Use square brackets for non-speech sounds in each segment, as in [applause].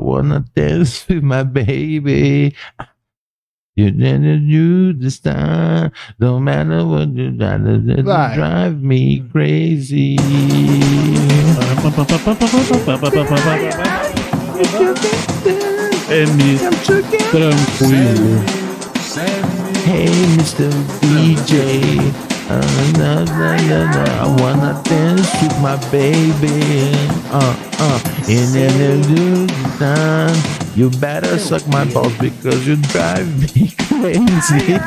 wanna dance [laughs] with my baby. You didn't do this time. Don't matter what you gotta do. Vai. Drive me crazy. M tranquilo. Hey, Mr. DJ. Uh, na, na, na, na. I wanna dance with my baby. Uh, uh. And then you do the time. You better suck my balls because you drive me [laughs] crazy.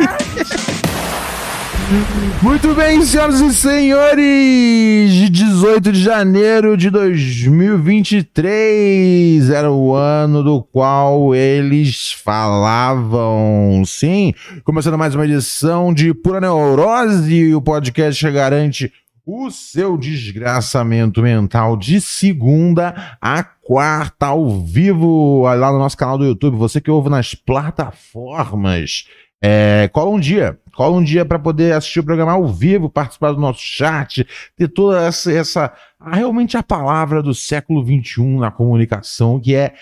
Muito bem, senhoras e senhores, de 18 de janeiro de 2023 era o ano do qual eles falavam. Sim, começando mais uma edição de Pura Neurose, o podcast que garante o seu desgraçamento mental de segunda a quarta ao vivo, Vai lá no nosso canal do YouTube, você que ouve nas plataformas. É, cola um dia, cola um dia para poder assistir o programa ao vivo, participar do nosso chat, ter toda essa, essa ah, realmente a palavra do século XXI na comunicação, que é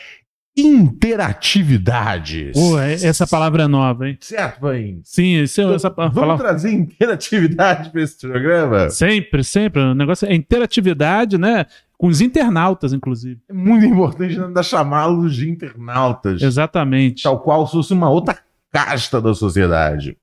interatividade. Pô, é- essa palavra é nova, hein? Certo, Vain? Sim, esse, essa pa- Vamos palavra. trazer interatividade para esse programa? Sempre, sempre. O negócio é interatividade, né? Com os internautas, inclusive. É muito importante ainda chamá-los de internautas. Exatamente. tal qual se fosse uma outra casta da sociedade.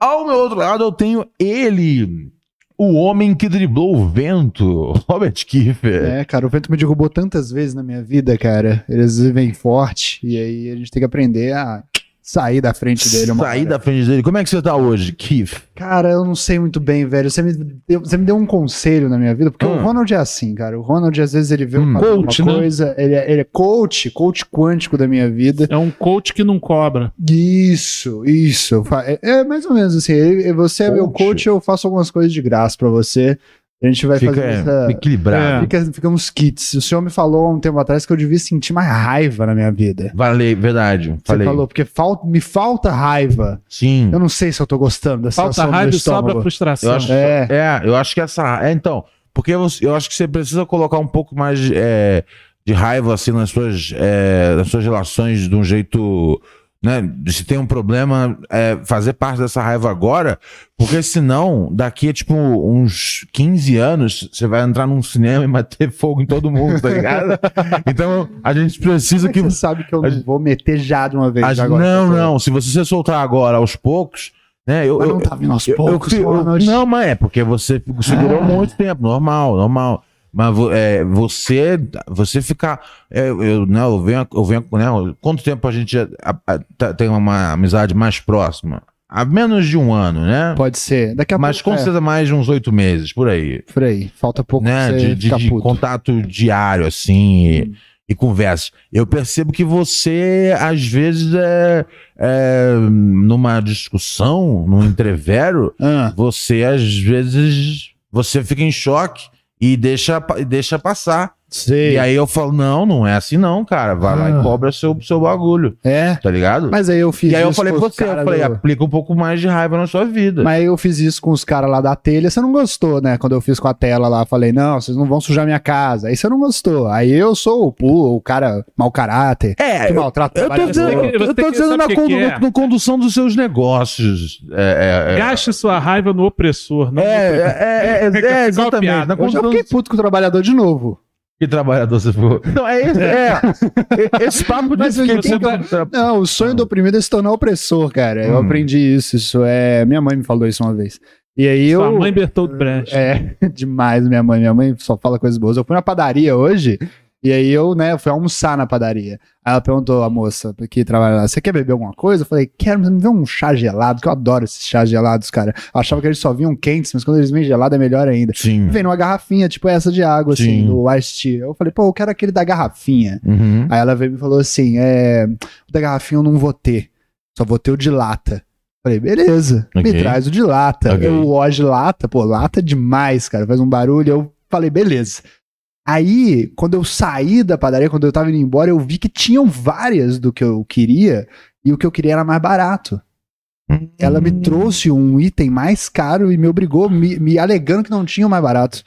Ao meu outro lado, eu tenho ele, o homem que driblou o vento, [laughs] Robert Kiefer. É, cara, o vento me derrubou tantas vezes na minha vida, cara. Eles vivem forte e aí a gente tem que aprender a sair da frente dele. Uma Saí hora. da frente dele. Como é que você tá hoje, Kiefer? Cara, eu não sei muito bem, velho. Você me deu, você me deu um conselho na minha vida, porque Hum. o Ronald é assim, cara. O Ronald, às vezes, ele vê Hum. uma, uma Coach, né? coisa, ele, é- ele é coach, coach quântico da minha vida. É um coach que não cobra. Isso, isso. Eu fa- É, é mais ou menos assim. ele- você é meu Coach. coach, eu faço algumas coisas de graça pra você. A gente vai Fica fazer essa... É. equilibrado. Fica, fica uns kits. O senhor me falou há um tempo atrás que eu devia sentir mais raiva na minha vida. Valeu, verdade. Você Falei. falou, porque falta, me falta raiva. Sim. Eu não sei se eu tô gostando dessa Falta sensação do raiva e sobra estômago. frustração. Eu acho- É, É, eu acho que essa. É, então. Porque eu, eu acho que você precisa colocar um pouco mais é, de raiva, assim, nas suas, é, nas suas relações de um jeito. Né? Se tem um problema, é, fazer parte dessa raiva agora, porque senão, daqui a tipo uns 15 anos, você vai entrar num cinema e bater fogo em todo mundo, tá [laughs] ligado? Então a gente precisa é que que você sabe que eu a não gente- vou meter já de uma vez as- agora. não, Porque- não. Se você se soltar agora aos poucos, né? Eu, Mas eu, não tá vindo aos eu- eu poucos, É. fi- eu- Ronald. não, mas é porque você segurou muito tempo, normal, normal. Mas vo- é, você, você ficar. é, eu, né, eu venho, eu venho né, quanto tempo a gente a- a- tá- tem uma amizade mais próxima? Há menos de um ano, né? Pode ser. Daqui a Mas com pouco. certeza mais de uns oito meses, por aí É, por aí. Falta pouco né, pra de, você de- ficar de puto. Hum. contato diário, assim, e, e conversa. Eu percebo que você, às vezes, é, é, numa discussão, num entrevero, Ah, você, às vezes, você fica em choque e deixa, pa- e deixa passar. sei. E aí eu falo, não, não é assim não, cara. Vai lá Ah. e cobra seu, seu bagulho, É. tá ligado? Mas aí eu fiz e aí eu isso falei com pra os você, eu cara falei, do- aplica um pouco mais de raiva na sua vida. Mas eu fiz isso com os caras lá da telha, você não gostou, né? Quando eu fiz com a tela lá, falei, não, vocês não vão sujar minha casa. Aí você não gostou. Aí eu sou o pu, o cara mau caráter, é, que maltrata o Eu tô trabalhador. dizendo, Você tem que- eu você tô tem que- dizendo sabe na o que condu- que é? na condução dos seus negócios. É, é, é. Gaste sua raiva no opressor. Não É, no opressor. é, é, é, é, exatamente. Na Eu já condução fiquei puto com o trabalhador de novo. que trabalhador você for. Não, é esse, é. esse papo Mas disso que eu você entendo- Não, o Ah. sonho do oprimido é se tornar opressor, cara. Eu Hum. aprendi isso. Isso é. Minha mãe me falou isso uma vez. E aí eu. Sua mãe Bertold Brecht. É, [laughs] demais, minha mãe. Minha mãe só fala coisas boas. Eu fui na padaria hoje, e aí eu, né, fui almoçar na padaria. Aí ela perguntou a moça que trabalha lá: você quer beber alguma coisa? Eu falei, quero, mas me vê um chá gelado, que eu adoro esses chás gelados, cara. Eu achava que eles só vinham quentes, mas quando eles vêm gelados é melhor ainda. Sim. Vem numa garrafinha, tipo essa de água, Sim. assim, do Ice Tea. Eu falei, pô, eu quero aquele da garrafinha. Uhum. Aí ela veio e me falou assim: é, o da garrafinha eu não vou ter. Só vou ter o de lata. Falei, beleza, Ok. me traz o de lata. Ok. Eu ó de lata, pô, lata é demais, cara. Faz um barulho. Eu falei, beleza. Aí, quando eu saí da padaria, quando eu tava indo embora, eu vi que tinham várias do que eu queria, e o que eu queria era mais barato. Ela me Hum. trouxe um item mais caro e me obrigou, me, me alegando que não tinha o mais barato.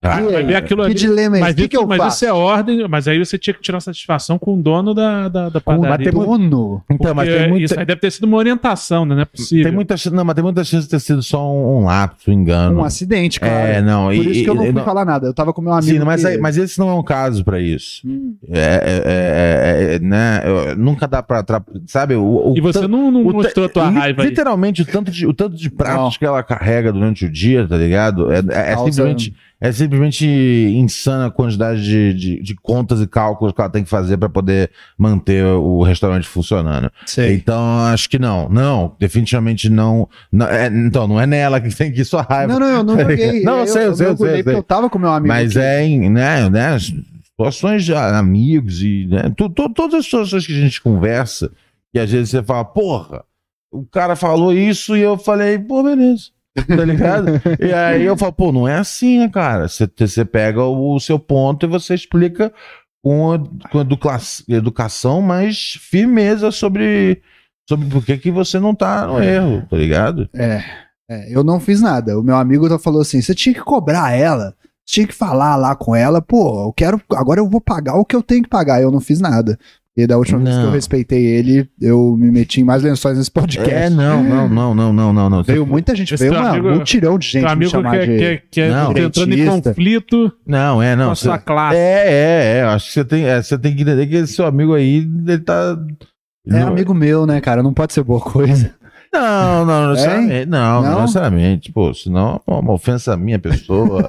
Ah, E aí? Vai ver aquilo que ali. dilema é esse? Mas, O que, isso- que eu mas faço? isso é ordem, mas aí você tinha que tirar satisfação com o dono da, da, da Um padaria. dono. Então, mas Porque tem muita, Isso aí deve ter sido uma orientação, né? Não é possível. tem muita chance. Não, mas tem muita chance de ter sido só um, um lapso, um engano. Um acidente, cara. é, não. Por e- isso que eu não e- fui falar nada. Eu tava com meu amigo. Sim, mas, que- aí- mas esse não é um caso pra isso. Hum. É, é, é, é, é, né? Eu- nunca dá pra. tra- Sabe? O, o E você tan- não, não o tan- mostrou a é tua li- raiva aí. Literalmente, o tanto de, o tanto de pratos Não. que ela carrega durante o dia, tá ligado? É, é- é Causa- simplesmente, é simplesmente insana a quantidade de, de, de contas e cálculos que ela tem que fazer pra poder manter o restaurante funcionando. Sei. Então, acho que não. Não, definitivamente não. não é- então, não é nela que tem que ir sua raiva. Não, não, eu não joguei. Não, eu sei, eu sei, eu mergulhei sei, eu porque sei. eu tava com meu amigo. Mas que- é em, né, né, as situações de amigos e né, tu- tu- todas as situações que a gente conversa, e às vezes você fala, porra, o cara falou isso e eu falei, pô, beleza. Tá ligado? [laughs] e aí eu falo, pô, não é assim, né, cara? Você- Você pega o seu ponto e você explica com, a- com a educa- educação, mas firmeza sobre, sobre por que, que você não tá no erro, tá ligado? É, é, eu não fiz nada. O meu amigo só falou assim: você tinha que cobrar ela, você tinha que falar lá com ela, pô, eu quero. Agora eu vou pagar o que eu tenho que pagar. Eu não fiz nada. E da última vez que Não. eu respeitei ele, eu me meti em mais lençóis nesse podcast. É, não, não, não, não, não, não, não. Veio muita gente, Esse veio teu uma, amigo- um tirão de gente Teu me amigo chamar que, de. que, que Não. tá entrando em Dentista. conflito Não, é, com não. a você- sua classe. É, é, é. eu Acho que você tem, é, você tem que entender que esse seu amigo aí, ele tá. É não, amigo meu, né, cara? Não pode ser boa coisa. Não, não, não, necessariamente, não, não Não? necessariamente. Pô, senão é uma ofensa à minha pessoa,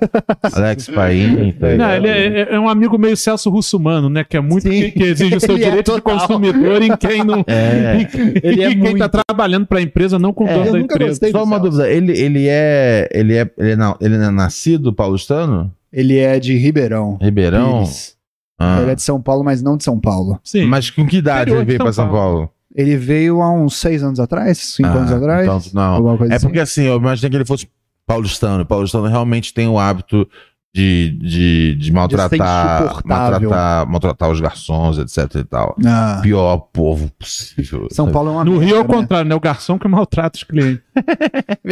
Alex Paim. tá Não, ligado? ele é, é- é um amigo meio Celso Russumano, né? Que é muito Sim. que, que exige o seu [laughs] Ele é direito de total. consumidor em quem não. É. em quem- Ele [laughs] [laughs] é em quem muito. tá trabalhando pra empresa não É, contorna eu da nunca empresa. gostei Só do uma Celso. dúvida, ele, ele é. Ele é. Ele é, na- ele é nascido paulistano? Ele é de Ribeirão. Ribeirão? Pires. Ah. Ele é de São Paulo, mas não de São Paulo. Sim. Mas com que idade é Interior ele de veio São pra São Paulo. Paulo? Ele veio há uns seis anos atrás, cinco anos Ah, atrás. então, não. Alguma coisa É assim. porque assim, eu imaginei que ele fosse paulistano. O paulistano realmente tem o hábito de, de, de De ser maltratar, insuportável. maltratar, maltratar os garçons, etc e tal. Ah, Pior povo possível. São sabe? Paulo é uma No merda, Rio é o né? contrário, né? O garçom que maltrata os clientes.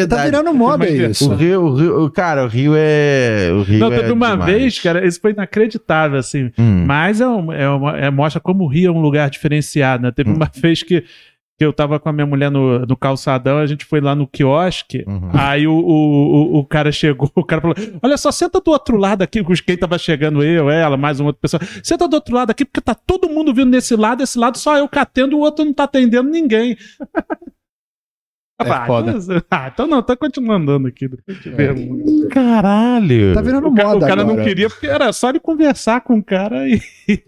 Tá virando moda Mas- é, O isso. Rio, o Rio, o- cara, o Rio é. O Rio Não, é teve uma demais. vez, cara, isso foi inacreditável, assim. Hum. Mas é um- é uma- é- mostra como o Rio é um lugar diferenciado, né? Teve Hum. uma vez que, que eu tava com a minha mulher no, no calçadão, a gente foi lá no quiosque. Uhum. Aí o, o, o, o cara chegou, [laughs] o cara falou: Olha só, senta do outro lado aqui, com quem tava chegando, eu, ela, mais uma outra pessoa. Senta do outro lado aqui, porque tá todo mundo vindo desse lado, esse lado só eu catendo, o outro não tá atendendo ninguém. É Ah, foda. então- [laughs] Ah, então não, tá continuando andando aqui. Caralho. Tá virando O moda cara, o cara agora. não queria, porque era só ele conversar com o cara e, [laughs] e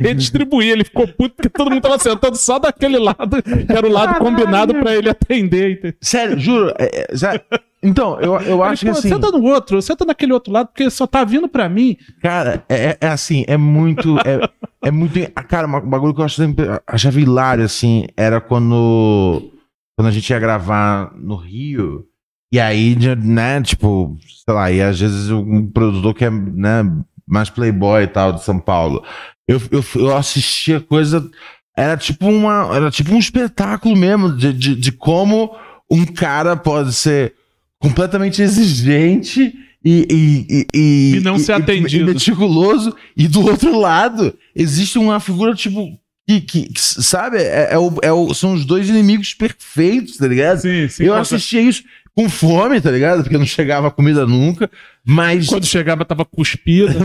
redistribuir. Ele ficou puto porque todo mundo tava sentando só daquele lado, que era o lado Caralho. combinado pra ele atender. entendeu? Sério, juro. é- é, sério. Então, eu, eu Ele, acho que pô, assim. Senta no outro, senta naquele outro lado, porque só tá vindo pra mim. Cara, é, é- é assim, é muito. É, é muito. ah, Cara, um bagulho que eu achava, achava hilário, assim, era quando. Quando a gente ia gravar no Rio. E aí, de- né, tipo, sei lá, e às vezes um produtor que é, né, mais playboy e tal, de São Paulo. Eu, eu, eu assistia coisa. Era tipo uma. Era tipo um espetáculo mesmo de, de, de como um cara pode ser completamente exigente. E, e, e, E não ser atendido. e meticuloso. E do outro lado, existe uma figura, tipo, que, que, que, sabe? É, é o, é o- são os dois inimigos perfeitos, tá ligado? Sim, sim. eu assistia isso com fome, tá ligado? Porque não chegava comida nunca. Mas. Quando chegava, tava cuspido.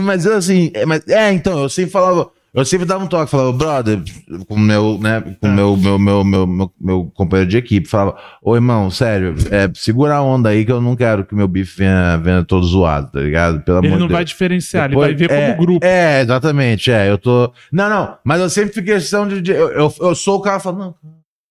[laughs] Mas eu assim. É, mas- é, então, eu sempre falava. Eu sempre dava um toque, falava, brother, com meu, né, É. com meu, meu, meu, meu, meu, meu companheiro de equipe, falava, ô irmão, sério, é, segura a onda aí que eu não quero que meu bife venha, venha todo zoado, tá ligado? Pelo Ele amor de não Deus. vai diferenciar, Depois- ele vai ver é, como grupo. É, exatamente, é. Eu tô. Não, não, mas eu sempre fiquei questão de. de- eu, eu, eu sou o cara falando.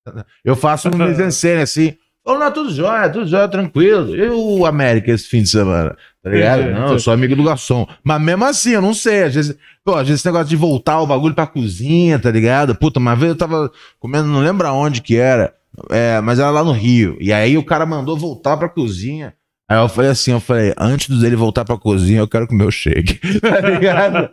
"Não, Eu faço um mise-en-scène assim. Ou não, tudo jóia, tudo jóia, tranquilo. E o América esse fim de semana? Tá ligado? Entendi. Não, eu sou amigo do garçom. Mas mesmo assim, eu não sei. Às vezes, pô, às vezes esse negócio de voltar o bagulho pra cozinha, tá ligado? Puta, uma vez eu tava comendo, não lembro aonde que era, é, mas era lá no Rio. E aí o cara mandou voltar pra cozinha. Aí eu falei assim, eu falei, antes dele voltar pra cozinha, eu quero comer o shake, [laughs] tá ligado?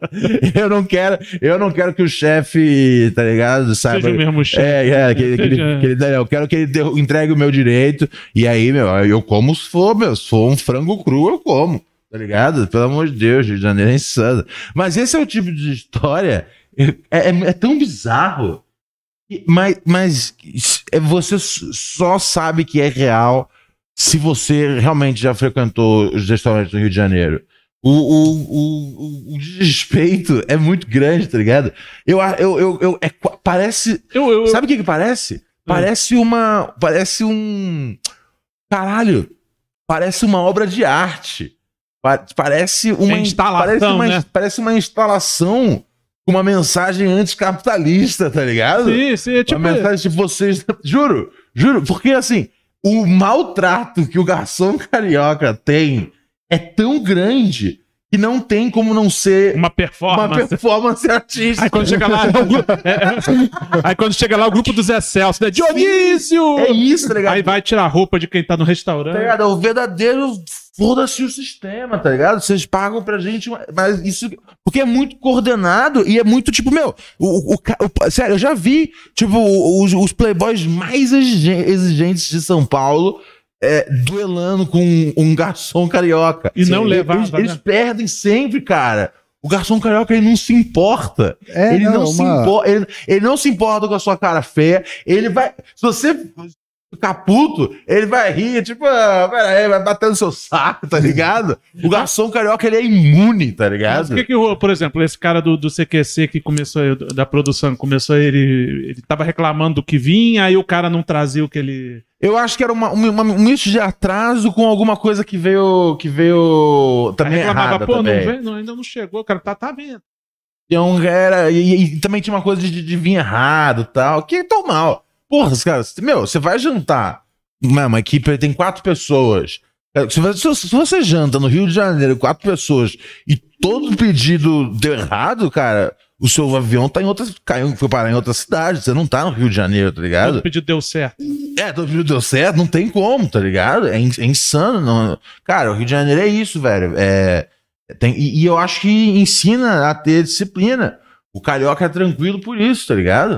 eu não quero, eu não quero que o chefe, tá ligado, saiba... Seja o mesmo chefe. É, é, que, ele- que ele- Seja- que ele- eu quero que ele dê- entregue o meu direito. E aí, meu, eu como se for, meu, se for um frango cru, eu como. Tá ligado? Pelo amor de Deus, Rio de Janeiro é insano. Mas esse é o tipo de história. É, é, é tão bizarro. E- Mas, mas isso- é, você s- só sabe que é real se você realmente já frequentou os restaurantes do Rio de Janeiro. O, o, o, o, o desrespeito é muito grande, tá ligado? Eu, a- eu, eu, eu- é qua- parece. Eu, eu, Sabe o que, que Hum. parece? Parece uma. Parece um. Caralho! Parece uma obra de arte. Pa- Parece uma. É instalação, parece uma, né? parece uma instalação com uma mensagem anticapitalista, tá ligado? Sim, sim, é tipo. uma mensagem de vocês. Juro, juro, porque assim, o maltrato que o garçom carioca tem é tão grande que não tem como não ser Uma uma performance. performance artística. Aí quando chega lá, é o grupo- é, é. aí quando chega lá o grupo do Zé Celso, né? Dionísio! É isso, tá ligado? Aí vai tirar a roupa de quem tá no Tá restaurante. ligado? É o verdadeiro foda-se o sistema, tá ligado? Vocês pagam pra gente, uma- mas isso. Porque é muito coordenado e é muito tipo, meu. O, o- o ca- o- sério, eu já vi, tipo, os, os playboys mais exige- exigentes de São Paulo é, duelando com um, um garçom carioca. E não levava, Eles, né? eles perdem sempre, cara. O garçom carioca ele não se importa É, ele não, se uma- importa, ele, ele não se importa com a sua cara feia. Ele vai. Se você ficar puto, ele vai rir, tipo, ah, peraí, vai bater no seu saco, tá ligado? O garçom carioca ele é imune, tá Mas ligado? o que que rolou? Por exemplo, esse cara do, do CQC que começou, da produção, começou, ele, ele tava reclamando do que vinha, aí o cara não trazia o que ele. Eu acho que era uma, uma, uma- um misto de atraso com alguma coisa que veio. que veio. também aí reclamava, errada. pô, também. não vem, não, ainda não chegou, o cara tá, tá vendo. Então, era, e, e também tinha uma coisa de, de vir errado e tal, que é tão mal. Porra, os caras, meu, você vai jantar. né, Uma, uma equipe tem quatro pessoas. É, Se você, se você janta no Rio de Janeiro, quatro pessoas, e todo pedido deu errado, cara, o seu avião tá em outra. Caiu, foi parar em outra cidade. Você não tá no Rio de Janeiro, tá ligado? O pedido deu certo. É, todo mundo deu certo, não tem como, tá ligado? É, in- é insano. não- Cara, o Rio de Janeiro é isso, velho. É, tem- e, e eu acho que ensina a ter disciplina. O carioca é tranquilo por isso, tá ligado?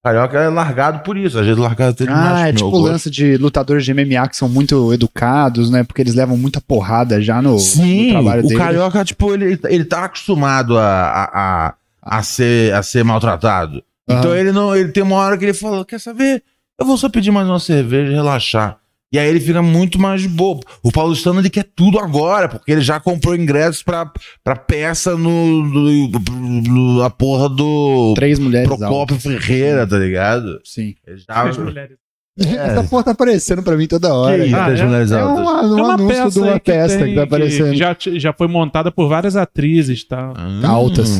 O carioca é largado por isso. Às vezes largado até demais. Ah, é pro meu tipo o gosto. lance de lutadores de MMA que são muito educados, né? Porque eles levam muita porrada já no, no Sim, trabalho o deles. carioca, tipo, ele, ele tá acostumado a, a, a, a ser, a ser maltratado. Aham. Então ele não. Ele tem uma hora que ele fala: quer saber? Eu vou só pedir mais uma cerveja e relaxar. E aí ele fica muito mais bobo. O paulistano ele quer tudo agora, porque ele já comprou ingressos pra, pra peça no, no, no- na porra do Três mulheres altas. Procopio Ferreira, tá ligado? Sim. Ele já. As mulheres. Essa porra tá aparecendo pra mim [laughs] toda Que hora. isso, Ah, das é- mulheres É altas. um, um É uma anúncio peça de uma aí peça que, tem- tá aparecendo. que já, t- já foi montada por várias atrizes tá? e tal. Hum. Altas.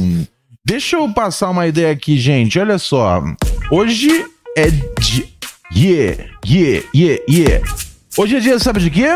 Deixa eu passar uma ideia aqui, gente. Olha só. Hoje é de. Yeah, yeah, yeah, yeah. Hoje é dia, sabe de quê?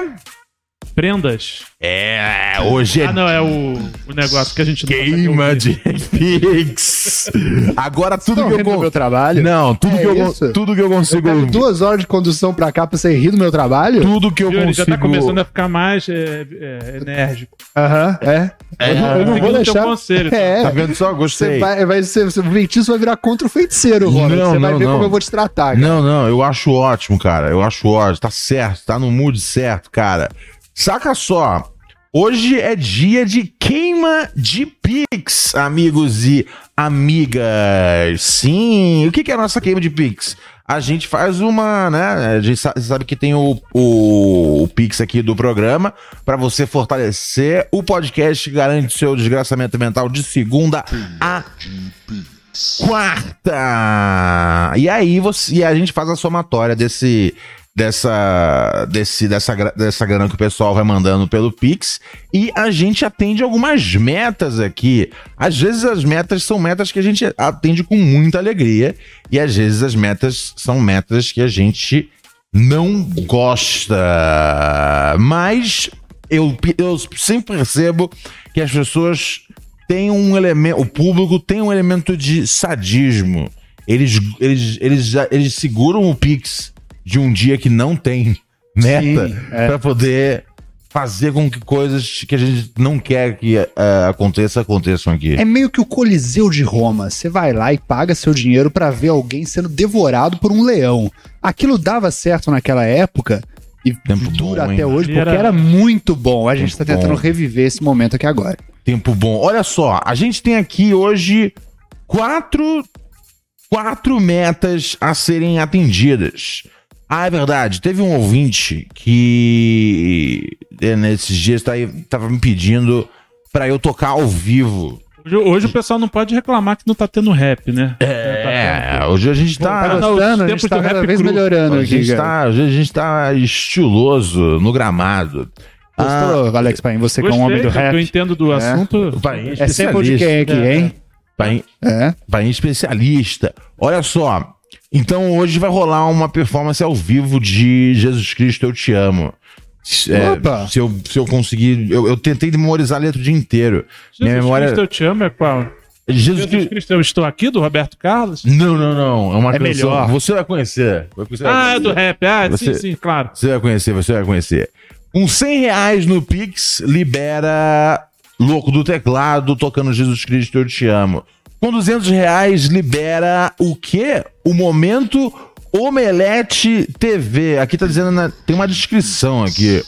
Prendas. É, hoje é Ah, não, é o, o negócio que a gente não consegue queima ouvir. de Pix. Agora tudo Estão que eu rindo do tá meu consigo. trabalho? Não, tudo, É que eu, con- isso? tudo que eu Eu consigo. pego ouvir, duas horas de condução pra cá pra você rir do meu trabalho? Tudo que eu Yuri, já tá consigo. começando a ficar mais é, é, enérgico. Aham, é. É, Eu não- eu não Seguindo vou o teu deixar. conselho, tá? [laughs] É, Tá vendo só? Você Gostei. vai, vai ser, o feitiço vai virar contra o feiticeiro, Ronald. Não, você vai não, ver não. como eu vou te tratar. cara. Não, não, eu acho ótimo, cara. Eu acho ótimo. Tá certo, tá no mood certo, cara. Saca só. Hoje é dia de queima de Pix, amigos e amigas. Sim, o que que é a nossa queima de Pix? A gente faz uma, né? A gente sa- sabe que tem o, o, o Pix aqui do programa pra você fortalecer o podcast que garante seu desgraçamento mental de segunda a quarta. E aí você, e a gente faz a somatória desse dessa desse dessa gra- dessa grana que o pessoal vai mandando pelo Pix e a gente atende algumas metas aqui. Às vezes as metas são metas que a gente atende com muita alegria e às vezes as metas são metas que a gente não gosta. Mas eu, eu sempre percebo que as pessoas tem um elemento. O público tem um elemento de sadismo. Eles, eles, eles, já- eles seguram o Pix de um dia que não tem meta Sim, pra poder fazer com que coisas que a gente não quer que eh, aconteça aconteçam aqui. É meio que o Coliseu de Roma. Você vai lá e paga seu dinheiro pra ver alguém sendo devorado por um leão. Aquilo dava certo naquela época E Tempo dura bom, hein? até hoje, Ele porque era- era... muito bom. A gente tá Tempo tentando bom. reviver esse momento aqui agora. Tempo bom. Olha só, a gente tem aqui hoje quatro, quatro metas a serem atendidas. Ah, é verdade. Teve um ouvinte que é, nesses dias tá aí- tava me pedindo pra eu tocar ao vivo. Hoje, hoje o pessoal não pode reclamar que não tá tendo rap, né? É, hoje a gente Tá, tá. gostando, a Ah, os gente tempos tá do cada rap vez cru. melhorando A aqui, gente cara. tá, hoje a gente tá estiloso no gramado. tá Gostou, Alex Paim? Você que é um homem do cara, que Eu rap. entendo É. do assunto. Paim É sempre de quem aqui, É, hein? Paim- É. Bahia especialista. Olha só. Então hoje vai rolar uma performance ao vivo de Jesus Cristo, Eu Te Amo. Se- é, Opa! se, eu, se eu conseguir. Eu, eu tentei memorizar a letra o dia inteiro. Minha Jesus memória. Cristo, eu te amo, é qual? Jesus Jesus Cristo. Cristo, eu estou aqui, do Roberto Carlos? Não, não, não. É uma É canção. melhor. Você vai conhecer. Você vai Ah, é conhecer. do rap. Ah, Você- sim, sim, claro. Você vai conhecer, você vai conhecer. Com 100 reais no Pix, libera Louco do Teclado tocando Jesus Cristo, eu te amo. Com 200 reais, libera o quê? O Momento Omelete TV. Aqui tá dizendo, na- tem uma descrição aqui.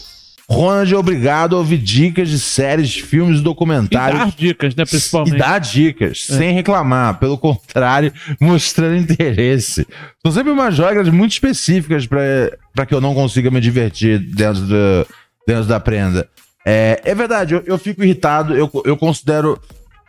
Ronald é obrigado a ouvir dicas de séries, filmes e E dar documentários. dicas, né, E principalmente. É. dá dicas, sem reclamar, pelo contrário, mostrando interesse. São sempre umas regras muito específicas para que eu não consiga me divertir dentro, do, dentro da prenda. É, é verdade, eu, eu fico irritado, eu, eu considero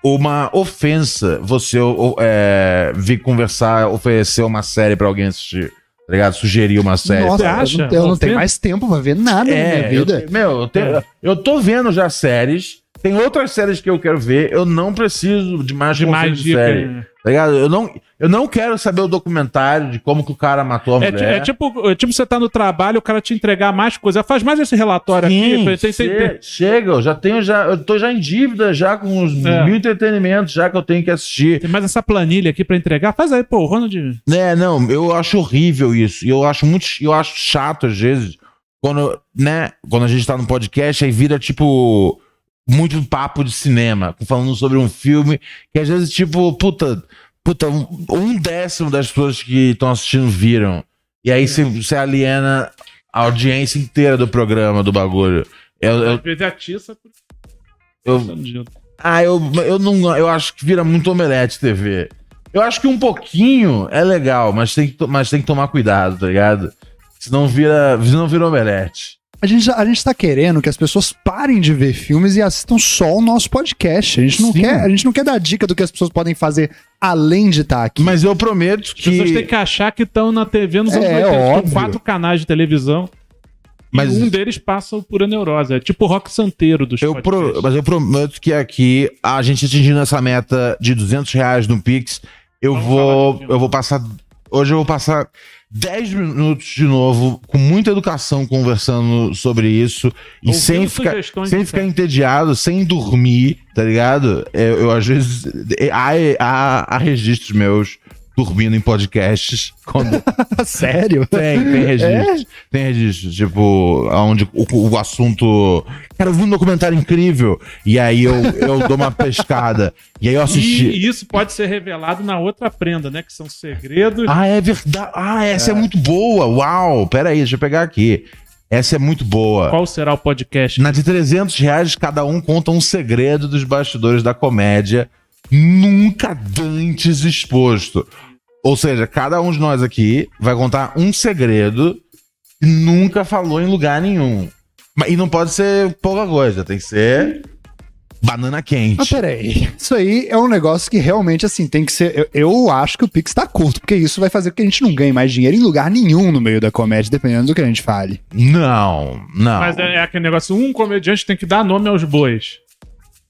uma ofensa você o- é, vir conversar, oferecer uma série para alguém assistir, tá ligado? Sugerir uma série. Nossa, Você É, acha? eu não, eu não tenho Ofenda? mais tempo pra ver nada na minha vida. É, eu- meu, eu, tenho- É. eu tô vendo já séries. Tem outras séries que eu quero ver. Eu não preciso de mais De mais conselho de série. dicas. né? Tá ligado? Eu não, eu não quero saber o documentário de como que o cara matou a É, mulher. ti- é tipo, é tipo você tá no trabalho, o cara te entregar mais coisa. Faz mais esse relatório Sim, aqui. Tem, tem, che- tem, Chega, eu já tenho, já, eu tô já em dívida já com os É. mil entretenimentos já que eu tenho que assistir. tem mais essa planilha aqui pra entregar. Faz aí, pô, o Ronald. É, não, eu acho horrível isso. E eu acho muito, eu acho chato às vezes quando, né, quando a gente tá no podcast aí vira tipo muito papo de cinema, falando sobre um filme que às vezes tipo, puta, puta, um, um décimo das pessoas que estão assistindo viram. E aí você você aliena a audiência inteira do programa, do bagulho. Eu, eu, Às vezes atiça por eu- ah, eu, eu não. Eu acho que vira muito omelete TV. Eu acho que um pouquinho é legal, mas tem que, to- mas tem que tomar cuidado, tá ligado? Senão vira, senão vira omelete. A gente, já- a gente tá querendo que as pessoas parem de ver filmes e assistam só o nosso podcast. A gente não, Sim. quer, a gente não quer dar dica do que as pessoas podem fazer além de estar aqui. Mas eu prometo As pessoas têm que. que achar que estão na TV nos É, anos 80. óbvio. São quatro canais de televisão. Mas- E um deles passa o pura neurose. É tipo o rock santeiro dos Eu pro- podcasts. mas eu prometo que aqui, a gente atingindo essa meta de 200 reais no Pix, eu Vamos falar de vou. filme. Eu vou passar. Hoje eu vou passar 10 minutos de novo, com muita educação, conversando sobre isso. E Ouvindo sem ficar. sugestões Sem de ficar entediado, sem dormir, tá ligado? Eu, eu, às vezes. é, Há, há, há registros meus dormindo em podcasts. [laughs] Quando Sério? tem, tem registros. Tem registros. Tipo, onde o, o assunto. Cara, eu vi um documentário incrível. E aí eu, eu dou uma pescada. E aí eu assisti. E isso pode ser revelado na outra prenda, né? Que são segredos. Ah, é verdade. Ah, essa é. muito boa. Uau! Pera aí, deixa eu pegar aqui. Essa é muito boa. Qual será o podcast? Na de 300 reais, cada um conta um segredo dos bastidores da comédia, nunca dantes exposto. Ou seja, cada um de nós aqui vai contar um segredo que nunca falou em lugar nenhum. Mas- E não pode ser pouca coisa, tem que ser banana [laughs] Mas quente. peraí. Isso aí é um negócio que realmente, assim, tem que ser. Eu, eu acho que o Pix tá curto, porque isso vai fazer com que a gente não ganhe mais dinheiro em lugar nenhum no meio da comédia, dependendo do que a gente fale. Não, não. Mas é, é aquele negócio, um comediante tem que dar nome aos bois.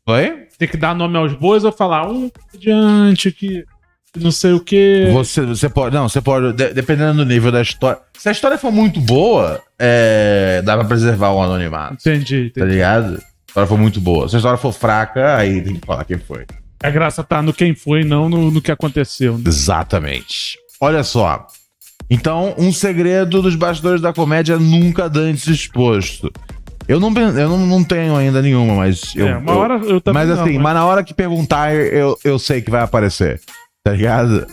Oi? Tem que dar nome aos bois ou falar um comediante que que não sei o quê. Você, você pode. Não, você pode. de- dependendo do nível da história. Se a história for muito boa, é, dá pra preservar o anonimato. Entendi, tá entendi. ligado? A história foi muito boa. Se a história for fraca, aí tem que falar quem foi. A graça tá no quem foi, não no, no que aconteceu. né? Exatamente. Olha só. Então, um segredo dos bastidores da comédia nunca dantes exposto. Eu não, pen- eu não, não tenho ainda nenhuma, mas eu. é, uma eu- hora eu também mas não, né? assim, mas na hora que perguntar, eu, eu sei que vai aparecer. Tá ligado?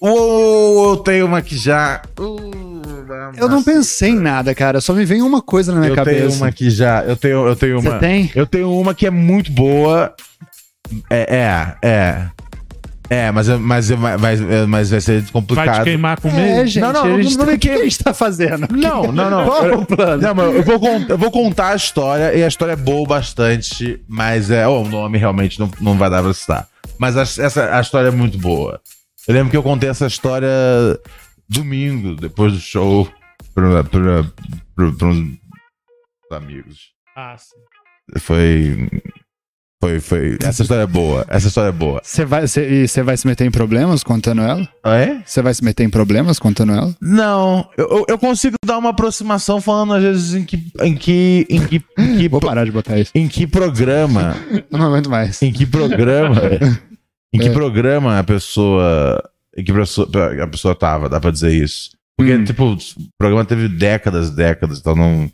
Ou eu tenho uma que já. Uh, da. Eu não pensei em nada, cara. Só me vem uma coisa na minha Eu cabeça. tenho uma aqui já. Eu tenho, eu tenho uma. Você tem? Eu tenho uma que é muito boa. É, é, é. É, mas, eu- mas, eu- mas, mas, mas vai ser Vai te complicado. queimar com medo? É, gente. Não, não, a não- gente não tá- me o que a gente tá fazendo? Não, não, não. Qual é o plano? Não, mas eu vou, con- eu vou contar a história, e a história é boa bastante, mas é. ó, o nome realmente não, não vai dar pra citar. Mas a, essa, a história é muito boa. Eu lembro que eu contei essa história domingo, depois do show, pra, pra, pra, pra uns amigos. tá- Ah, sim. Foi. Foi, foi. Essa história é boa. Essa história é boa. Você vai, cê, e você vai se meter em problemas contando ela? Ah, é? Você vai se meter em problemas contando ela? Não, eu- eu, eu consigo dar uma aproximação falando às vezes em que. em que. em que. em que, Vou parar de botar isso. em que programa. Eu não aguento mais. Em que programa. em que É. programa a pessoa. Em que pessoa, a pessoa tava, dá pra dizer isso. Porque, Hum. tipo, o programa teve décadas, décadas, então não.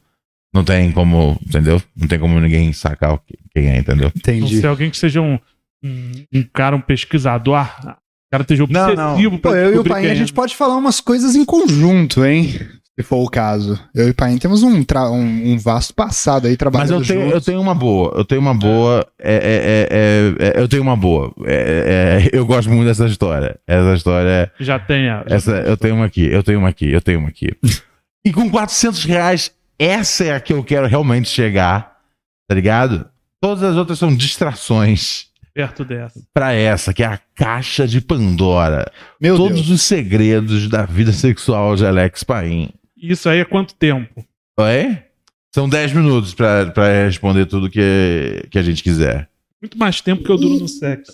Não tem como, entendeu? Não tem como ninguém sacar o que- quem é, entendeu? Não Entendi. sei, alguém que seja um, um, um cara, um pesquisador. ah, O cara esteja Não, obsessivo não. pra Pô, eu e o descobrir Paim, quem a é. gente pode falar umas coisas em conjunto, hein? Se for o caso. Eu e o Paim temos um, tra- um, um vasto passado aí Mas trabalhando eu tenho, eu juntos. tenho uma boa, eu tenho uma boa, é, é, é, é, é, eu tenho uma boa. É, é, é, eu gosto muito dessa história. Essa história, é. Já tem a. essa, eu tenho uma aqui, eu tenho uma aqui, eu tenho uma aqui. E com 400 reais, essa é a que eu quero realmente chegar, tá ligado? Todas as outras são distrações Perto dessa. pra essa, que é a caixa de Pandora. Meu Todos Deus. os segredos da vida sexual de Alex Paim. Isso aí é quanto tempo? Oi? São 10 minutos pra, pra responder tudo que, que a gente quiser. Muito mais tempo que eu duro no sexo.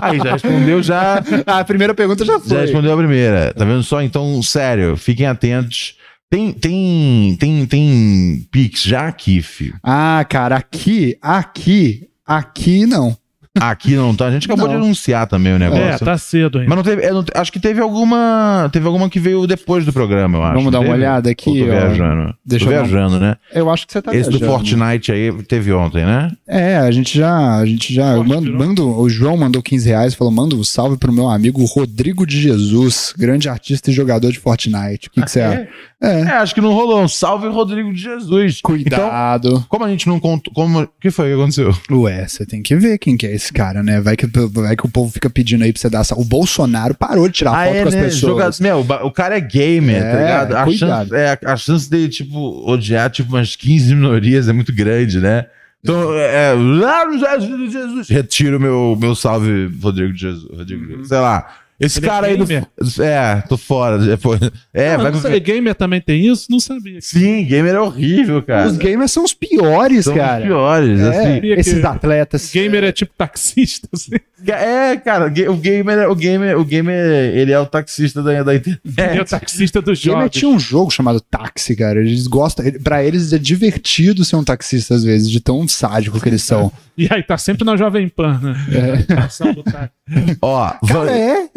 Aí já respondeu, [laughs] já, Ah, a primeira pergunta já foi. já respondeu a primeira. Tá vendo só? Então, sério, fiquem atentos. Tem, tem, tem, tem Pix já aqui, filho. Ah, cara, aqui, aqui, aqui não. Aqui não tá. A gente acabou Não. de anunciar também o negócio. É, tá cedo ainda. Mas não teve. eu não- acho que teve alguma. Teve alguma que veio depois do programa, eu acho. Vamos dar não uma teve? olhada Ou aqui. tô Ó. viajando. Deixa tô eu dar uma- viajando, né? Eu acho que você tá Esse do viajando. Fortnite aí teve ontem, né? É, a gente já, a gente já, eu Forte, mando, virou. mando- o João mandou 15 reais, falou, manda um salve pro meu amigo Rodrigo de Jesus, grande artista e jogador de Fortnite. O que que você acha? É. É, acho que não rolou. Um salve Rodrigo de Jesus. Então, Cuidado. como a gente não contou. Como... O que foi que aconteceu? Então, Ué, você tem que ver quem que é esse cara, né? Vai que, vai que o povo fica pedindo aí pra você dar salve. O Bolsonaro parou de tirar é, Tá, foto com as pessoas. Ah, né? Joga- Meu, o ba- o cara é gamer, É, tá ligado? A cuidado. chance, é, a chance dele, tipo, odiar, tipo, umas 15 minorias é muito grande, né? Então, é. lá no Jesus, de Jesus. Retiro meu, meu salve, Rodrigo de Jesus. Rodrigo de Jesus. Sei lá. Esse Ele é cara aí. gamer? Do, é, tô fora. Depois- É, Ah, vai não com- sei, gamer também tem isso? Não sabia. Sim, gamer é horrível, cara. Os gamers são os piores, São os cara. piores, É, assim. Sabia que- esses atletas. Gamer é tipo taxista, [laughs] assim. É, cara, ga- o gamer, o gamer, o gamer, ele é o taxista da, da É, internet. o taxista dos é Gamer jogos. tinha um jogo chamado táxi, cara. Eles gostam. ele- Pra eles é divertido ser um taxista às vezes, de tão sádico que eles são. tipo- E aí, tá sempre na Jovem Pan, né? É. Passando o táxi. Ó, va- É.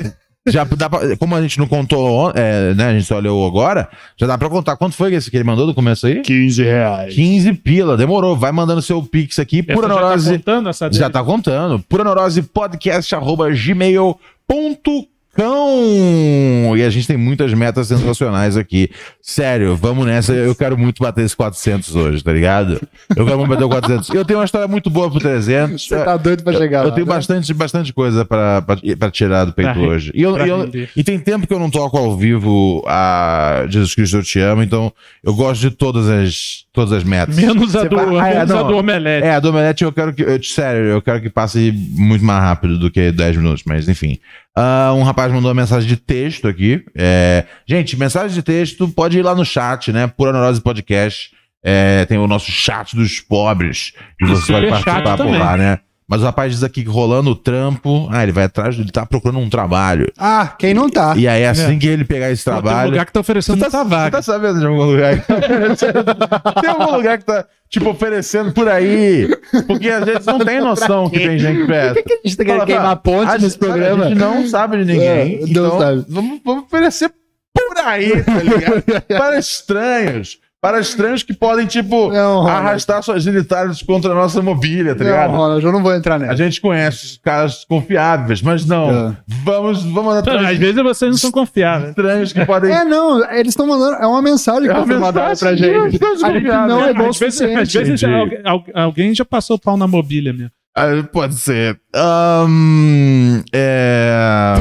Já dá pra, como a gente não contou, on- é, né? A gente só leu agora, já dá pra contar quanto foi esse que ele mandou do começo aí? 15 reais. 15 pila, demorou. Vai mandando seu pix aqui, Essa [laughs] pura já neurose. Tá contando essa dele? Já tá contando. Pura Neurose Podcast, arroba gmail.com. E a gente tem muitas metas sensacionais aqui. Sério, vamos nessa. Eu quero muito bater esses 400 hoje, tá ligado? Eu quero muito bater o 400. Eu tenho uma história muito boa pro 300. Você tá doido pra chegar Eu lá, tenho né? bastante, bastante coisa pra, pra, pra tirar do peito Pra re- hoje. E, eu- pra e eu- render. e tem tempo que eu não toco ao vivo a Jesus Cristo Eu Te Amo, então eu gosto de todas as, todas as metas. Menos a Você do, vai- Ah, é, menos a não. do Omelete. É, a do Omelete eu quero que. Eu, sério, eu quero que passe muito mais rápido do que 10 minutos, mas enfim. Ah, um rapaz mandou uma mensagem de texto aqui. É, gente, mensagem de texto pode ir lá no chat, né? Pura Neurose Podcast. É, tem o nosso chat dos pobres. E você pode superchat participar por também. lá, né? Mas o rapaz diz aqui que rolando o trampo. Ah, ele vai atrás, ele tá procurando um trabalho. Ah, quem não tá? E aí, assim que ele pegar esse Pô, tem trabalho. lugar que tá oferecendo Você muita tá, você vaga. tá sabendo de algum lugar [laughs] que tá oferecendo? tem algum lugar que tá, tipo, oferecendo por aí? Porque às vezes não tem noção que tem gente perto. a gente tá Fala, fala, a gente- tá sabe, A gente não sabe de ninguém. É, não então, sabe. tá Vamos, vamos oferecer por aí, tá ligado? Para estranhos. para estranhos que podem, tipo, Não, Ronald. arrastar suas genitálias contra a nossa mobília, tá Não, ligado? Ronald, eu não vou entrar A nessa. gente conhece os caras confiáveis, mas não. É. Vamos, vamos atrás Às de vezes vocês não são tá confiáveis. estranhos que podem. É, não, eles estão mandando. É uma mensagem que É uma tá sendo mandada pra mensagem, gente. é uma mensagem A gente não é bom o às vezes, às suficiente. vezes já- Entendi. algu- alguém já passou o pau na mobília mesmo. Ah, pode ser. Ahn, [laughs] é...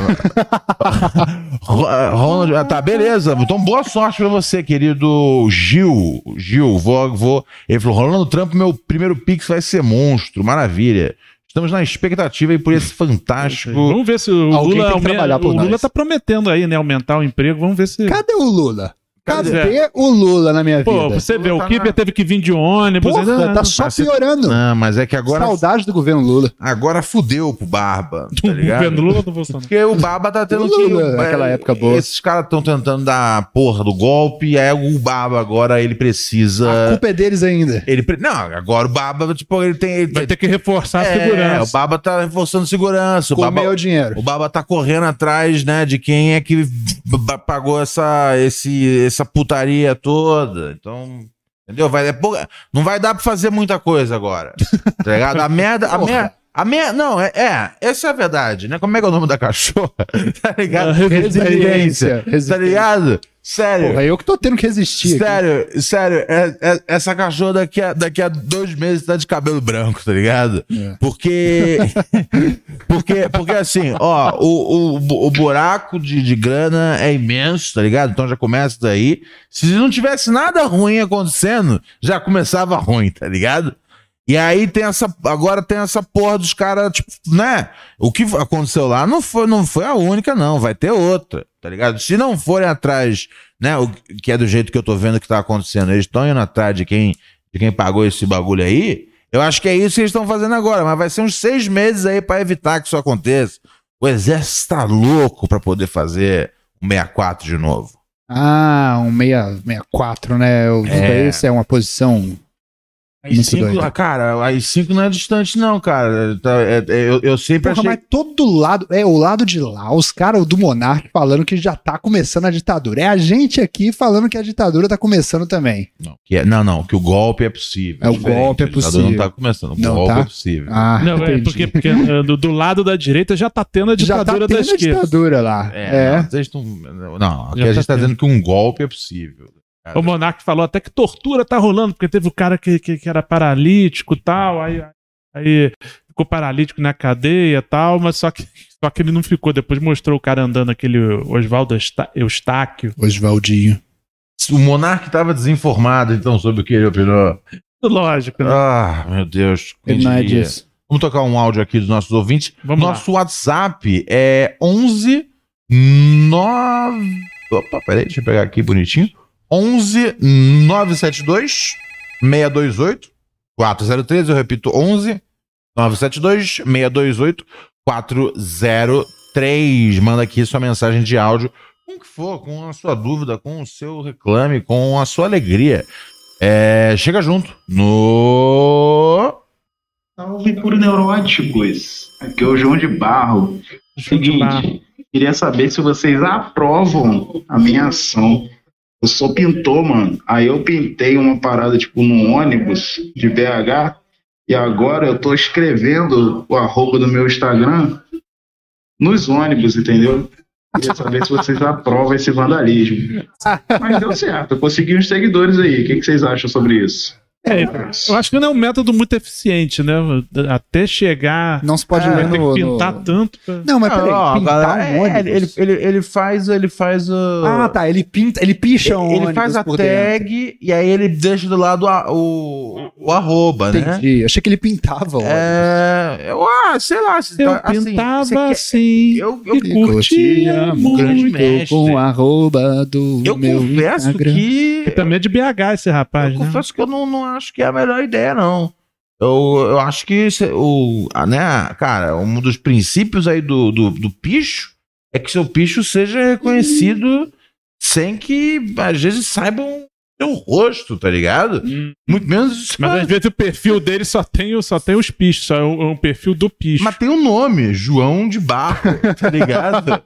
Ro- Ronald, ah, tá, beleza. Então, boa sorte pra você, querido Gil. Gil, vou, vou. Ele falou: Rolando Trampo, meu primeiro pix vai ser monstro. Maravilha. Estamos na expectativa aí por esse Uhum. fantástico. Vamos ver se o Lula, Alguém tem que aume- trabalhar por o Lula nós. tá prometendo aí, né, aumentar o emprego. Vamos ver se Cadê o Lula? Cadê? Cadê o Lula na minha Pô, vida? você vê, Tá o na- Kiber teve que vir de ônibus. né? ainda- Porra, [laughs] tá só mas você- piorando. Ah, mas é que agora, Saudade do governo Lula. agora fudeu pro Barba. do Tá ligado? governo Lula do Bolsonaro. Porque o Barba tá tendo que. Lula, naquela época boa. Esses caras estão tentando dar a porra do golpe, e aí o Barba agora ele A precisa. culpa é deles ainda. Ele, pre- não, agora o Baba, tipo, ele tem. Ele Vai tem- ter que reforçar a é, O segurança. Baba tá reforçando segurança. O Baba, Comeu o dinheiro. o Baba tá correndo atrás, né, de quem é que b- b- pagou essa, esse, essa putaria toda. Então. Entendeu? Vai, é pouca- não vai dar pra fazer muita coisa agora. Tá ligado? A merda. A Porra. merda. A merda. Não, é, é. Essa é a verdade, né? Como é que é o nome da cachorra? [laughs] Tá ligado? Ah, resiliência. Tá ligado? Sério. Porra, eu que tô tendo que resistir. aqui. Sério, sério, é- é- essa cachorra daqui a, daqui a dois meses tá de cabelo branco, tá ligado? É. [laughs] Porque. porque, porque assim, ó, o, o, o buraco de, de grana é imenso, tá ligado? Então já começa daí. Se não tivesse nada ruim acontecendo, já começava ruim, tá ligado? E aí tem essa. Agora tem essa porra dos caras, tipo, né? O que aconteceu lá não foi, não foi a única, não. Vai ter outra, tá ligado? Se não forem atrás, né? O que é do jeito que eu tô vendo que tá acontecendo, eles estão indo atrás de quem, de quem pagou esse bagulho aí. Eu acho que é isso que eles estão fazendo agora, mas vai ser uns seis meses aí pra evitar que isso aconteça. O exército tá louco pra poder fazer o 64 de novo. Ah, um 6, 64, né? Eu, É. Isso é uma posição. Aí Muito cinco, doido. ah, cara, aí cinco não é distante, não, cara. Tá, é- é- eu, eu sempre achei. Porra, mas todo lado. É o lado de lá, os caras do Monark falando que já tá começando a ditadura. É a gente aqui falando que a ditadura tá começando também. Não, que é- não, não, que o golpe é possível. É, o diferente. golpe é ditador possível. Não tá começando, o Não, golpe tá? é possível. Ah, Não, é entendi. porque, porque, eh, do, do lado da direita já tá tendo a já tá ditadura tendo da a esquerda. ditadura lá. É, É. Não, vocês tão- não, aqui Já a gente tá tá dizendo tendo. que um golpe é possível. O Monark falou até que tortura tá rolando, porque teve o cara que, que, que era paralítico e tal, aí, aí ficou paralítico na cadeia e tal, mas só que, só que ele não ficou. Depois mostrou o cara andando, aquele Oswaldo Esta- Eustáquio. Oswaldinho. O Monark tava desinformado, então, sobre o que ele opinou. Lógico, né? Ah, meu Deus. quem Ele não é diria? disso. Vamos tocar um áudio aqui dos nossos ouvintes. Vamos Nosso WhatsApp é 11 9. Opa, peraí, deixa eu pegar aqui bonitinho. 11 972 628 403. Eu repito, 11 972 628 403. Manda aqui sua mensagem de áudio. Com o que for, com a sua dúvida, com o seu reclame, com a sua alegria. É, chega junto no. Salve por neuróticos! Aqui é o João de Barro. é João de Seguinte, Barro. queria saber se vocês aprovam a minha ação. Eu sou pintor, mano. Aí eu pintei uma parada, tipo, num ônibus de BH. E agora eu tô escrevendo o arroba do meu Instagram nos ônibus, entendeu? Queria saber se vocês aprovam [laughs] esse vandalismo. Mas deu certo, eu consegui uns seguidores aí. O que, que vocês acham sobre isso? É, eu acho que não é um método muito eficiente, né? Até chegar. Não se pode É, ler vai ter no. que pintar no- tanto. pra- Não, mas Ah, peraí, ó, pintar galera, um é, ônibus. ele, ele, ele faz, ele faz o. Ah, tá. Ele pinta, ele picha um ele ônibus faz a por dentro. tag e aí ele deixa do lado a- o, o arroba, né? Entendi. Eu achei que ele pintava o ônibus. É, eu, ah, sei lá, se Eu tá- assim, você pintava quer- assim. eu, eu, e curtia um grande muito. mestre. Com o arroba do eu meu confesso Instagram. que. E também é de BH esse rapaz, eu né? confesso que eu não, não acho que é a melhor ideia, não. Eu, eu acho que se- o, a- né, cara, um dos princípios aí do, do, do picho é que seu picho seja reconhecido sem que às vezes saibam teu rosto, tá ligado? Hum. Muito menos. Mas é às vezes o perfil dele só tem, o- só tem os pichos, só é um, é um perfil do picho. Mas tem um nome, João de Barro, tá ligado?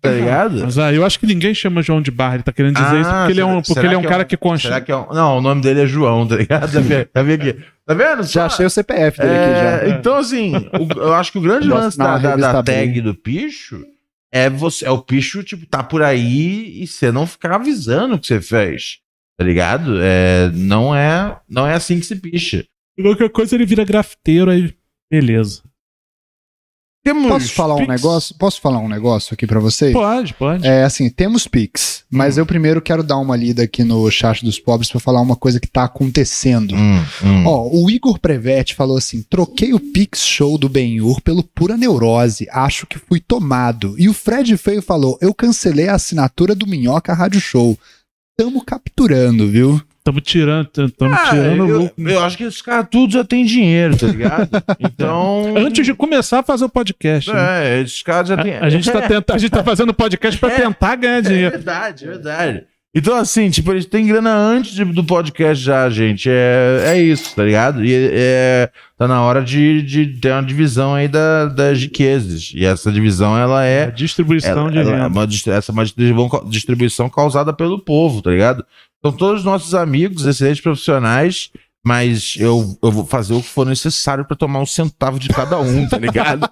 tá ligado? Mas ah, eu acho que ninguém chama João de Barra, ele tá querendo dizer Ah, isso porque ele é um, será- porque será ele é um que é cara um- que consta. Será que é um... Não, o nome dele é João, tá ligado? Tá vendo, tá vendo aqui? Tá vendo? Já Só- achei o CPF dele É, aqui já. Então, assim, o- eu acho que o grande Nossa, lance na da, da- revista da tag Bem. do picho é você é o picho, tipo, tá por aí e você não ficar avisando o que você fez. Tá ligado? É, não, é, não é assim que se picha. Qualquer coisa ele vira grafiteiro, aí beleza. Temos. Posso falar um Hum, Pix. negócio? Posso falar um negócio aqui pra vocês? Pode, Hum. pode. É assim, temos Pix, mas eu primeiro quero dar uma lida aqui no chat dos pobres pra falar uma coisa que tá acontecendo. Hum, hum. Ó, o Igor Prevete falou assim: troquei o Pix Show do Benhur pelo pura neurose, acho que fui tomado. E o Fred Feio falou: eu cancelei a assinatura do Minhoca Rádio Show. Tamo capturando, viu? Tamo tirando, tamo Ah, tirando o eu, lucro. eu acho que esses caras tudo já tem dinheiro, tá [laughs] ligado? Então. Antes de começar a fazer o podcast. né? É, esses caras já tem. A, a gente tá tenta, a gente tá fazendo podcast pra É. tentar ganhar É dinheiro. verdade, é verdade. Então, assim, tipo, eles têm grana antes de- do podcast já, gente. É, é isso, tá ligado? E é, tá na hora de, de ter uma divisão aí da, das riquezas. E essa divisão, ela A é. distribuição ela- de ela é renda. uma dist- essa é uma distribuição ca- distribuição causada pelo povo, tá ligado? São todos os nossos amigos, excelentes profissionais, mas eu, eu vou fazer o que for necessário pra tomar um centavo de cada um, tá [laughs] ligado?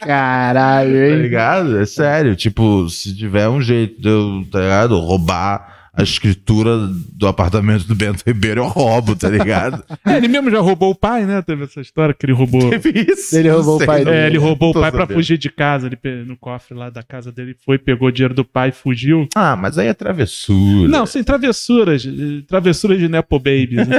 Caralho, Tá ligado? É sério. Tipo, se tiver um jeito de eu, tá ligado? Roubar a escritura do apartamento do Bento Ribeiro, eu roubo, tá ligado? É, ele mesmo já roubou o pai, né? Teve essa história que ele roubou. Teve isso. Ele roubou Não sei, o pai não dele. É, ele roubou tô o pai pra sabendo. fugir de casa. Ele pe- no cofre lá da casa dele foi, pegou o dinheiro do pai e fugiu. Ah, mas aí é travessura. Não, sem travessuras. eh, Travessuras de Nepo Babies. [laughs] né?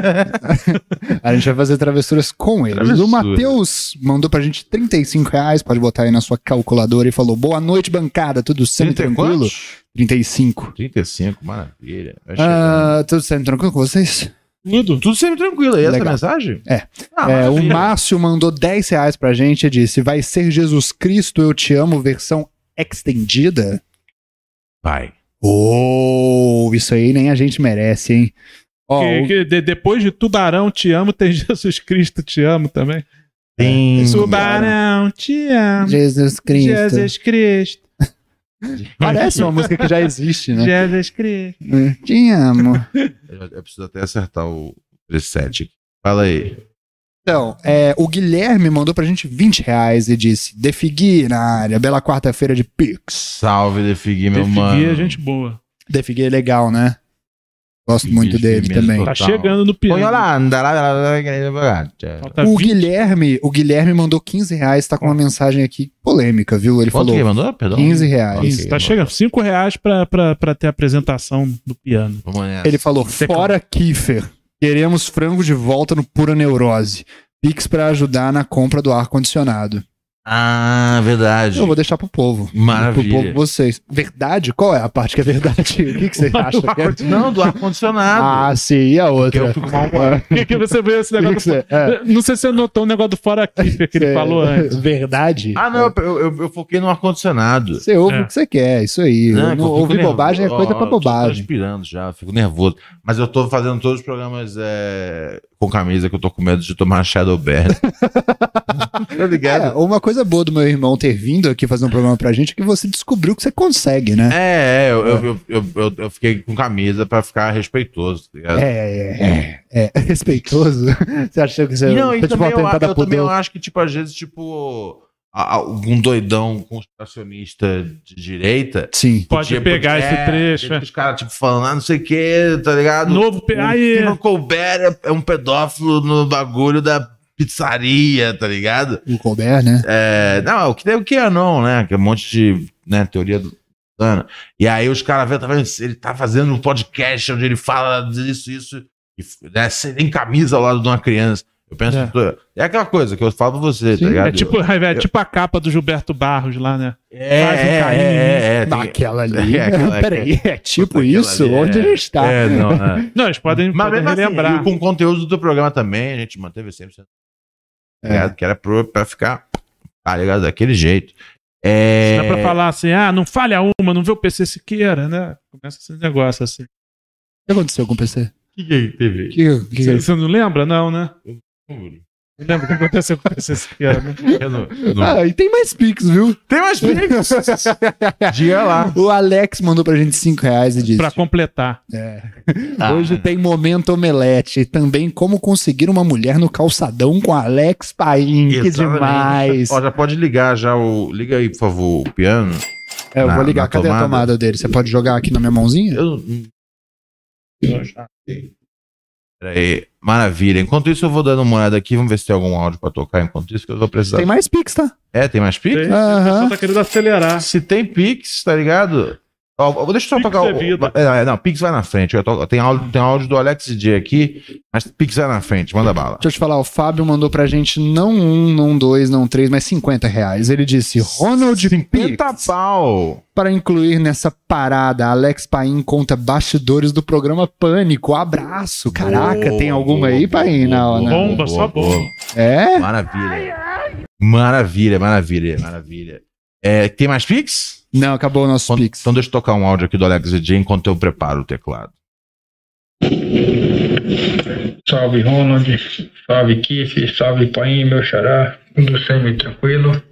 A gente vai fazer travessuras com ele. Travessura. O Matheus mandou pra gente 35 reais, pode botar aí na sua calculadora e falou: boa noite, bancada, tudo 30 sendo e tranquilo? quantos? 35. 35, maravilha. Vai chegando. Ah, tudo sendo tranquilo com vocês? Tudo. Tudo sempre tranquilo. aí essa legal. mensagem? É. Ah, É, o maravilha. Márcio mandou 10 reais pra gente e disse: vai ser Jesus Cristo, eu te amo, versão estendida? Pai. Oh, isso aí nem a gente merece, hein? Ó, Que- o- que de- depois de Tubarão Te Amo, tem [laughs] Jesus Cristo Te Amo também. é Tem. Tubarão Te Amo. Jesus Cristo. Jesus Cristo. Parece uma música que já existe, [laughs] né? Jesus Cristo. Te amo. Eu, eu preciso até acertar o preset aqui. Fala aí. Então, é, o Guilherme mandou pra gente 20 reais e disse: Defigui na área, bela quarta-feira de Pix. Salve, Defigui, meu mano. Defigui é gente boa. Defigui é legal, né? Gosto Defigui, muito dele mesmo. também. Tá Total. chegando no Põe piano. lá, anda lá, lá, lá, lá, lá, lá. Falta O 20. Guilherme, o Guilherme mandou 15 reais, tá com uma mensagem aqui polêmica, viu? Ele Quanto que falou mandou? Perdão. 15 reais. Isso, tá chegando. 5 reais pra, pra, pra ter a apresentação do piano. Vamos nessa. Ele falou: Fora Kiefer, queremos frango de volta no Pura Neurose. Pix pra ajudar na compra do ar-condicionado. Ah, verdade. Eu vou deixar pro povo. Maravilha. Pro povo vocês. Verdade? Qual é a parte que é verdade? [laughs] O que, que vocês acham? que é? Não, do ar-condicionado. Ah, sim, e a Porque outra? eu um fico mal Que, que [laughs] você vê esse Que que negócio. você- é, Não sei se você notou o negócio do Fora Kiffer que ele você- falou antes. Verdade? Ah, não, eu, eu, eu foquei no ar-condicionado. Você ouve É. o que você quer, isso aí. Não, é que Eu não- eu fico ouvir nervoso. bobagem é coisa Ó, tipo, pra Eu tô bobagem. transpirando já, fico nervoso. Mas eu tô fazendo todos os programas é, com camisa que eu tô com medo de tomar Shadow [laughs] Bear. tá É, ligado? uma coisa boa do meu irmão ter vindo aqui fazer um programa pra gente é que você descobriu que você consegue, né? É, é, eu, eu, eu, eu, eu- eu fiquei com camisa pra ficar respeitoso. Tá ligado? É, é, é. é. respeitoso. [laughs] Você achou que você E não, e tá tipo também uma eu, tentada eu por também eu Deus? acho que, tipo, às vezes, tipo, a- algum doidão conspiracionista de direita. Sim. Pode podia- é, pegar esse trecho. é. Os caras, tipo, falando, ah, não sei o que, tá ligado? Novo. pe- o Aí. Stephen Colbert é- é um pedófilo no bagulho da pizzaria, tá ligado? O Colbert, né? É, não, é o que tem o que é não, né? Que é um monte de né, teoria do. Ana. E aí os caras vêm, tá vendo? Ele tá fazendo um podcast onde ele fala isso, isso, e né, sem camisa ao lado de uma criança. Eu penso. É. que tô- É aquela coisa que eu falo pra você, Sim, tá é ligado? É tipo, é tipo a capa do Gilberto Barros lá, né? É, faz um é, carinho, é, [laughs] é, é, tem- Daquela ali. É, aquela- [laughs] Peraí, é tipo Aquela isso? ali, é. Onde a gente tá? É, não, é. [laughs] Não, eles podem, Mas podem mesmo assim, relembrar. e com o conteúdo do programa também, a gente manteve sempre. É. ligado? Que era pro, pra ficar, tá ligado? Daquele jeito. É... Dá pra falar assim, ah, não falha uma, não vê o PC Siqueira, né? Começa esse negócio assim. que aconteceu com o PC? que, que teve? Que, que, que- Você não lembra? Não, né? Não lembro o que aconteceu com o PC esse ano. Eu não- eu não- [laughs] Ah, e tem mais Pix, viu? Tem mais Pix? [laughs] Diga lá. O Alex mandou pra gente 5 reais e disse: é, Pra completar. Tá. Hoje tem momento omelete. E também como conseguir uma mulher no calçadão com Alex Paim. Que Exatamente. demais. Ó, já pode ligar já o. Liga aí, por favor, o piano. É, eu na- vou ligar. na Cadê a tomada. tomada dele? Você pode jogar aqui na minha mãozinha? Eu. Peraí. Maravilha. Enquanto isso, eu vou dando uma olhada aqui. Vamos ver se tem algum áudio pra tocar enquanto isso, que eu vou precisar. Tem mais Pix, tá? É, tem mais Pix? Tem. Aham. Só tá querendo acelerar. Se tem Pix, tá ligado? Ó, ó, deixa eu só Pix tocar é o- vida. é, não, Pix vai na frente. Eu to- Tem, áudio, tem áudio do Alex D aqui, mas Pix vai na frente. Manda bala. Deixa eu te falar, o Fábio mandou pra gente não um, não dois, não três, mas 50 reais. Ele disse, Ronald Penta Pix, pau. para incluir nessa parada, Alex Paim conta bastidores do programa Pânico. Abraço. Caraca, Boa, tem alguma boa, aí, boa, Paim? boa, Não, boa, né? Bomba, boa, só boa. bomba. É? Maravilha. Maravilha, maravilha, maravilha. É, tem mais Pix? Não, acabou o nosso Então, Pix. então deixa eu tocar um áudio aqui do Alex DJ enquanto eu preparo o teclado. Salve Ronald, salve Kiff, salve Paim, meu xará, tudo sempre tranquilo.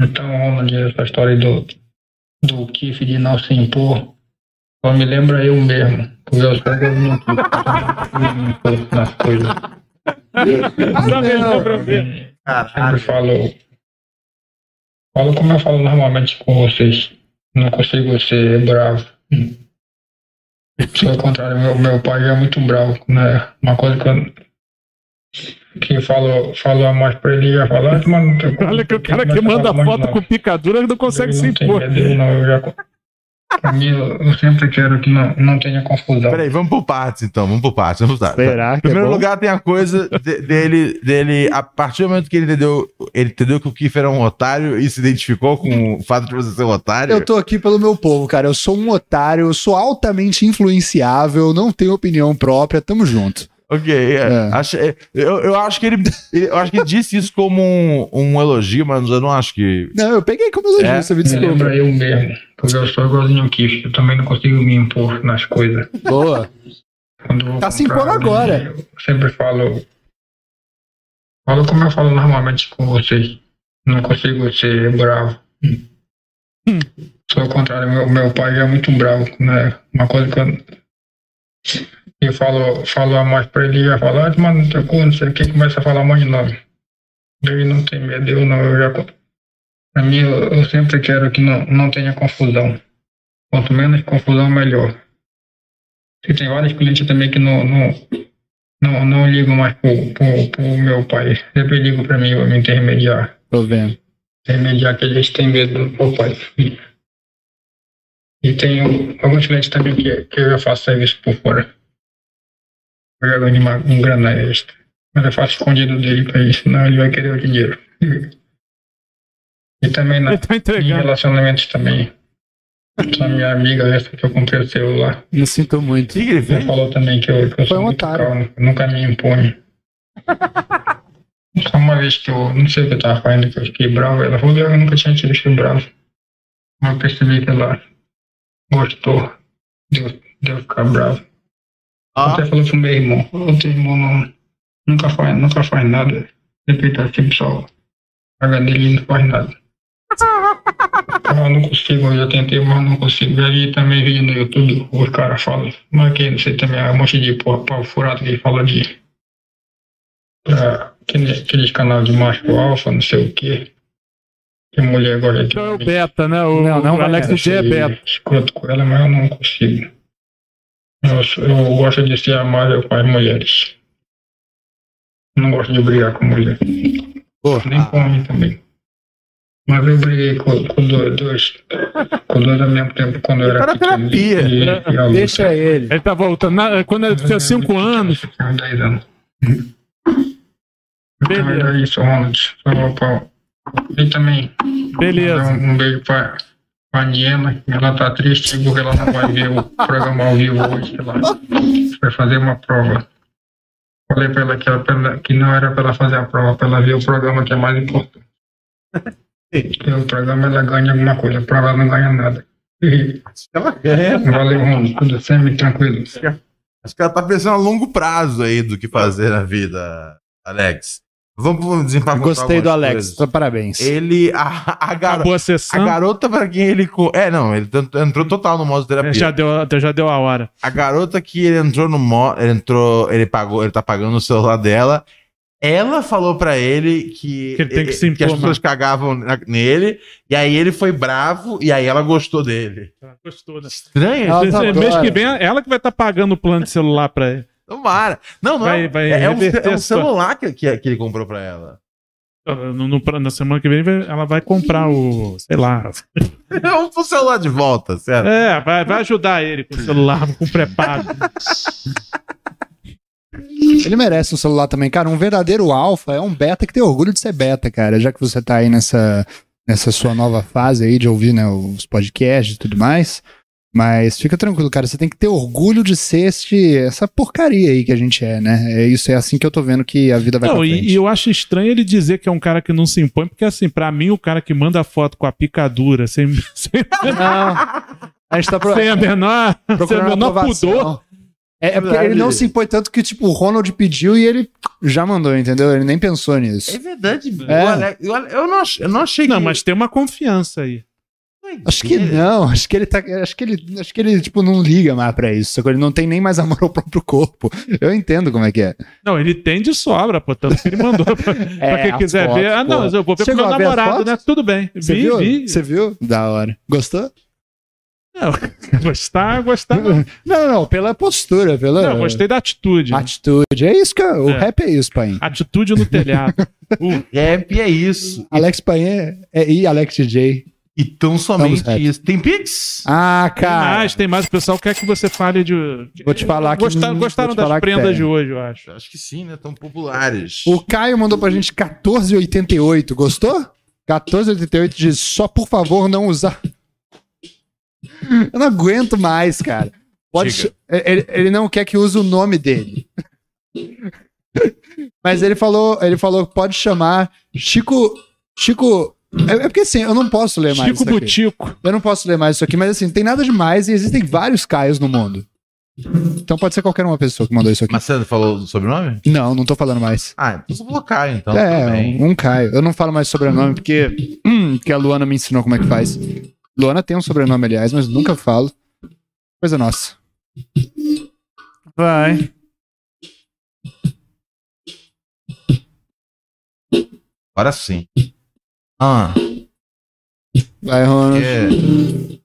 Então, Ronald, essa história do, do Kiff de não se impor, só me lembra eu mesmo, porque eu sou eu não me impor nas coisas. Dá pra ver, não. dá pra ver. Sempre falo, falo como eu falo normalmente com vocês, não consigo ser bravo. Pelo contrário, meu, meu pai é muito bravo, né? Uma coisa que eu, que eu falo, falo a mais pra ele, já falo, "Ah, mano, não tem como, Olha que o tem cara que começar a manda falar foto não." com picadura ele não consegue tá Ele se não tem impor. medo, Não, eu já... Pra mim, eu eu sempre quero que não, não tenha confusão. Peraí, vamos por partes então, vamos por partes. Vamos lá. Será Em que Tá. é primeiro bom? lugar, tem a coisa de- dele, dele, a partir do momento que ele entendeu, ele entendeu que o Kiffer é um otário e se identificou com o fato de você ser um otário. Eu tô aqui pelo meu povo, cara. Eu sou um otário, eu sou altamente influenciável, não tenho opinião própria. Tamo junto. Ok, é. É. Acho- é, eu, eu acho que ele, ele- eu acho que ele disse isso como um, um elogio, mas eu não acho que. Não, eu peguei como elogio, É? você me Me desculpa. lembra eu mesmo, porque eu sou igualzinho o Kiff, eu também não consigo me impor nas coisas. Boa. Quando eu vou Tá se comprar impondo algo, agora. Eu sempre falo. Falo como eu falo normalmente com vocês. Não consigo ser bravo. Hum. Sou ao contrário, meu, meu pai é muito bravo, né? Uma coisa que eu. Eu falo, falo a mais pra ele, já falo, ah, mano, não tem cu, não sei o que, começa a falar mais de nome. Ele não tem medo, eu não, eu já. co- Pra mim, eu, eu sempre quero que não, não tenha confusão. Quanto menos confusão, melhor. E tem vários clientes também que não, não, não, não ligam mais pro, pro, pro meu pai. Sempre ligam pra mim, pra me intermediar. Tô vendo. Intermediar que eles têm medo do meu pai. E tem o- alguns clientes também que, que eu já faço serviço por fora. Eu já ganho uma, um grana extra. Mas eu faço escondido dele pra isso, senão ele vai querer o dinheiro. E também na, Ele tá em entregando. relacionamentos também. Essa minha amiga essa que eu comprei o celular. Não sinto muito. que que ele Você fez? falou também que eu, que Foi eu sou um muito otário. calmo, nunca me imponho. [laughs] Só uma vez que eu não sei o que eu tava fazendo, que eu fiquei bravo, ela falou, eu nunca tinha te deixado bravo. Mas eu percebi que ela gostou de eu, de eu ficar bravo. Ah. Até falou pro meu irmão, o teu irmão não, nunca, faz, nunca faz nada. Sempre tá sempre só paga dele e não faz nada. Eu não consigo, eu já tentei, mas não consigo. E aí também vídeo no YouTube, os caras falam, mas que não sei também, é um monte de porra, pau furado que fala de. Pra aquele- aqueles canais de macho alfa, não sei o quê. Que mulher gosta de. Então é o beta, né? O, Não, não o vai, Alex cara. DJ é beta. escroto com ela, mas eu não consigo. Eu, sou- eu gosto de ser amável com as mulheres. Não gosto de brigar com mulher. Nem com homem também. Mas eu briguei com, com do- dois. Com dois ao mesmo tempo quando eu Tá era na pequeno. terapia. E- e eu- Deixa ele. Ele tá voltando. Na- quando ele tinha 5 anos, eu tinha 10 anos. Então Beleza. era isso, Ronald. Só pra- E também beleza. mandar um, um beijo pra, pra Niema. Ela tá triste porque ela não vai ver o programa ao vivo hoje. Ela vai fazer uma prova. Falei pra ela que, era pra ela- que não era pra ela fazer a prova, pra ela ver o programa que é mais importante. Porque o programa ela ganha alguma coisa, a prova ela não ganha nada. Ela ganha. Valeu, mano. Tudo sempre tranquilo. Acho que ela tá pensando a longo prazo aí do que fazer na vida, Alex. Vamos pro desempacotar Gostei do algumas Alex, coisas. então parabéns. Ele, a, a, garo- Acabou a a sessão. garota pra quem ele. co- É, não, ele tant- entrou total no modo terapia. É, Já deu, já deu a hora. A garota que ele entrou no mo... ele entrou, ele pagou, ele tá pagando o celular dela. Ela falou pra ele que, Que ele tem que se as impor, pessoas cagavam na- nele, e aí ele foi bravo e aí ela gostou dele. Gostou, né? Estranho, Ela gente. tá- Mês que vem, ela que vai estar pagando o plano de celular pra ele. tomara. Não, não. Vai- vai é, é um, reverter é um a situação. celular que, que, que ele comprou pra ela. No- no- na semana que vem, vai- ela vai comprar o. Sei lá. É um celular de volta, certo? É, vai, vai ajudar ele com o celular, com o preparo. Ele merece um celular também, cara. Um verdadeiro alfa é um beta que tem orgulho de ser beta, cara. Já que você tá aí nessa, nessa sua nova fase aí de ouvir né, os podcasts e tudo mais. Mas fica tranquilo, cara. Você tem que ter orgulho de ser este, essa porcaria aí que a gente é, né? É isso, é assim que eu tô vendo que a vida vai Não, pra e, frente. e eu acho estranho ele dizer que é um cara que não se impõe, porque assim, pra mim, o cara que manda foto com a picadura sem, [laughs] sem, Não, [laughs] a gente tá pro- sem a menor, sem a procurando é- menor aprovação. pudor. É, é porque ele não se impõe tanto que, tipo, o Ronald pediu e ele já mandou, entendeu? Ele nem pensou nisso. É verdade. É. o Alex- o Ale- eu, não ach- eu não achei Não, que- mas tem uma confiança aí. Acho que não, acho que ele tá. Acho que ele, acho que ele tipo, não liga mais pra isso. sacou? Ele não tem nem mais amor ao próprio corpo. Eu entendo como é que é. Não, ele tem de sobra, pô, tanto que ele mandou pra, [laughs] pra quem a quiser foto, ver. Ah, não, porra. eu vou ver com Chegou meu a ver as namorado, fotos? né? Tudo bem. Você vi, viu? vi. Você viu? Da hora. Gostou? Gostar, gostar. Não, Não, não, não, pela postura, pela Não, eu gostei da atitude. né? atitude. É isso que eu- o É. rap é isso, Paim. Atitude no [laughs] telhado. O- Rap é isso. Alex Paim é, é e Alex DJ. E tão Vamos, somente Rex. isso. Tem Pix? Ah, tem cara. mais, tem mais. O pessoal quer que você fale de. Vou te falar que Gostaram, não- gostaram vou te das falar que é. prendas tem. de hoje, eu acho. Acho que sim, né? Tão populares. O Caio mandou pra gente 14,88. Gostou? 14,88 de só por favor não usar. Eu não aguento mais, cara. Pode Diga. ch- é, ele, ele não quer que use o nome dele. Mas ele falou, ele falou que pode chamar Chico. Chico. É é porque assim, eu não posso ler mais Chico isso aqui. Butico. Eu não posso ler mais isso aqui, mas assim, não tem nada demais e existem vários Caios no mundo. Então pode ser qualquer uma pessoa que mandou isso aqui. Mas você não falou do sobrenome? Não, não tô falando mais. Ah, então você falou Caio, então. tudo É, bem. um, um Caio. Eu não falo mais sobrenome porque, porque a Luana me ensinou como é que faz. Luana tem um sobrenome, aliás, mas nunca falo. Coisa nossa. Vai. Agora sim. Ah, Vai, Ronald. é.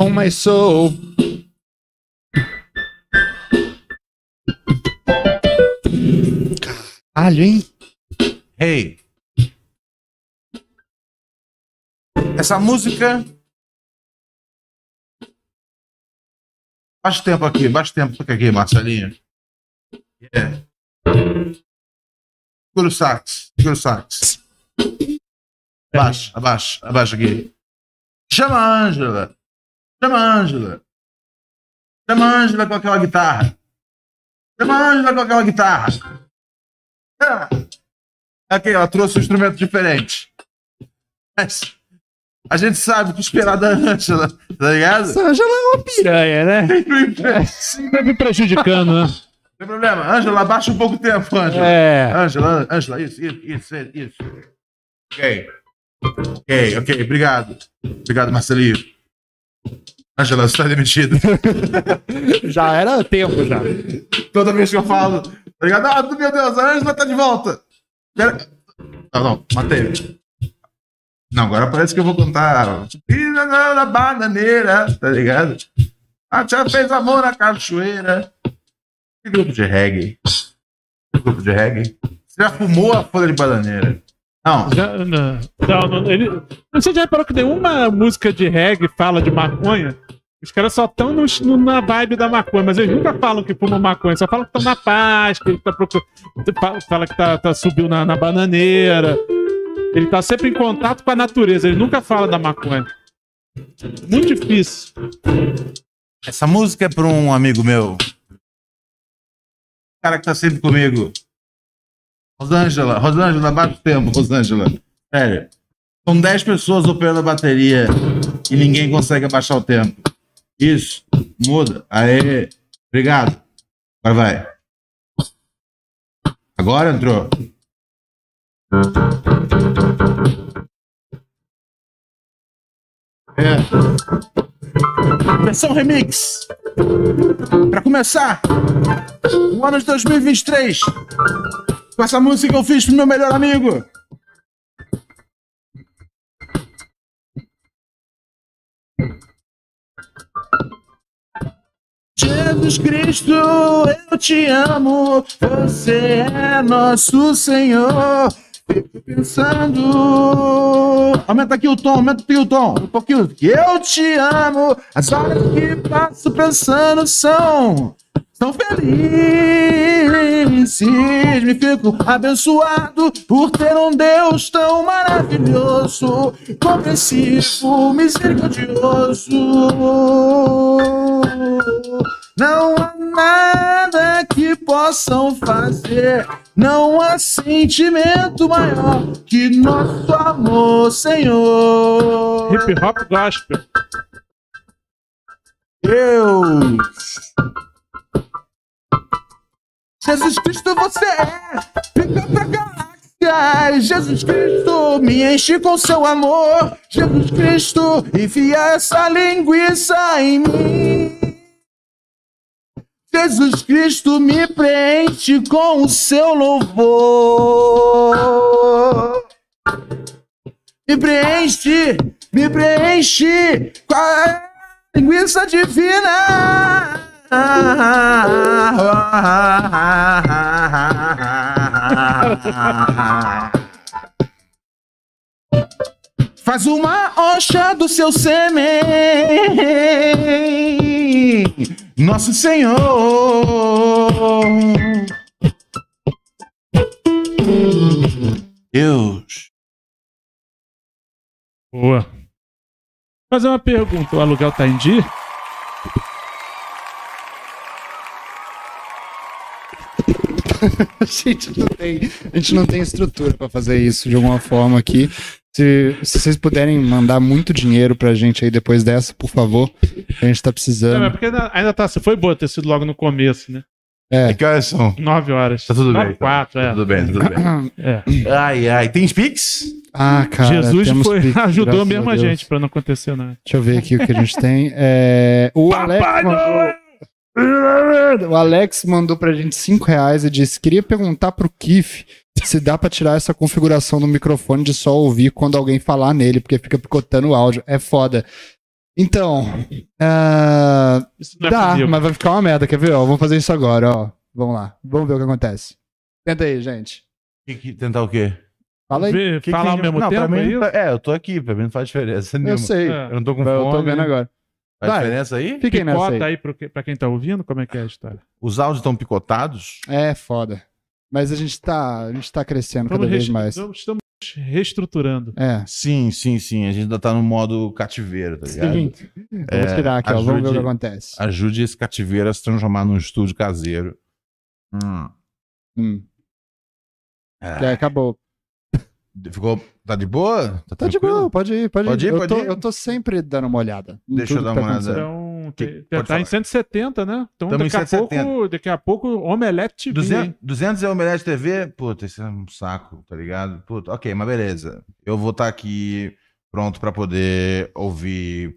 On my soul. Caralho, hein? Hey. Essa música. Baixa o tempo aqui, baixa o tempo Fica aqui, Marcelinho. Yeah. Segura o sax, segura o sax. Abaixa, abaixa, abaixa aqui. Chama a Ângela. Chama a Ângela. Chama a Ângela com aquela guitarra. Chama a Ângela com aquela guitarra. Ah. Aqui, ela trouxe um instrumento diferente. Mas a gente sabe o que esperar da Ângela, tá ligado? Angela é uma piranha, né? Não Tá me prejudicando, né? tem problema. Ângela, abaixa um pouco o tempo, Ângela. É. Ângela, Ângela, isso, isso, isso, isso. Ok. Ok, ok, obrigado. Obrigado, Marcelinho. Ângela, você está demitido. [laughs] Já era tempo já. Toda vez que eu falo, tá ligado? Ah, meu Deus, a Ângela tá de volta. Pera... Não, não, matei. Não, agora parece que eu vou cantar. Pisa na bananeira, tá ligado? A tia fez amor na cachoeira. Que grupo de reggae? Que grupo de reggae? Você já fumou a folha de bananeira? Não, Já- não, não, não, ele- você já reparou que nenhuma música de reggae fala de maconha? Os caras só estão na vibe da maconha, mas eles nunca falam que fumam maconha, só falam que estão na paz, que ele tá procurando. Fala que tá, tá- subiu na, na bananeira. Ele tá sempre em contato com a natureza, ele nunca fala da maconha. Muito difícil. essa música é pra um amigo meu, cara que tá sempre comigo. Rosângela, Rosângela, bate o tempo, Rosângela. Sério. São 10 pessoas operando a bateria e ninguém consegue abaixar o tempo. Isso. Muda. Aê. Obrigado. Vai, vai. Agora entrou. É. Versão remix. Pra começar, o ano de 2023. Com essa música que eu fiz pro meu melhor amigo. Jesus Cristo, eu te amo, você é nosso Senhor. Fico pensando. Aumenta aqui o tom, aumenta aqui o tom. Um pouquinho. Eu te amo. As horas que passo pensando são. São felizes, me fico abençoado por ter um Deus tão maravilhoso, compreensivo, misericordioso. Não há nada que possam fazer, não há sentimento maior que nosso amor, Senhor. Hip hop gospel. Deus. Jesus Cristo, você é pica pra galáxia. Jesus Cristo, me enche com seu amor. Jesus Cristo, enfia essa linguiça em mim. Jesus Cristo, me preenche com o seu louvor. Me preenche, me preenche com a linguiça divina. [laughs] Faz uma hoxa do seu sêmen, nosso Senhor. Deus. Boa. Fazer uma pergunta: o aluguel tá em dia? [laughs] a gente não tem, a gente não tem estrutura pra fazer isso de alguma forma aqui. Se, se vocês puderem mandar muito dinheiro pra gente aí depois dessa, por favor. A gente tá É, mas precisando. porque ainda, ainda tá. Foi boa ter sido logo no começo, né? É. Que horas são? 9 horas. Tá tudo Nove, bem, tá. Quatro, é. Tudo bem, tudo bem. É. Ai, ai. Tem Spix? Ah, cara. Jesus temos foi, [laughs] Pix, ajudou graças mesmo a Deus. gente pra não acontecer né? nada. Deixa eu ver aqui o que a gente tem. É, o, Alex mandou, o Alex mandou pra gente 5 reais e disse: queria perguntar pro Kif se dá pra tirar essa configuração do microfone de só ouvir quando alguém falar nele, porque fica picotando o áudio. É foda. Então, ah, Isso não é dá, possível. mas vai ficar uma merda, quer ver? Ó, vamos fazer isso agora, ó. Vamos lá, vamos ver o que acontece. Tenta aí, gente. Tem que tentar o quê? Fala aí. Vê, falar ao mesmo não, pra tempo mim, é isso? É, eu tô aqui, pra mim não faz diferença Eu nenhuma. sei, É. Eu não tô com eu fome. tô vendo agora. Faz Vai. diferença aí? Fiquem nessa aí. Picota aí pro que- pra quem tá ouvindo, como é que é a história? Os áudios estão picotados? É foda. Mas a gente tá, a gente tá crescendo cada vez restru- mais. então estamos reestruturando. É. Sim, sim, sim. A gente ainda tá no modo cativeiro, tá ligado? Sim. Vamos tirar aqui, ó. Vamos ver o que É, ajude- acontece. Ajude esse cativeiro a se transformar num estúdio caseiro. Hum. Hum. É. Já acabou. Ficou. Tá de boa? Tá de tranquilo? boa, pode ir, pode, Pode ir, ir. Eu, pode tô, ir. eu tô sempre dando uma olhada. em Deixa eu tudo dar que tá uma acontecendo. olhada. Então, Que- tá pode falar. em 170, né? Então Tamo em daqui a, 170. pouco, daqui a pouco, Omelete TV. 200, hein? 200 é Omelete TV? Puta, isso é um saco, tá ligado? Puta, ok, mas beleza. Eu vou estar aqui pronto pra poder ouvir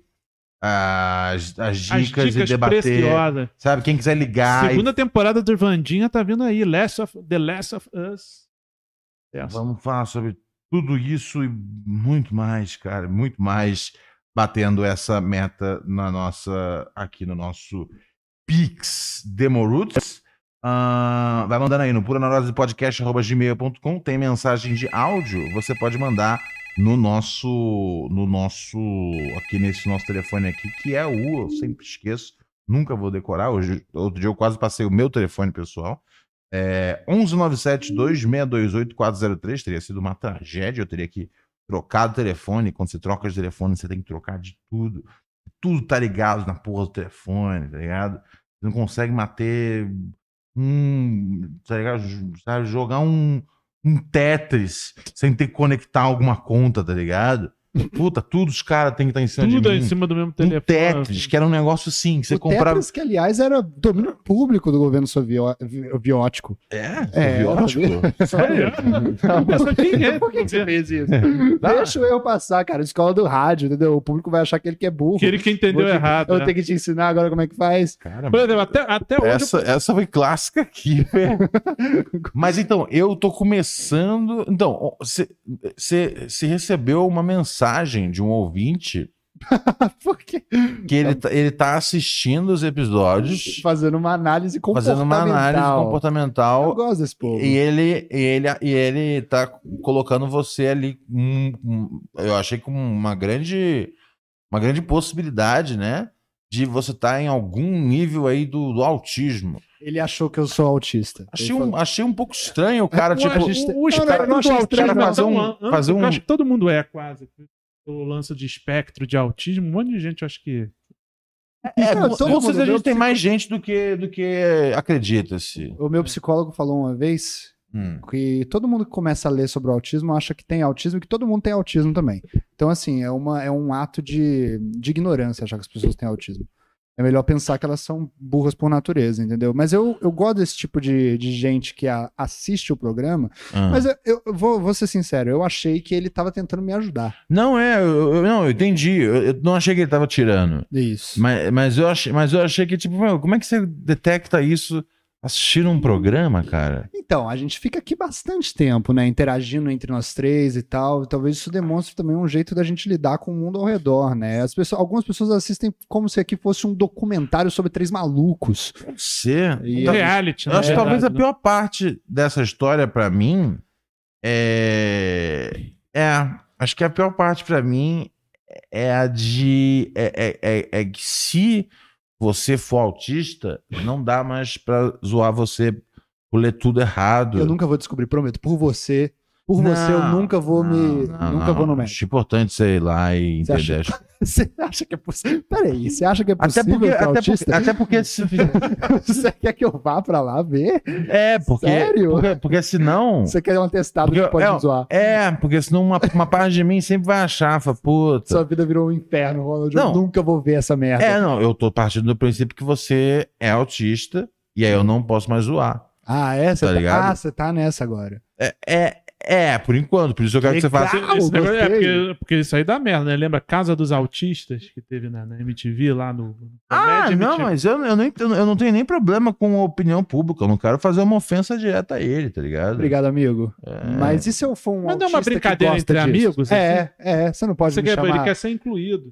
as, as dicas, As e dicas debater. preciosas. Sabe, quem quiser ligar e Segunda temporada do Irvandinha tá vindo aí. Last of, The Last of Us. É, Essa. Vamos falar sobre tudo isso e muito mais, cara, muito mais batendo essa meta na nossa aqui no nosso Pix Demoroots. Ah, vai mandando aí no puraneurodepodcast@gmail.com, tem mensagem de áudio, você pode mandar no nosso no nosso aqui nesse nosso telefone aqui, que é o, eu sempre esqueço, nunca vou decorar. Hoje, outro dia eu quase passei o meu telefone pessoal. É, 1197-2628-403 teria sido uma tragédia. Eu teria que trocar o telefone. Quando você troca de telefone, você tem que trocar de tudo. Tudo tá ligado na porra do telefone, tá ligado? Você não consegue manter um, tá ligado? Sabe, jogar um, um Tetris sem ter que conectar alguma conta, tá ligado? Puta, tudo os caras têm que estar em cima Tudo de em mim. cima do mesmo Um telefone. Tetris, que era um negócio assim, que você o comprava. Tetris, que aliás era domínio público do governo eh, soviético. É, É, biótico. [laughs] Sério? Essa quem é? Por que, que você fez isso? É. [laughs] Deixa eu passar, cara. Escola do rádio, entendeu? O público vai achar que ele que é burro. Que ele que Vou entendeu te- errado. Eu né? tenho que te ensinar agora como é que faz. Cara, Por exemplo, até, até hoje. Essa, essa foi clássica aqui, [laughs] velho. Mas então, eu tô começando. Então, você recebeu uma mensagem de um ouvinte [laughs] Por quê? que ele, tá- ele tá assistindo os episódios, Fazendo uma análise fazendo uma Um comportamental. análise Eu comportamental. gosto desse povo. E ele, e, ele, e ele tá colocando você ali. hum, hum, eu achei com uma grande, uma grande possibilidade, né? De você estar em algum nível aí do- do autismo. Ele achou que eu sou autista. Achei Ele um, falou, achei um pouco estranho o cara, o- tipo. gente- o, o Não, espectro não, não do acho autismo estranho, é fazer tão um- amplo fazer que eu um- acho que todo mundo é, quase. O lance de espectro de autismo, um monte de gente, eu acho que. É, Cara, com todo com mundo certeza a deu- gente tem mais gente do que, do que acredita-se. O meu psicólogo falou uma vez Hum. que todo mundo que começa a ler sobre o autismo acha que tem autismo e que todo mundo tem autismo também. Então, assim, é, uma, é um ato de, de ignorância achar que as pessoas têm autismo. É melhor pensar que elas são burras por natureza, entendeu? Mas eu, eu gosto desse tipo de, de gente que a- assiste o programa. Ah. Mas eu, eu vou, vou ser sincero, eu achei que ele tava tentando me ajudar. Não, é, eu, eu- não, eu entendi. Eu, eu não achei que ele tava tirando. Isso. Mas, mas, eu achei, mas eu achei que, tipo, meu, como é que você detecta isso assistindo um programa, cara? Então, a gente fica aqui bastante tempo, né? Interagindo entre nós três e tal. Talvez isso demonstre também um jeito da gente lidar com o mundo ao redor, né? As pessoas, algumas pessoas assistem como se aqui fosse um documentário sobre três malucos. Você. E Tá- reality, Eu na acho que verdade, talvez a né? pior parte dessa história pra mim é. É. Acho que a pior parte pra mim é a de. É, é, é, é que se você for autista, não dá mais pra zoar você por ler tudo errado. eu nunca vou descobrir, prometo. Por você, por É. Não, você, eu nunca vou me. não, nunca não. vou no médico. [laughs] Acho importante você ir lá e Você acha entender. as- Você acha que é possível? Peraí, você acha que é Até possível porque, ter até, porque, [laughs] autista? até porque se- Você quer que eu vá pra lá ver? É, porque. Sério? Porque, porque senão. Você quer um atestado Porque que pode eu- me zoar? É, porque senão uma, uma parte de mim sempre vai achar, fala, puta. Sua vida virou um inferno, Ronald. É. Não. Eu nunca vou ver essa merda. É, não, eu tô partindo do princípio que você é autista e aí eu não posso mais zoar. Ah, é? Você Tá tá, ligado? Ah, você tá nessa agora. É, é, é, por enquanto, por isso eu quero que você Legal. faça. Esse Ah, negócio é gostei. porque, porque isso aí dá merda, né? Lembra Casa dos Autistas que teve na, na MTV lá no. no É Ah, Comédia não, MTV. mas eu, eu, não entendo- eu não tenho nem problema com a opinião pública. Eu não quero fazer uma ofensa direta a ele, tá ligado? Obrigado, amigo. É. Mas e se eu for um Mas não é autista uma brincadeira que gosta entre disso? amigos, assim? É, é. Você não pode Você me quer, ele chamar. quer ser incluído.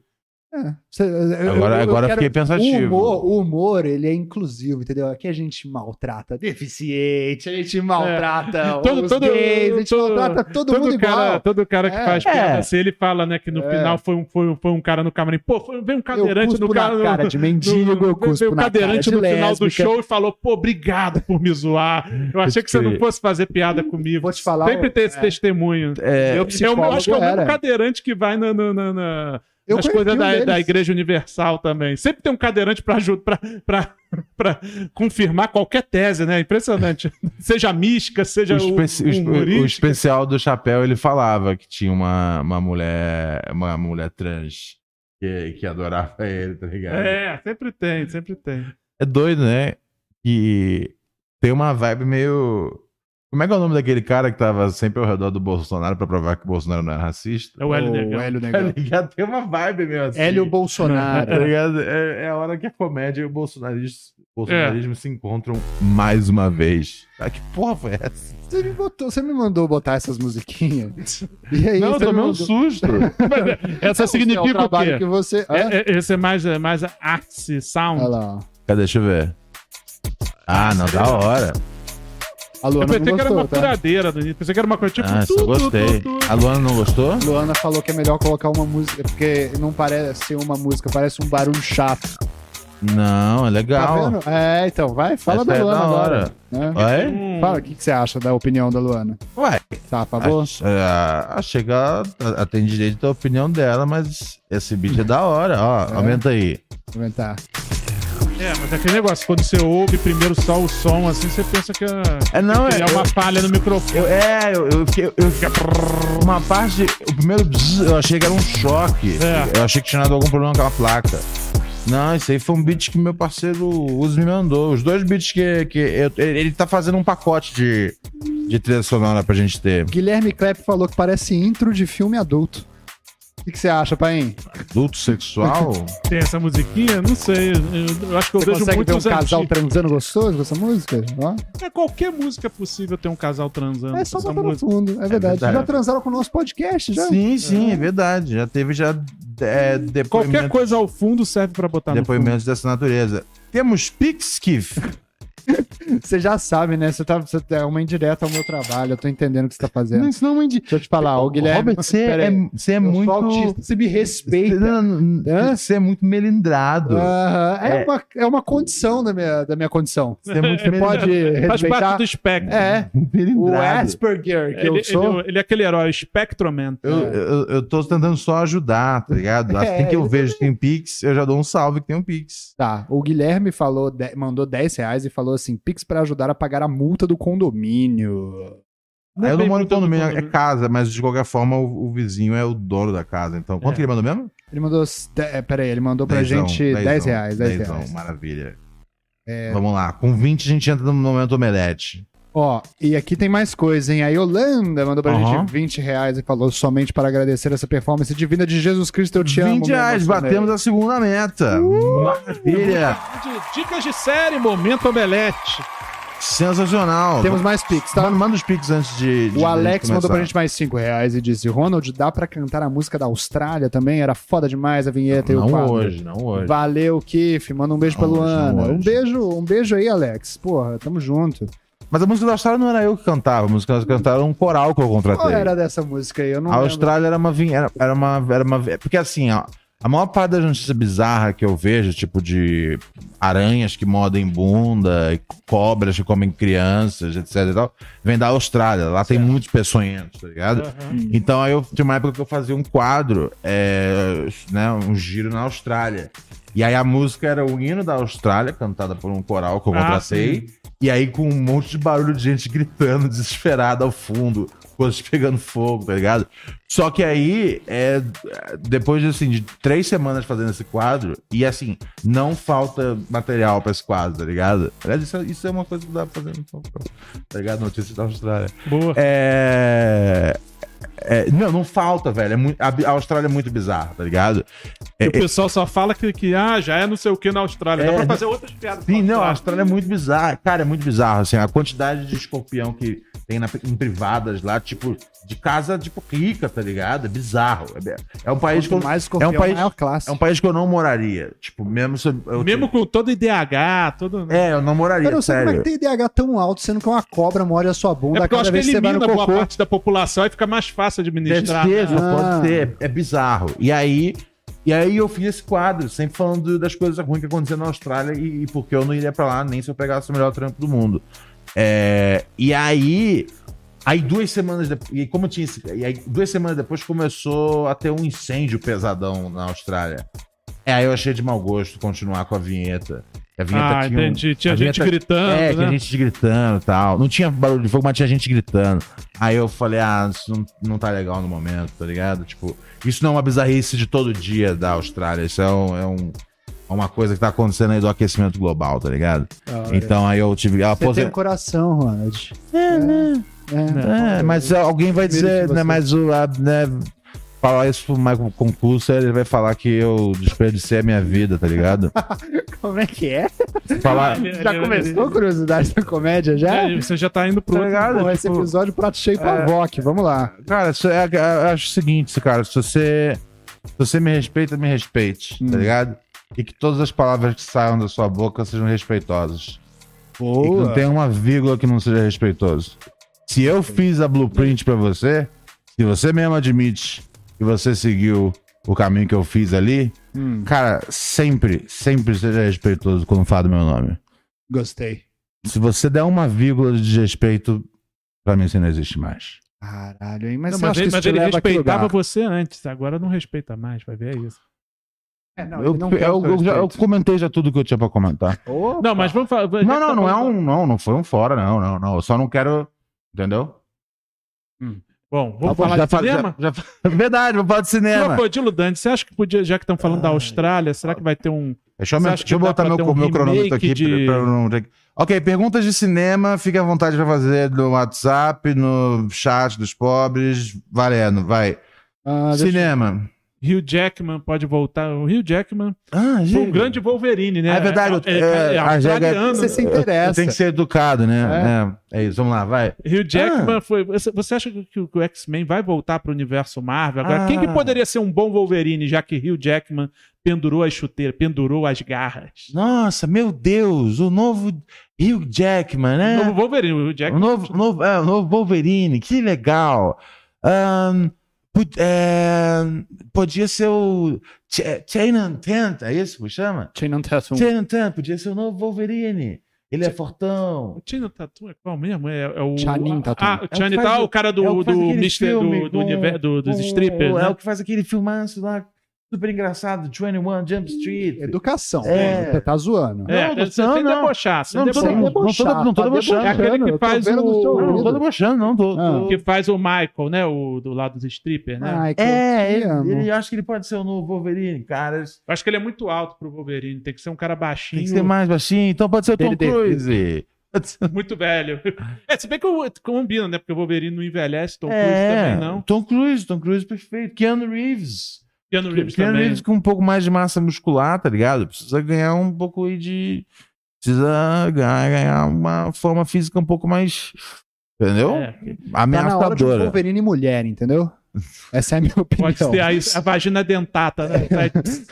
É, você- eu- Agora, eu- eu agora quero- fiquei O pensativo. humor, o humor, ele é inclusivo, entendeu? Aqui a gente maltrata deficiente, a gente maltrata É. Todo- os todo- gays, a gente todo- maltrata todo, Todo, mundo cara, igual. todo cara que É. faz É. piada assim, ele fala, né, que no É. final foi um, foi, um, foi um cara no camarim. Pô, foi, veio um eu cadeirante [laughs] cuspo no na cara. cara de mendigo, eu veio- veio cuspo um na cadeirante cara no de final do lésbica. show e falou, pô, obrigado por me zoar. Eu achei que você não fosse fazer piada comigo. Hum, Vou te falar, Sempre tem esse é. testemunho. É, Meu Eu, psicólogo eu acho que é o mesmo era. cadeirante que vai na, na, na- na- Eu nas conheci coisas um da, deles. da Igreja Universal também. Sempre tem um cadeirante para ajudar, para confirmar qualquer tese, né? [laughs] Impressionante. seja mística, o, seja o, espe- o espe- o humorística. especial do chapéu ele falava que tinha uma, uma mulher uma mulher trans que, que adorava ele, tá ligado? É, sempre tem, sempre tem. É doido, né? Que tem uma vibe meio. Como é que é o nome daquele cara que tava sempre ao redor do Bolsonaro pra provar que o Bolsonaro não é racista? [laughs] É o Hélio Ô, Negão. Hélio Tá Negão. ligado? Tem uma vibe meio assim. Hélio Bolsonaro. Tá ligado? É, é a hora que a comédia e o bolsonarismo, bolsonarismo se encontram mais uma vez. Ah, que porra foi essa? Você me, botou- você me mandou botar essas musiquinhas? E aí, não, eu você me tomei um [laughs] mandou- susto. Essa Não, é significa o trabalho quê? que você... Hã? É, é, esse é mais, é mais artsy sound. Olha lá, ó. Cadê? Deixa eu ver. Ah, não, da hora. A Eu Luana pensei não que era uma gostou, tá? furadeira do início. Pensei que era uma coisa tipo. Ah, tu, eu tu, gostei. tu, tu. A Luana não gostou? Luana falou que é melhor colocar uma música, porque não parece ser uma música, parece um barulho chato. Não, é Tá legal. vendo? É, então, vai, fala Essa da é Luana da hora. agora. né? Ué? Hum. Fala, o que, que você acha da opinião da Luana? Ué, Tá a favor? Ach- é, achei que ela ela tem direito à É. opinião dela, mas esse beat é da hora. Ó, aumenta aí. Comentar. É, mas aquele negócio, quando você ouve primeiro só o som, assim, você pensa que é, É, não, que é- é uma falha no microfone. Eu, é, eu, eu fiquei. Eu, fiquei- uma parte. O primeiro bzz, eu achei que era um choque. É. Eu achei que tinha dado algum problema com a placa. Não, isso aí foi um beat que meu parceiro Uzi me mandou. Os dois beats que. que eu- ele ele tá fazendo um pacote de, de trilha sonora pra gente ter. Guilherme Klepp falou que parece intro de filme adulto. O que que você acha, Paim? Adulto [laughs] sexual? Tem essa musiquinha, não sei. Eu, eu acho que eu Você vejo consegue ver um muitos casal antigos. transando gostoso com essa música? Ó, É qualquer música possível ter um casal transando. é só essa botar no música. fundo, é verdade. verdade. Já transaram com o nosso podcast, já? sim, sim, é verdade. Já teve já é, Qualquer depoimento- coisa ao fundo serve pra botar depoimentos dessa natureza. Temos Pix, Kiff. Você já sabe, né? Você tá, você é uma indireta ao meu trabalho, eu tô entendendo o que você tá fazendo. Isso não é indi- Deixa eu te falar, o Guilherme... Robert, você pera é, aí. você é Eu sou muito. autista, você me Você- respeita. não, não, Hã? Você é muito melindrado. Aham, é, É. Uma, é uma condição da minha, da minha condição. Você é [laughs] muito Você pode Faz parte respeitar. do espectro. [laughs] É, o melindrado. Asperger que ele, eu sou. ele- ele é aquele herói Spectroman. Eu, eu, eu tô tentando só ajudar, tá ligado? Assim É, que eu eu vejo que tem Pix, eu já dou um salve que tem um Pix. Tá, o Guilherme falou, de- mandou 10 reais e falou assim, Pix pra ajudar a pagar a multa do condomínio. Aí eu não moro bem em muito do condomínio, é né? condomínio. casa, mas de qualquer forma o, o vizinho é o dono da casa. Então, quanto É. que ele mandou mesmo? Ele mandou, s- de- é, peraí, ele mandou pra Dezão, gente 10 dezão, reais, 10 dezão, reais. É. maravilha. Vamos lá, com 20 a gente entra no momento omelete. Ó, e aqui tem mais coisa, hein? A Yolanda mandou pra Aham. gente 20 reais e falou somente para agradecer essa performance divina de Jesus Cristo, eu te amo. 20 me reais, emocionei." batemos a segunda meta. Uh! Maravilha, De- Dicas de série, momento omelete. sensacional. Temos mais Pix, tá? Manda, manda os Pix antes de. de O Alex começar. mandou pra gente mais 5 reais e disse: Ronald, dá pra cantar a música da Austrália também? Era foda demais a vinheta e o Não quadro. hoje, não hoje. Valeu, Kiff. Manda um beijo pra Não hoje, Luana. não hoje. um beijo, um beijo aí, Alex. Porra, tamo junto. Mas a música da Austrália não era eu que cantava, a música que nós cantava era um coral que eu Qual contratei. era dessa música aí? Eu não a Austrália era uma, vin- era, era uma era uma é porque assim, ó, a maior parte das notícias bizarras que eu vejo, tipo de aranhas que mordem bunda, e cobras que comem crianças, etc e tal, vem da Austrália. Lá tem muitos peçonhentos, tá ligado? Então aí eu tinha uma época que eu fazia um quadro, é, né, um giro na Austrália. E aí a música era o hino da Austrália, cantada por um coral que eu Ah, contratei. e aí com um monte de barulho de gente gritando, desesperada ao fundo, coisas pegando fogo, tá ligado? Só que aí, é, depois de, assim, de três semanas fazendo esse quadro, e assim, não falta material pra esse quadro, tá ligado? Aliás, isso, é- isso é uma coisa que dá pra fazer, no- tá ligado? Notícias da Austrália. Boa. É. é, não, não falta, velho. É muito- a, bi- a Austrália é muito bizarra, tá ligado? E o pessoal só fala que, que, ah, já é não sei o que na Austrália. Dá É, pra não- fazer outras piadas. Sim, com não, a a Austrália. Austrália é muito bizarra. Cara, é muito bizarro, assim. A quantidade de escorpião que tem na- em privadas lá, tipo, de casa, tipo, rica, tá ligado? É bizarro. É, é um país que eu, Quanto mais escorpião, é um país- maior classe. é um país que eu não moraria. Tipo, mesmo se eu- eu. Mesmo com todo IDH, todo. É, tipo. É, eu não moraria, Eu não sei sério. como é que tem IDH tão alto, sendo que uma cobra morde a sua bunda porque eu cada acho que vez que você vai elimina no boa cocô. parte da população e fica mais fácil Deve administrar. ser, né? Ah. pode ser. É bizarro. E aí, e aí eu fiz esse quadro, sempre falando das coisas ruins que aconteciam na Austrália e, e porque eu não iria pra lá nem se eu pegasse o melhor trampo do mundo. É, e aí, aí duas semanas depois, e como eu tinha esse, e aí duas semanas depois começou a ter um incêndio pesadão na Austrália. É, aí eu achei de mau gosto continuar com a vinheta. A vinheta Ah, tinha um- entendi. Tinha a gente vinheta- gritando. é, tinha né? gente gritando e tal. Não tinha barulho de fogo, mas tinha gente gritando. Aí eu falei, ah, isso não, não tá legal no momento, tá ligado? Tipo, isso não é uma bizarrice de todo dia da Austrália. Isso é, um, é um- é uma coisa que tá acontecendo aí do aquecimento global, tá ligado? então aí eu tive. Eu Você tem um aposentei. coração, Ronald. É, né? É, mas alguém vai Primeiro dizer, que né? você. Mas o. a- né, falar isso pro Michael Concurso, ele vai falar que eu desperdicei a minha vida, tá [laughs] ligado? Como é que é? Falar. Já começou a curiosidade da comédia, já? É, você já tá indo pro. Tá outro- ligado? Bom, esse Tipo, episódio prato cheio pra é. Vok, vamos lá. Cara, isso é- eu acho o seguinte, cara, se você, se você me respeita, me respeite, tá ligado? E que todas as palavras que saiam da sua boca sejam respeitosas. E que não tenha uma vírgula que não seja respeitoso. Se eu fiz a blueprint pra você, se você mesmo admite que você seguiu o caminho que eu fiz ali, Hum. cara, sempre, sempre seja respeitoso quando fala do meu nome. Gostei. Se você der uma vírgula de desrespeito, pra mim você não existe mais. Caralho, hein? Mas, Não, você mas acha ele, que mas isso te ele leva a que respeitava lugar? você antes, agora não respeita mais, vai ver é isso. É, não, Eu, ele não eu- quer o eu seu já- eu respeito. comentei já tudo que eu tinha pra [laughs] comentar. Opa. Não, mas vamos falar. Não, não, não é um. Não, não foi um fora, não, não, não. Eu só não quero. Entendeu? Bom, vamos Tá bom, falar já de fa- já- cinema? já fa- Verdade, vamos falar de cinema. Crocodilo Dante, você acha que podia, já que estamos falando da Austrália, será que vai ter um. Deixa eu, Você me- acha que deixa eu dá botar pra meu, ter um meu cronômetro remake aqui. de- pra- pra não ter que- Ok, perguntas de cinema, fique à vontade pra fazer no WhatsApp, no chat dos pobres. Valendo, vai. Ah, deixa- cinema. Hugh Jackman pode voltar? O Hugh Jackman Ah, foi um grande Wolverine, né? É verdade, É, é, é, é a australiano. Você se Tem interessa. que ser educado, né? É. é isso, vamos lá, vai. Hugh Ah. Jackman foi. Você você acha que o, que o X-Men vai voltar para o universo Marvel? Agora, Ah. quem que poderia ser um bom Wolverine, já que Hugh Jackman pendurou a chuteira, pendurou as garras? Nossa, meu Deus, o novo Hugh Jackman, O né? novo Wolverine, o [laughs] Hugh O Jackman. novo, o novo, é, o novo Wolverine, que legal. Ahn, put- é, podia ser o Ch- é, Chain Tent, é isso que chama? Chain and Tassel. Chain Tent, podia ser o novo Wolverine. Ele é fortão. O Tino Tatu é qual mesmo? É, é o. Channing Tatum. Ah, É o o que Channing faz Tatum, o- o cara do, é o que faz do, aquele Mister, filme do, do com- univer- do- dos O- strippers. É né? o que faz aquele filmaço lá, super engraçado, 21 Jump Street. Educação. É. né? Você tá zoando. tá É, Não, não, não, sem não. debochar, sem Não, tô debochar. não, não tô- não tô debochando. É aquele que faz o- Não, não tô debochando, não. Tô, Ah. tô- Que faz o Michael, né? O do lado dos strippers, né? É, é, ele, ele acho que ele pode ser o novo Wolverine, cara. Eu acho que ele é muito alto pro Wolverine. Tem que ser um cara baixinho, Tem que ser mais baixinho, então pode ser o Tom Ele- Cruise. muito velho. [laughs] É, se bem que o- combina, né? Porque o Wolverine não envelhece, Tom Cruise É, também não. Tom Cruise, Tom Cruise perfeito. Keanu Reeves. Keanu Reeves Keanu também. Reeves com um pouco mais de massa muscular, tá ligado? Precisa ganhar um pouco aí de. Precisa ganhar, ganhar uma forma física um pouco mais. Entendeu? É, Tá na hora de um Ameaçadora. Wolverine mulher, entendeu? Essa é a minha opinião. Então. pode ser a, a vagina dentata, [laughs] né? [laughs]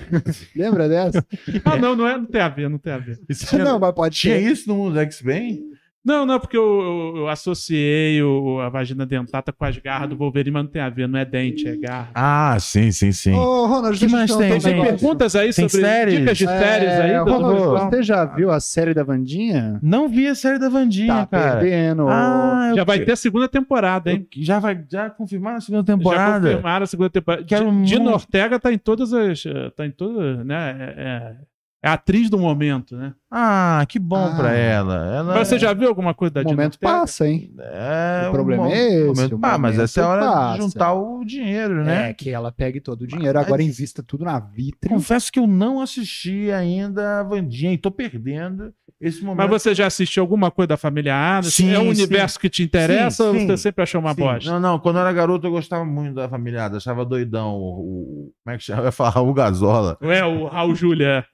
Lembra dessa? Ah, não, não, é, não tem a ver, não tem a ver. não, mas pode Tinha ser. isso no mundo do X-Men? Não, não, porque eu, eu- eu associei o- a vagina dentata com as garras do Wolverine, mas não tem a ver, não é dente, é garra. Ah, sim, sim, sim. Ô, Ronald, Que deixa eu mais te tem, perguntar um gente? negócio. Perguntas aí Tem sobre séries? dicas de séries É, aí, doutor? Ronald, doutor? você já viu a série da Vandinha? Não vi a série da Vandinha, Tá cara. perdendo. Ah, eu- Já vai ter a segunda temporada, hein? eu- Já vai já confirmar a segunda Já temporada? confirmaram a segunda temporada. Quero Di- Dina muito. Ortega tá em todas as. eh, Tá em todas. Né? É, é- é a atriz do momento, né? Ah, que bom Ah. pra ela. ela Mas você já viu alguma coisa da o Dina momento Ortega? passa, hein? É, O problema um é esse, momento- o Ah, mas momento essa é a hora passa. de juntar o dinheiro, né? É, que ela pegue todo o dinheiro, Mas- agora invista tudo na vitre. Confesso que eu não assisti ainda a Vandinha e tô perdendo esse momento. Mas você já assistiu alguma coisa da família Adams? Sim, é um sim. universo que te interessa Sim, ou sim. você sempre é achou uma Sim. bosta? Não, não, quando eu era garoto eu gostava muito da família Adams, achava doidão o, o- como é que chama? Eu ia falar o Gazola. [laughs] É, o Raul Júlia.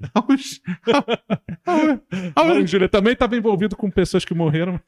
Raul Júlia também estava envolvido com pessoas que morreram.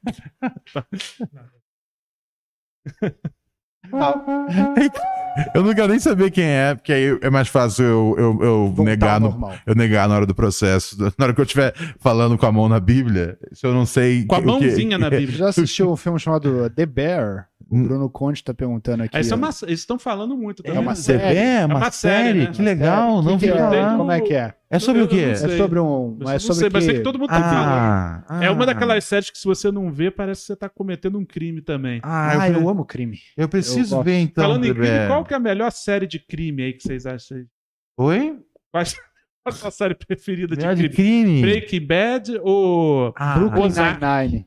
eu não quero nem saber quem é, porque aí é mais fácil eu, eu, eu Voltar negar ao no, normal. eu negar na hora do processo, [laughs] na hora que eu estiver falando com a mão na Bíblia, se eu não sei Com a o que- mãozinha [laughs] na Bíblia. Já assistiu um filme chamado The Bear? O Hum. Bruno Conte tá perguntando aqui. Isso é ó. uma- Eles estão falando muito também. É uma né? Você série. vê? É uma, uma série, série, né? que legal, É, não que vi que é? falar. Como é que é? É sobre o quê? Eu não sei. É sobre um. Mas é não sobre sei, mas sei que que- todo mundo tá falando. ah. É uma daquelas séries que se você não vê, parece que você tá cometendo um crime também. Ah, Ah, eu, eu amo crime. eu preciso eu gosto. ver então. Falando em Bebê. crime, qual que é a melhor série de crime aí que vocês acham? Oi? [laughs] Qual a sua série preferida de é Melhor crime? de crime? Breaking Bad ou... Ah, Brooklyn Ozark. Nine-Nine.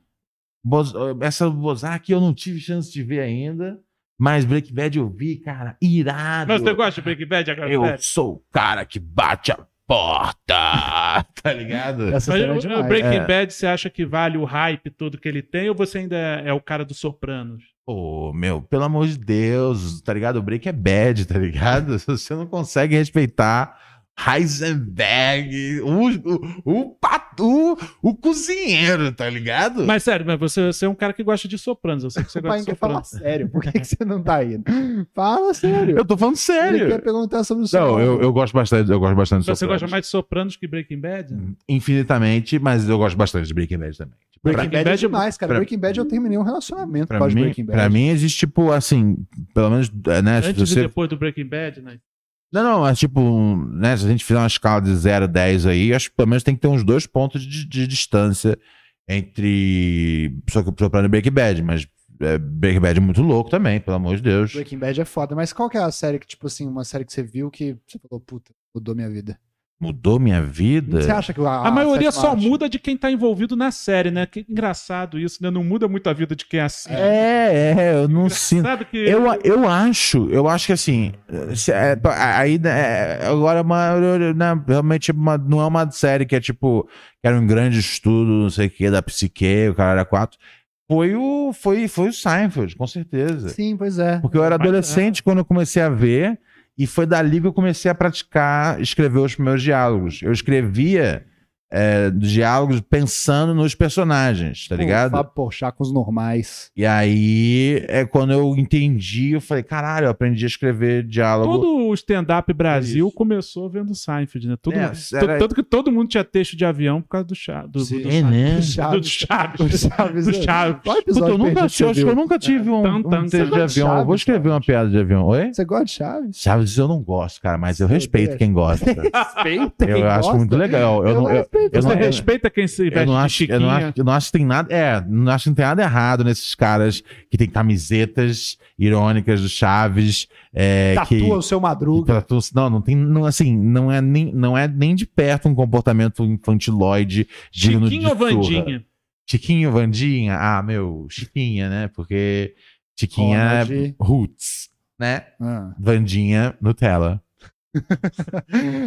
Boz- Essa Bozak eu não tive chance de ver ainda, mas Break Bad eu vi, cara, irado. Mas você gosta de Breaking Bad agora, Ah, eu sério? sou o cara que bate a porta, [laughs] tá ligado? Essa Mas série é o- o demais. Breaking É. Bad, você acha que vale o hype todo que ele tem ou você ainda é o cara dos Sopranos? Pô, meu, pelo amor de Deus, tá ligado? O Break é bad, tá ligado? [laughs] Você não consegue respeitar Heisenberg, o, o, o, patu, o cozinheiro, tá ligado? Mas sério, mas você, você é um cara que gosta de Sopranos. Eu sei que você O gosta pai de quer Sopranos. falar sério. Por que, que você não tá indo? Fala sério. Eu tô falando Ele quer sério. perguntar sobre o seu. Não, eu, eu gosto bastante, eu gosto bastante de é Você Sopranos. gosta mais de Sopranos que Breaking Bad? infinitamente, mas eu gosto bastante de Breaking Bad também. Tipo, Breaking Bad é Bad é- demais, cara. pra- Breaking Bad eu terminei um relacionamento pra, pra, pós mim, Breaking Bad. pra mim existe, tipo, assim, pelo menos, é, né, se Antes e você... depois do Breaking Bad, né? Não, não, mas tipo, um, né, se a gente fizer uma escala de 0 a 10 aí, acho que pelo menos tem que ter uns dois pontos de, de distância entre só que Soprano e Breaking Bad, mas é, Breaking Bad é muito louco também, pelo amor de Deus. Breaking Bad é foda, mas qual que é a série que, tipo assim, uma série que você viu que você falou, puta, mudou minha vida? Mudou minha vida? Você acha que a, Ah, A maioria sétima só arte- muda de quem tá envolvido na série, né? Que engraçado isso, né? Não muda muito a vida de quem assiste. É, é, eu não sinto. Sabe que. Eu, eu acho, eu acho que assim, se- é, pa- aí né, é, agora é uma, né, realmente é uma- não é uma série que é tipo, que era um grande estudo, não sei o que, da psique, o cara era quatro. Foi o, foi, foi o Seinfeld, com certeza. Sim, pois é. Porque eu era adolescente quando eu comecei a ver, e foi dali que eu comecei a praticar escrever os meus diálogos. Eu escrevia é, diálogos pensando nos personagens, tá O ligado? Fábio Porchat com os normais. E aí é quando eu entendi, eu falei, caralho, eu aprendi a escrever diálogo. Todo o stand-up Brasil Isso. começou vendo Seinfeld, né? Todo, É, to- era- Tanto que todo mundo tinha texto de avião por causa do Chaves. Do, do, Sim, né? do Chaves. Chaves. Chaves. Do Chaves. Qual episódio Puta, eu nunca, perdido acho você que viu? eu nunca tive um, É, Tan, tan. um texto de Você avião. gosta Eu vou de escrever uma piada de avião. Oi? Você gosta de Chaves? Chaves eu não gosto, cara, mas eu Meu respeito Deus. quem gosta. Respeita Eu acho muito legal. Eu não, eu, respeito. eu Você não- eu- respeita quem se veste eu não de acho, eu não chiquinha? acho, eu não acho que tem nada, é, não acho que não tem nada errado nesses caras que tem camisetas irônicas do Chaves, é, Tatua que o seu Madruga. Tratou- Não, não tem. Não, assim, não é, nem, não é nem de perto um comportamento infantiloide digno de Chiquinho ou surra. Vandinha? Chiquinho, Vandinha. Ah, meu, Chiquinha, né? Porque Chiquinha Ronald. é roots, né? Ah. Vandinha, Nutella.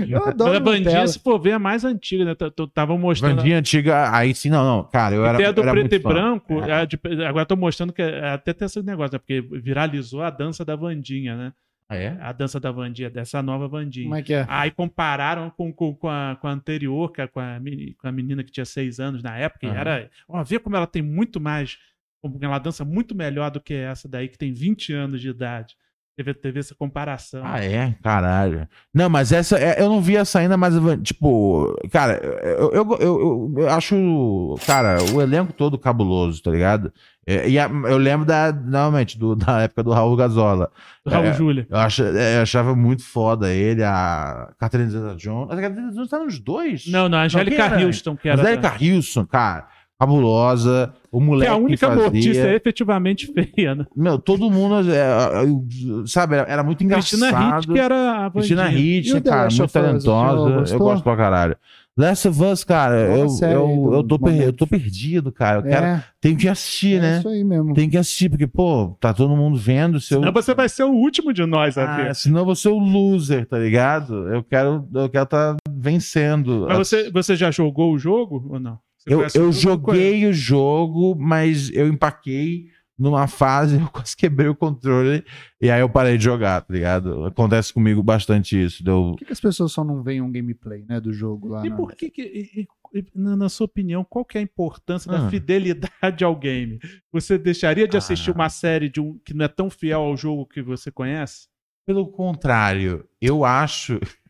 Eu é A adoro Vandinha, assim. Nutella. se for ver, é mais antiga, né? T- t- Tava mostrando. Vandinha antiga, aí sim, não, não. Cara, eu era. Até a do eu era preto e muito fã. branco, É. a de- agora tô mostrando que é- até tem esse negócio, né? Porque viralizou a dança da Vandinha, né? Ah, é? A dança da Vandinha, dessa nova Vandinha. Como é que é? Aí compararam com, com, com, a, com a anterior, que é com, a, meni- com a menina que tinha seis anos na época, e Aham. era. Ó, vê como ela tem muito mais. Como ela dança muito melhor do que essa daí, que tem 20 anos de idade. Teve, teve essa comparação. Ah, é? Caralho. Não, mas essa. é- eu não vi essa ainda, mas. Tipo, cara, eu, eu, eu- eu- eu acho. Cara, o elenco todo cabuloso, tá ligado? É, E a- eu lembro da, novamente, do- da época do Raul Gazola. Raul é. Júlia. Eu, acha- é, eu achava muito foda ele, a Catherine Zeta Jones. A Catherine Zeta Jones tá nos dois? Não, não, a Angélica quem era? Houston, que a era. Angélica Hilson, cara. Cabulosa, o que moleque. é a única fazia. mortícia efetivamente feia, né? Meu, todo mundo. é, é, sabe, era muito engraçado. Cristina Hitt, que era a Cristina bandinha. Hitch, E o The cara, Last muito of Us, o senhor talentosa. Eu gostou? gosto pra caralho. Last of Us, cara, É uma eu, série eu, do eu, tô per- momento. eu tô perdido, cara. Eu É, quero, tenho que assistir, é né? isso aí mesmo. Tenho que assistir, porque, pô, tá todo mundo vendo. Se eu, Não, você vai ser o último de nós a ver. ah, senão eu vou ser o loser, tá ligado? Eu quero eu quero tá vencendo. Mas você, você já jogou o jogo ou não? Você eu conhece eu o jogo? joguei o jogo, mas eu empaquei numa fase, [laughs] eu quase quebrei o controle, e aí eu parei de jogar, tá ligado? Acontece comigo bastante isso. de Eu, Por que, que as pessoas só não veem um gameplay, né, do jogo lá? E na- por que, que e- e- e, na, na sua opinião, qual que é a importância da Ah. fidelidade ao game? Você deixaria de Ah. assistir uma série de um que não é tão fiel ao jogo que você conhece? Pelo contrário, eu acho. [laughs]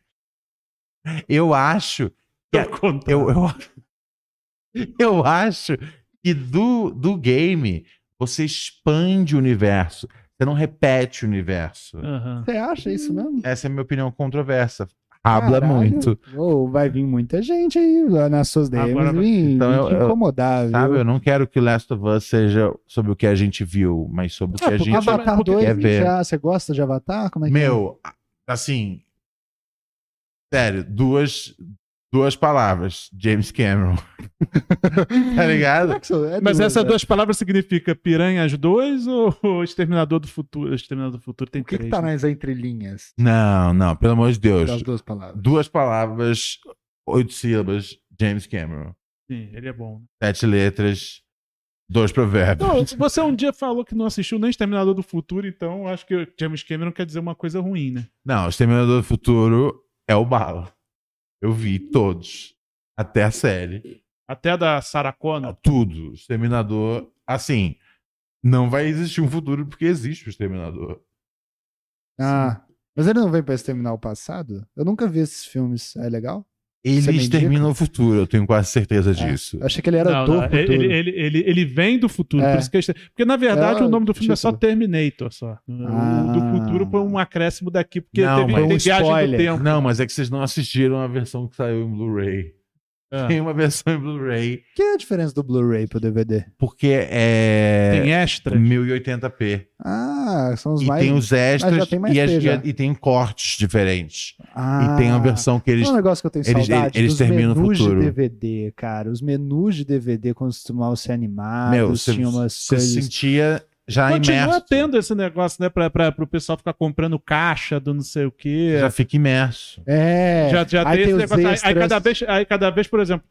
Eu acho. É, Pelo contrário. Eu, [laughs] eu, eu acho que do, do game você expande o universo. Você não repete o universo. Aham. Você acha isso mesmo? Essa é a minha opinião controversa. Habla Hum. Caralho. muito. Ou vai vir muita gente aí lá nas suas DMs Agora vai- vir, Então vir eu- te eu- incomodar, viu? Sabe? Eu não quero que Last of Us seja sobre o que a gente viu, mas sobre o que É, a porque gente. Avatar Avatar porque 2 quer ver. já, você gosta de Avatar? Como é que Meu, assim. Sério, duas, duas palavras. James Cameron. [laughs] tá ligado? é? Como é que é? Mas duas, essas né? duas palavras significa Piranhas 2 ou [laughs] Exterminador do Futuro? Exterminador do Futuro tem O que, três. que tá né? nas entrelinhas Não, não, pelo amor de das Deus. duas palavras? Duas palavras, oito sílabas, James Cameron. Sim, ele é bom. Sete letras, dois provérbios. Não, você um dia falou que não assistiu nem Exterminador do Futuro, então acho que o James Cameron quer dizer uma coisa ruim, né? Não, o Exterminador do Futuro é o bala. Eu vi todos. Até a série. Até a da Sarah Connor. Tudo. Exterminador, assim, não vai existir um futuro porque existe o Exterminador. Ah, mas ele não vem pra exterminar o passado? Eu nunca vi esses filmes. É legal? Você me Ele indica? extermina o futuro, eu tenho quase certeza disso. Eu achei que ele era Não, do não, futuro. Ele, ele, ele, ele vem do futuro. É. Por isso que é extra- Porque, na verdade, É, o nome do filme é só título. Terminator. Só. O do Ah. futuro foi um acréscimo daqui, porque Não, teve, mas- é tem Foi um viagem do spoiler. tempo. Não, mas é que vocês não assistiram a versão que saiu em Blu-ray. Ah. Tem uma versão em Blu-ray, Que é a diferença do Blu-ray pro DVD? porque é Tem extra. 1080p. Ah, são os E mais. tem os mas já extras tem mais e, as- P já. e tem cortes diferentes. Ah. E tem a versão que eles. É um negócio que eu tenho eles- saudade. eles dos terminam no menus futuro. de DVD, cara. Os menus de DVD costumavam ser animados, Meu, você tinha umas se coisas. sentia Tá já Continua imerso. tendo esse negócio, né? Pra, pra, pro pessoal ficar comprando caixa do não sei o quê. Já fica imerso. É. já, já aí tem tem esse os negócio. Aí- Aí, extras. cada vez, aí cada vez, por exemplo,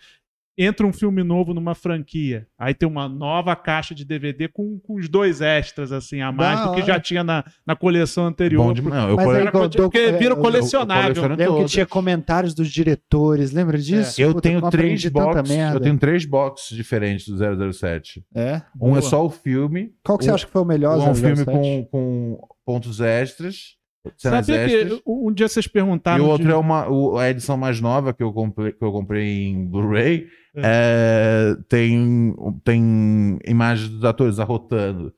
entra um filme novo numa franquia. Aí tem uma nova caixa de DVD com, com os dois extras, assim, a mais Da do que hora. já tinha na, na coleção anterior. Bom demais. Eu Mas cole- aí Era conti- eu- porque é, eu- vira um eu- colecionável. eu coleciono Lembra que todas. É. tinha comentários dos diretores, lembra disso? Eu Puta, tenho como três aprendi tanta boxes. merda. Eu tenho três boxes diferentes do 007. É? Um Boa. é só o filme. Qual que você um- acha que foi o melhor? Um é um filme 007? com, com pontos extras. Cenas Sabia extras. que um dia vocês perguntaram. e o outro de- é uma, o- a edição mais nova que eu comprei, que eu comprei em Blu-ray. é, tem, tem imagens dos atores arrotando.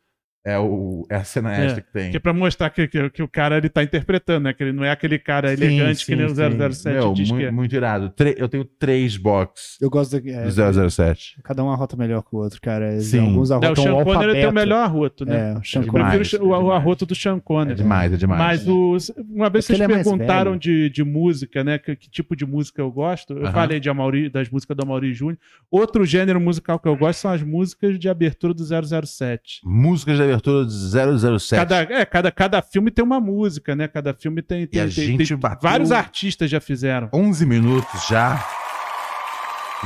É, o, é a cena É, extra que tem. Que é pra mostrar que, que, que o cara ele tá interpretando, né? Que ele não é aquele cara elegante que nem sim, o sim. 007 Meu, diz que muito, é. muito irado. Tre- eu tenho três boxes Eu gosto da. é, do 007. cada um arrota melhor que o outro, cara. Sim. Alguns É, arrotam o Sean o Connery alfabeto. tem o melhor arroto, né? É, o Sean um É Eu Connery. prefiro demais, o Sean- é o, o demais. arroto do Sean Connery. É demais, é demais. Mas os- uma vez Porque vocês ele é mais perguntaram velho. de, de música, né? Que, que tipo de música eu gosto. Eu Aham. falei de Amauri, das músicas do Amaury Júnior. Outro gênero musical que eu gosto são as músicas de abertura do 007. Músicas de abertura do 007. Cada, é, cada, cada filme tem uma música, né? Cada filme tem, tem, a tem- gente tem- bateu- vários artistas já fizeram. 11 minutos já.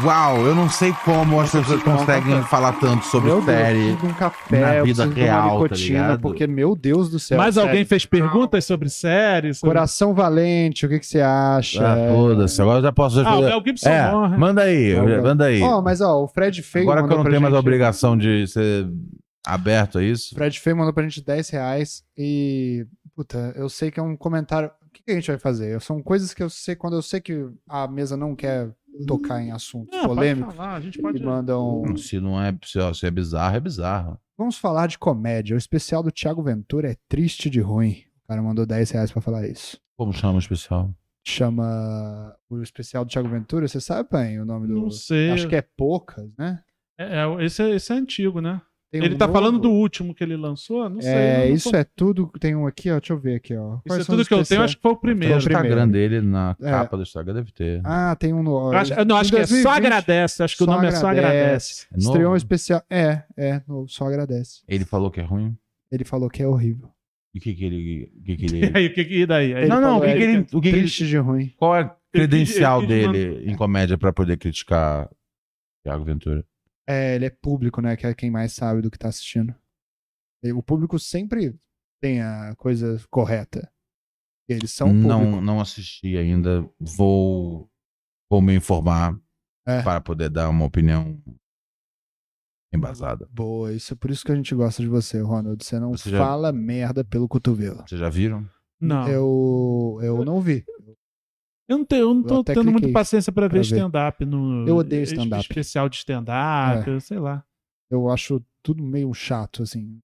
Uau, eu não sei como as pessoas conseguem falar tanto sobre Meu Deus, eu série. preciso de um café, na eu vida preciso de uma real, tá nicotina, ligado? porque, meu Deus do um céu. Mais sério. alguém fez perguntas sobre séries? Sobre... Coração Valente, o que, que você acha? Ah, foda-se, agora eu já posso Ah, o responder. Mel Gibson é, morre. manda aí, eu já- manda aí. Ó, mas ó, o Fred Feio agora que eu mandou não pra tenho mais a gente- obrigação de ser aberto a O isso. Fred Feio mandou pra gente 10 reais e. Puta, eu sei que é um comentário. O que, que a gente vai fazer? São coisas que eu sei quando eu sei que a mesa não quer tocar em assuntos Ah, pode polêmicos falar, a gente e pode... mandam. Se não é, se ó, se é bizarro, é bizarro. Vamos falar de comédia. O especial do Thiago Ventura é triste de ruim. O cara mandou 10 reais pra falar isso. Como chama o especial? Chama o especial do Thiago Ventura, você sabe, Pen, o nome do. Não sei. Acho que é poucas, né? É, é, esse, é- esse é antigo, né? Tem um ele tá novo. falando do último que ele lançou? Não sei. É, eu não isso tô- é tudo. Tem um aqui, ó. Deixa eu ver aqui, ó. Isso Quais é são tudo os que eu tenho, especiais? acho que foi o Tem o Então, primeiro. Instagram dele na É. capa do Instagram deve ter. Ah, tem um no. Eu acho, eu não, acho Em que é só 2020, agradece. Acho que o Só nome é só agradece. É novo? Estreou um especial. É, é, no- só agradece. Ele falou que é ruim. Ele falou que é horrível. E o que que ele, o que que E ele... [laughs] aí, o que que e daí? Aí Ele não, não, o que falou, que ele, o que que ele Triste de ruim. Qual é a credencial quis- eu quis dele em comédia pra poder criticar Thiago Ventura? É, ele é público, né? Que é quem mais sabe do que tá assistindo. E o público sempre tem a coisa correta. Eles são o público. não, não assisti ainda. Vou, vou me informar É. para poder dar uma opinião embasada. Boa, isso é por isso que a gente gosta de você, Ronald. Você não Você já- fala merda pelo cotovelo. Vocês já viram? Não. Eu, Eu, eu não vi. não, tenho, eu não tô eu até tendo muita cliquei paciência pra ver pra ver. stand-up no. Eu odeio es- stand-up. É. Especial de stand-up, sei lá. Eu acho tudo meio chato, assim.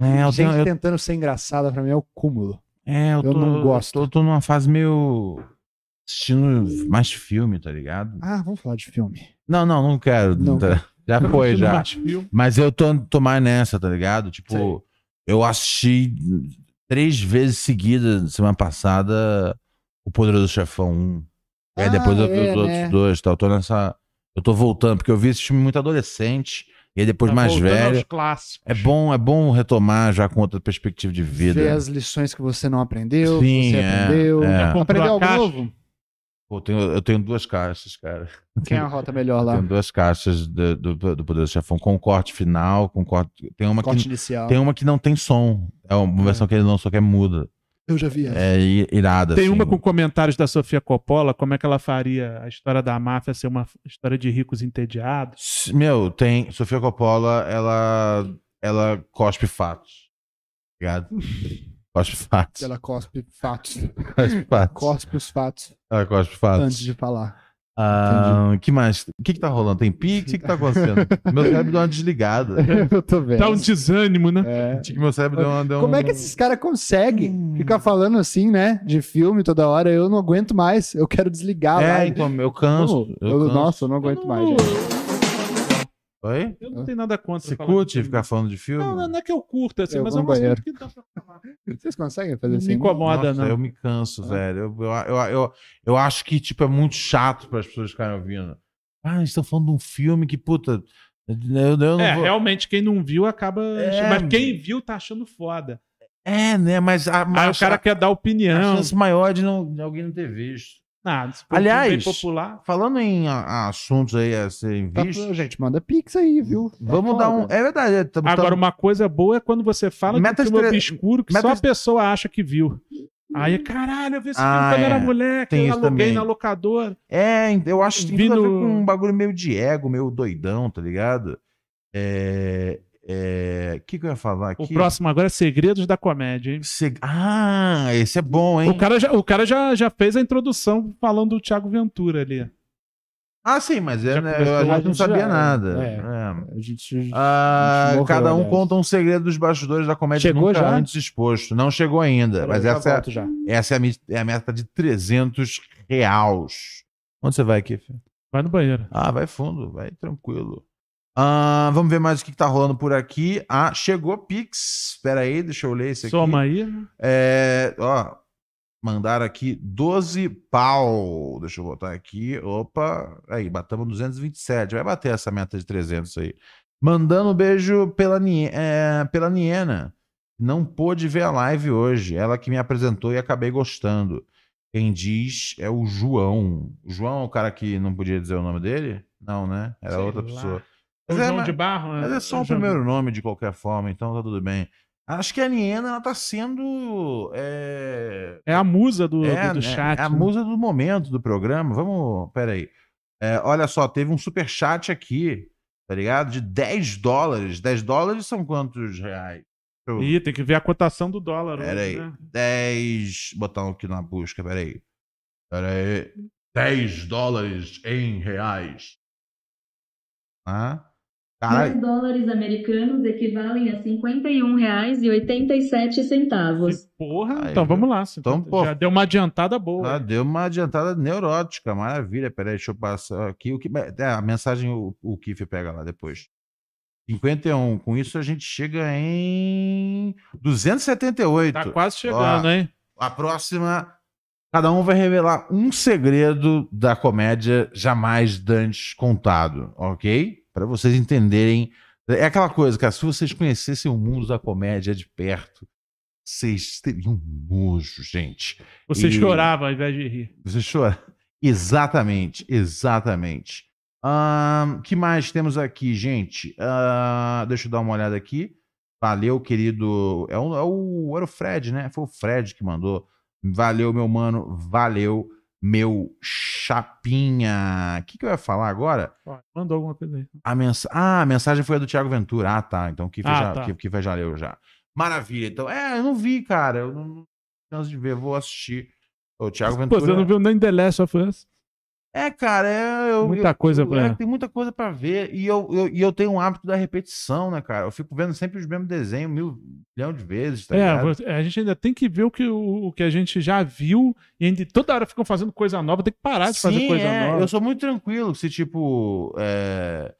É, eu, Gente tenho- eu- tentando ser engraçada pra mim é o cúmulo. é, eu eu tô- não gosto. Eu tô, tô numa fase meio. assistindo mais filme, tá ligado? Ah, vamos falar de filme. Não, não, não quero. Não. tá- Já foi, já. Mais filme. Mas eu tô, tô mais nessa, tá ligado? Tipo, Sei. eu assisti três vezes seguida semana passada o Poderoso Chefão 1. Aí Ah, depois eu vi é, os né? outros dois e tal. Eu tô nessa. Eu tô voltando, porque eu vi esse filme muito adolescente e aí depois Tá mais voltando velho. aos clássicos. É bom, é bom retomar já com outra perspectiva de vida. Ver as lições que você não aprendeu, que Sim, você é, aprendeu. é. Comprou Aprendeu a algo caixa? novo? Pô, eu, tenho, eu tenho duas caixas, cara. Quem arrota melhor Eu lá? tenho duas caixas do, do, do Poderoso Chefão com corte final, com corte. Tem uma, Corte que, inicial. tem um uma que não tem som. É uma versão que ele lançou que é muda. Eu já vi. essa. É i- irada. Tem assim. uma com comentários da Sofia Coppola, como é que ela faria a história da máfia ser uma história de ricos entediados. S- Meu, tem. Sofia Coppola, ela. Ela cospe fatos. Ligado? Cospe fatos. Ela cospe fatos. Cospe fatos. Cospe os fatos Ela cospe antes fatos. de falar. [laughs] Ah, que mais? O que que tá rolando? Tem Pix? O que que tá acontecendo? meu cérebro deu uma desligada. Eu tô vendo. Dá um desânimo, né? É. Acho que meu cérebro deu uma... Deu Como um- é que esses caras conseguem ficar falando assim, né? De filme toda hora. Eu não aguento mais. Eu quero desligar É, lá. então, eu canso. Eu, Eu, canso. nossa, eu não aguento mais. gente. Oi? Eu não tenho nada contra. Você falar de curte filme. ficar falando de filme? Não, não, não é que eu curto, assim, Eu mas vou eu no gosto banheiro. que dá pra falar. Vocês conseguem Não fazer me assim? incomoda, né?" Nossa, não. eu me canso, É. velho. Eu, eu, eu, eu, eu acho que, tipo, é muito chato para as pessoas ficarem ouvindo. Ah, eles estão falando de um filme que, puta, eu, eu não É, vou... realmente, quem não viu acaba. É, mas quem viu tá achando foda. É, né? Mas, a, Aí o mas cara a- quer dar a opinião. chance maior de, não, de alguém não ter visto. Ah, se for um Aliás- filme bem popular. Falando em a- a assuntos aí a serem Tá, vistos, gente, manda pix aí, viu? Tá vamos dar um... foda. É verdade. é, tamo- Agora, tamo- uma coisa boa é quando você fala de um Metas filme tre- obscuro que só metas- a pessoa acha que viu. Aí, caralho, eu vi esse Ah, filme quando é. era moleque, Tem eu isso aluguei também. na locadora. É, eu acho que tem Vi tudo a ver no- com um bagulho meio de ego, meio doidão, tá ligado? É... é, O que, que eu ia falar aqui? O próximo agora é Segredos da Comédia, hein? Se- Ah, esse é bom, hein? O cara, já, o cara já, já fez a introdução falando do Thiago Ventura ali. Ah, sim, mas é, Já né, começou eu, a lá, gente não já sabia era. nada. É. É. A gente... Ah, morreu, cada um aliás. conta um segredo dos bastidores da comédia Chegou nunca já? antes exposto. Não chegou ainda, Peraí, mas já essa, volto já. é- essa é, a, mi- é a meta de 300 reais. Onde você vai aqui? filho? Vai no banheiro. Ah, vai fundo, vai tranquilo. Ah, vamos ver mais o que, que tá rolando por aqui. Ah, chegou Pix. Espera aí, deixa eu ler isso aqui. Soma aí. É, ó, mandaram aqui 12 pau. Deixa eu voltar aqui. Opa, aí, batamos 227. Vai bater essa meta de 300 aí. Mandando um beijo pela, Ni- é, pela Niena. Não pôde ver a live hoje. Ela que me apresentou e acabei gostando. Quem diz é o João. O João é o cara que não podia dizer o nome dele? Não, né? Era Sei outra lá. pessoa. O Mas é, João mas- de Barro. mas é só o João- primeiro nome de qualquer forma, então tá tudo bem. Acho que a Niena, ela tá sendo. É, É a musa do, é, do, do né, chat. é a né? musa do momento do programa. Vamos. Peraí. É, olha só, teve um super chat aqui, tá ligado? De 10 dólares. 10 dólares são quantos reais? Deixa eu- Ih, tem que ver a cotação do dólar. Pera hoje, aí. né? 10. Botar aqui na busca, peraí. Peraí. 10 dólares em reais. Ah? Caralho. 10 dólares americanos equivalem a um R$ 51,87. Porra, Aí, então viu? vamos lá. Então, pô. já deu uma adiantada Ah, boa. deu uma adiantada neurótica, maravilha. Peraí, deixa eu passar aqui. O que, é, a mensagem o, o Kiff pega lá depois. 51. Com isso a gente chega em 278. tá quase chegando, Ó. hein? A próxima. Cada um vai revelar um segredo da comédia jamais dantes contado, ok? Para vocês entenderem. É aquela coisa, cara, se vocês conhecessem o mundo da comédia de perto, vocês teriam um nojo, gente. Você E- chorava ao invés de rir. Você chora? Exatamente, exatamente. O que mais temos aqui, gente? Ahn, deixa eu dar uma olhada aqui. Valeu, querido. É o, é o- era o Fred, né? Foi o Fred que mandou. Valeu, meu mano. Valeu, meu chapinha. O que, que eu ia falar agora? Ó, Mandou alguma coisa aí. A mensa... Ah, a mensagem foi a do Thiago Ventura. Ah, tá. Então o Kiff Ah, já, tá. Kiff- Kiff já leu já. Maravilha. Então, é, eu não vi, cara. Eu não não tive chance de ver. Vou assistir. O Thiago Pô, Ventura. você não viu nem The Last of Us? É, cara, é, eu, Muita eu- coisa eu- pra- é, tem muita coisa pra ver. E eu, eu, e eu tenho um hábito da repetição, né, cara? Eu fico vendo sempre os mesmos desenhos mil milhão de vezes, tá é, ligado? você- a gente ainda tem que ver o que, o, o que a gente já viu. E ainda, toda hora ficam fazendo coisa nova. Tem que parar de fazer Sim, coisa é, nova. Eu sou muito tranquilo se, tipo. é,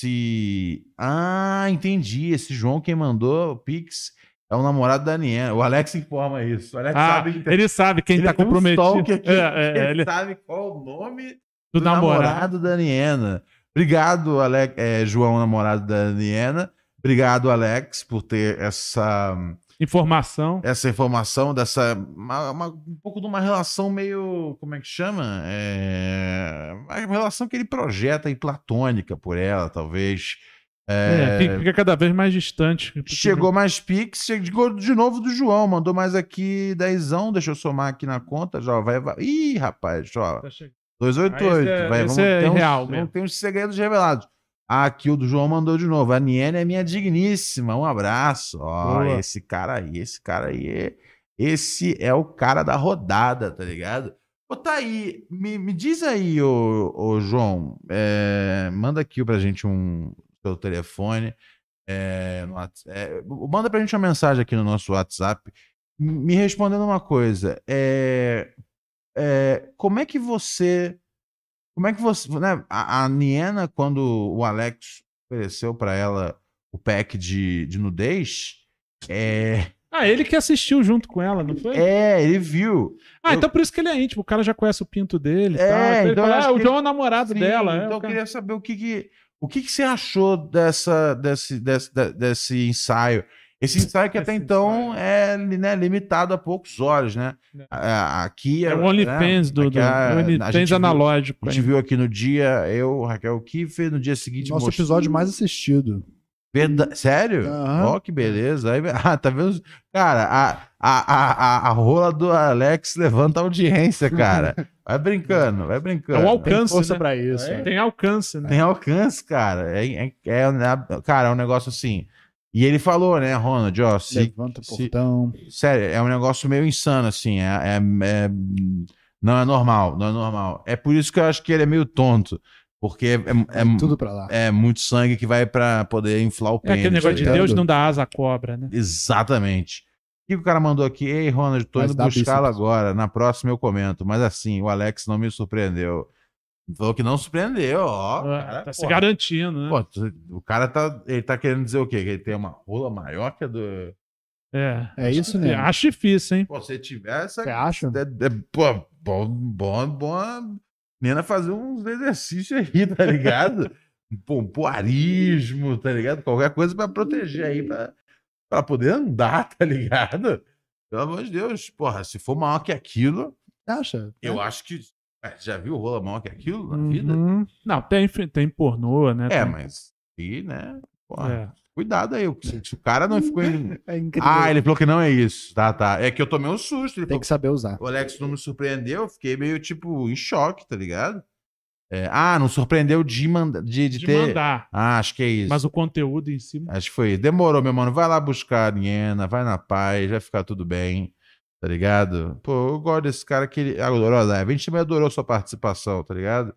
se. Ah, entendi. Esse João, quem mandou o Pix, é o namorado da Aniela. O Alex informa isso. O Alex Ah, sabe. ele sabe quem tá tem um comprometido. stalker aqui, [laughs] É, é, [laughs] ele ele- sabe qual o nome do namorado. da Niena. Obrigado, Ale- eh, João, namorado da Niena. Obrigado, Alex, por ter essa, Informação. essa informação, dessa uma- uma- um pouco de uma relação meio, como é que chama? É, uma relação que ele projeta e platônica por ela, talvez. É, É, fica- fica cada vez mais distante. Chegou mais Pix, chegou de novo do João, mandou mais aqui dezão, deixa eu somar aqui na conta, já vai, vai. Ih, rapaz, ó, Tá chegando. Aí 288. esse é- vai, esse vamos é ter uns, irreal vamos mesmo. ter uns segredos revelados. Ah, aqui o do João mandou de novo. A Niene é minha digníssima. Um abraço. Ó, Boa. esse cara aí, esse cara aí. é- Esse é o cara da rodada, tá ligado? Ô, tá aí, me, me diz aí, ô, ô João, é, manda aqui pra gente um seu telefone, é, no Whats- é, manda pra gente uma mensagem aqui no nosso WhatsApp, me respondendo uma coisa, é, é, como é que você, como é que você, né, a, a Niena, quando o Alex ofereceu pra ela o pack de, de nudez, é, Ah, ele que assistiu junto com ela, não foi? é, ele viu, ah, eu- então por isso que ele é íntimo. O cara já conhece o pinto dele e É, tal. Então ele então eu fala, acho ah, o que- John é o namorado Sim, dela. é, Então o eu cara- queria saber o que, que- o que, que você achou dessa, desse, desse, de- desse ensaio. Esse ensaio que até Esse então é né, limitado a poucos olhos, né? É. A- a- Aqui É o OnlyFans né? do, do Aqui a- a gente OnlyFans viu- analógico. A gente viu aqui no dia, eu, Raquel Kiffer, no dia seguinte. Nosso mostrou- episódio mais assistido. Verda- Sério? Aham. Ó, que beleza. Aí, [laughs] ah, tá vendo? Cara, a, a, a, a, a rola do Alex levanta a audiência, cara. Vai brincando, vai brincando. É o alcance, Força né? pra isso. É, Tem alcance, né? Tem alcance, cara. É, é, é, né, cara, é um negócio assim. E ele falou, né, Ronald, ó, se- Levanta o se- portão. sério, é um negócio meio insano, assim. É, é- é- não é normal, não é normal. É por isso que eu acho que ele é meio tonto. Porque é, é- tudo pra lá. é muito sangue que vai pra poder inflar o É pênis. aquele negócio de tá ligado? Deus não dá asa à cobra, né? Exatamente. E o cara mandou aqui, ei, Ronald, tô Mas indo dá buscá-lo bíceps. agora. Na próxima eu comento. Mas assim, o Alex não me surpreendeu. Falou que não surpreendeu, ó. Ah, cara, é tá se porra. garantindo, né? Pô, tu- o cara tá, ele tá querendo dizer o quê? Que ele tem uma rola maior que a do. É. É isso mesmo. Acho difícil, hein? Pô, se ele tiver essa. Você acha? É, é, pô, bom, bom, bom. Nena fazer uns exercícios aí, tá ligado? Pô, um poarismo, tá ligado? Qualquer coisa pra proteger aí, pra, pra poder andar, tá ligado? Pelo amor de Deus, porra, se for maior que aquilo, Você acha? eu acho que. é, Já viu rola maior que aquilo na vida? Uhum. Não, tem, tem pornô, né? É, Tem- mas. E, né? Porra, É. cuidado aí. Se o cara não ficou em, [laughs] É incrível. Ah, ele falou que não é isso. Tá, tá. É que eu tomei um susto. Ele Tem falou, que saber usar. O Alex não me surpreendeu, eu fiquei meio tipo em choque, tá ligado? É, ah, não surpreendeu de, manda, de, de De ter. mandar. Ah, acho que é isso. Mas o conteúdo em si. Acho que foi isso. Demorou, meu mano. Vai lá buscar a Niena, vai na paz, vai ficar tudo bem. Tá ligado? Pô, eu gosto desse cara que ele ah, adorou a live. A gente também adorou sua participação, tá ligado?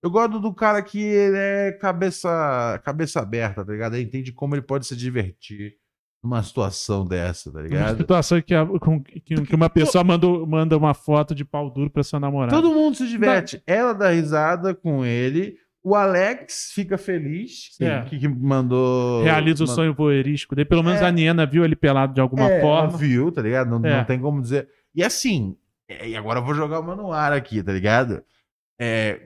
Eu gosto do cara que ele é cabeça, cabeça aberta, tá ligado? Ele entende como ele pode se divertir numa situação dessa, tá Uma ligado? situação que, a- com- que- que uma pessoa mandou, manda uma foto de pau duro pra sua namorada. Todo mundo se diverte. Ela dá risada com ele. O Alex fica feliz que, É. que- que mandou. Realiza o mandou- sonho voyeurístico dele. Pelo menos É. a Niena viu ele pelado de alguma É, ela forma. viu, tá ligado? Não, não É. tem como dizer. E assim, é, e agora eu vou jogar uma no ar aqui, tá ligado? É,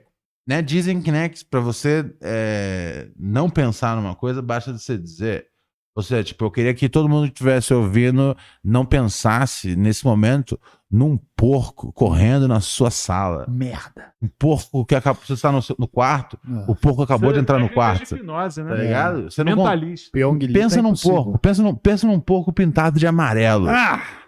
né, dizem que, né, que pra você é, não pensar numa coisa, basta de você dizer. Ou seja, tipo, eu queria que todo mundo que estivesse ouvindo não pensasse, nesse momento, num porco correndo na sua sala. Merda. Um porco que acabou, você está no, seu- no quarto, É. o porco acabou de entrar no quarto. Hipnose, né? Tá ligado? Você não con- Mentalista. Pyong Lee pensa tá num impossível. porco, pensa num, pensa num porco pintado de amarelo.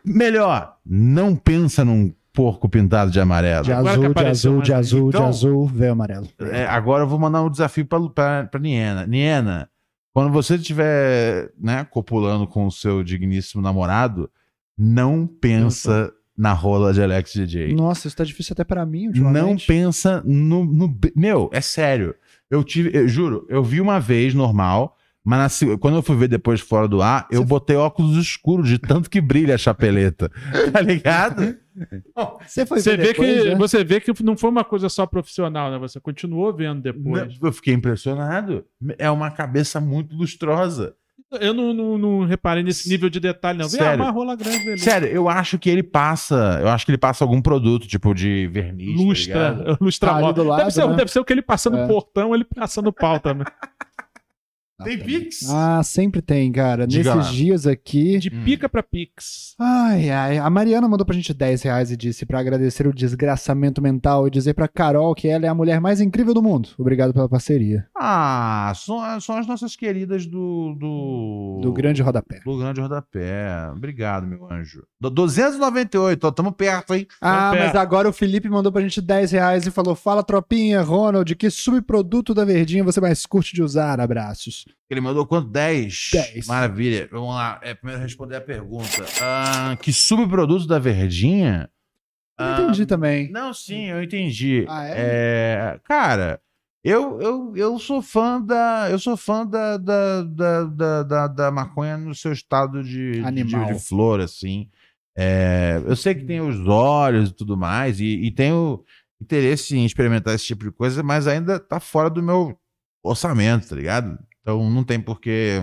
Melhor, não pensa num porco pintado de amarelo. De Agora que azul, de apareceu azul, mais de um. azul, de Então- azul, veio amarelo. É, agora eu vou mandar um desafio pra, pra, pra Niena. Niena, quando você estiver né, copulando com o seu digníssimo namorado, não pensa na rola de Alex DJ. Nossa, isso tá difícil até pra mim Não ultimamente. pensa no, no be- Meu, é sério. Eu tive. Eu juro, eu vi uma vez normal, mas na se- quando eu fui ver depois fora do ar, eu botei óculos escuros de tanto que brilha a chapeleta. [laughs] Tá ligado? Você foi Você ver vê, depois, que, né? você vê que não foi uma coisa só profissional, né? Você continuou vendo depois. Eu fiquei impressionado. É uma cabeça muito lustrosa. Eu não, não- não reparei nesse nível de detalhe, não. Vem Sério. uma rola grande, beleza. Sério, eu acho que ele passa. Eu acho que ele passa algum produto, tipo de verniz. tá ligado? Lustra, lustra Tá ali mó. do lado, deve, ser, né? deve ser o que ele passa no É. portão, ele passa no pau também. Tem Pix? Ah, sempre tem, cara. Diga Nesses lá. dias aqui. De Hum. pica pra pix. Ai, ai. A Mariana mandou pra gente 10 reais e disse pra agradecer o desgraçamento mental e dizer pra Carol que ela é a mulher mais incrível do mundo. Obrigado pela parceria. Ah, são, são as nossas queridas do. Do, Do grande rodapé. Do grande rodapé. Obrigado, meu anjo. Do- 298, ó, tamo perto, hein? Ah, Pera. mas agora o Felipe mandou pra gente 10 reais e falou: Fala, tropinha, Ronald, que subproduto da Verdinha você mais curte de usar? Abraços. Ele mandou quanto? 10. Dez. Maravilha. Vamos lá. É, primeiro responder a pergunta. Ah, que subproduto da Verdinha? Eu não entendi também. Não, sim, eu entendi. Ah, É, cara, eu, eu, eu sou fã da eu sou fã da, da, da, da, da- da maconha no seu estado de, de- Animal. de, de flor, assim. É, eu sei que tem os olhos e tudo mais, e, e tenho interesse em experimentar esse tipo de coisa, mas ainda tá fora do meu orçamento, tá ligado? Então não tem porquê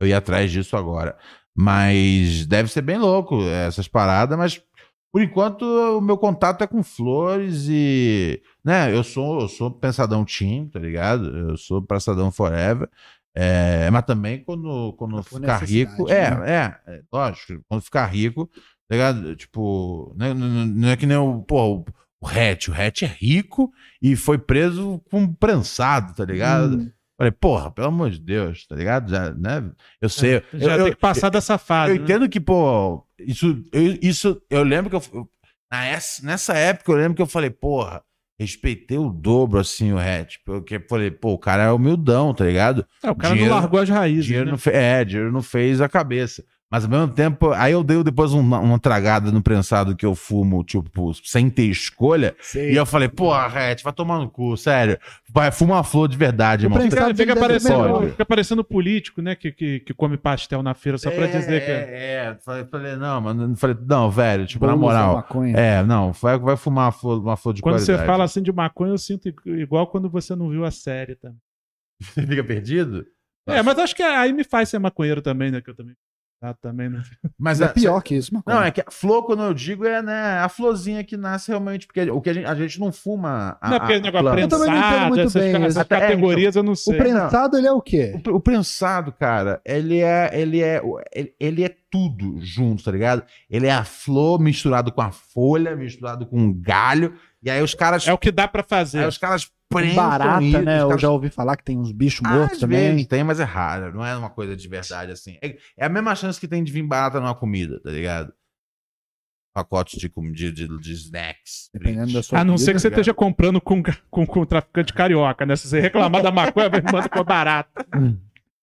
eu ir atrás disso agora. Mas deve ser bem louco é, essas paradas, mas por enquanto o meu contato é com flores e, né, eu sou eu sou pensadão team, tá ligado? Eu sou pensadão forever. É, mas também quando quando Por ficar necessidade, né? rico, é, é, é, lógico, quando ficar rico, tá ligado? Tipo, não, não- não é que nem o, pô, o, o Hatch, o Hatch é rico e foi preso com prensado, tá ligado? Hum. Falei, porra, pelo amor de Deus, tá ligado? Já, né? Eu sei. eu- É, Já eu, tem que passar dessa fase. eu né? entendo que, pô, isso eu, isso, eu lembro que eu, eu- na essa, nessa época eu lembro que eu falei, porra, respeitei o dobro, assim, o hatch. Porque eu falei, pô, o cara é humildão, tá ligado? É, o cara dinheiro- não largou as raízes. dinheiro né? não fe- é, dinheiro não fez a cabeça. Mas ao mesmo tempo, aí eu dei depois um- uma tragada no prensado que eu fumo, tipo, sem ter escolha. Sei. E eu falei, porra, hatch, vai tomar no cu, sério. Vai, fuma uma flor de verdade, irmão. prensado- Cara, fica, Sabe, parecendo, pode. fica parecendo político, né? Que, que, que come pastel na feira só pra É, dizer que. é. É, é. Falei, falei, não, mano, falei, não, velho, tipo, na Bônus moral. da maconha. É, não, vai, vai fumar uma flor, uma flor de Quando você qualidade. fala assim de maconha, eu sinto igual quando você não viu a série também. Você fica perdido? É, mas acho que aí me faz ser maconheiro também, né? Que eu também. Tá, também né? Mas Mas é pior que isso, maconha. Não, é que a flor, quando eu digo, é né, a florzinha que nasce realmente, porque o que a gente, a gente não fuma. A, Não é porque a o negócio planta. Eu também não entendo prensado, muito essas, bem ca- essas isso. Até- é, categorias eu não sei. O prensado, ele é o quê? O, o prensado, cara, ele é, ele é, ele, ele é tudo junto, tá ligado? Ele é a flor misturado com a folha, misturado com o galho, e aí os caras, É o que dá pra aí fazer. os caras prensam Barata, isso, né? os Eu caras já ouvi falar que tem uns bichos Ah, mortos às também. vezes tem, mas é raro. Não é uma coisa de verdade, assim. É, é a mesma chance que tem de vir barata numa comida, tá ligado? Pacotes de, comi- de, de, de snacks. Dependendo da brindes. sua A não ser que você Obrigado. esteja comprando com, com, com o traficante carioca, né? Se você reclamar da maconha, vai manda com barato.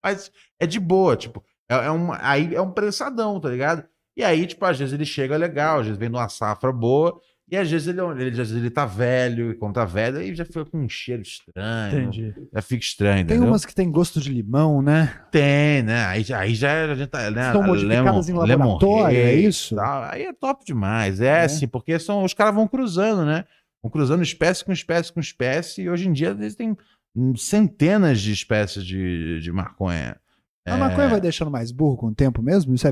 Mas é de boa, tipo. É, é um, aí é um prensadão, tá ligado? E aí, tipo, às vezes ele chega legal, às vezes vem numa safra boa. E às vezes ele, ele- às vezes ele tá velho, e quando tá velho, aí já fica com um cheiro estranho. Já fica estranho, Tem entendeu? umas que tem gosto de limão, né? Tem, né? Aí, já- aí já é- a gente tá. Né? São modificadas em laboratório, é Haze, isso? tal. Aí é top demais. É, É. assim, porque são, os caras vão cruzando, né? Vão cruzando espécie com espécie com espécie. E hoje em dia eles têm hum, centenas de espécies de, de maconha. A maconha vai deixando mais burro com o tempo mesmo? Isso é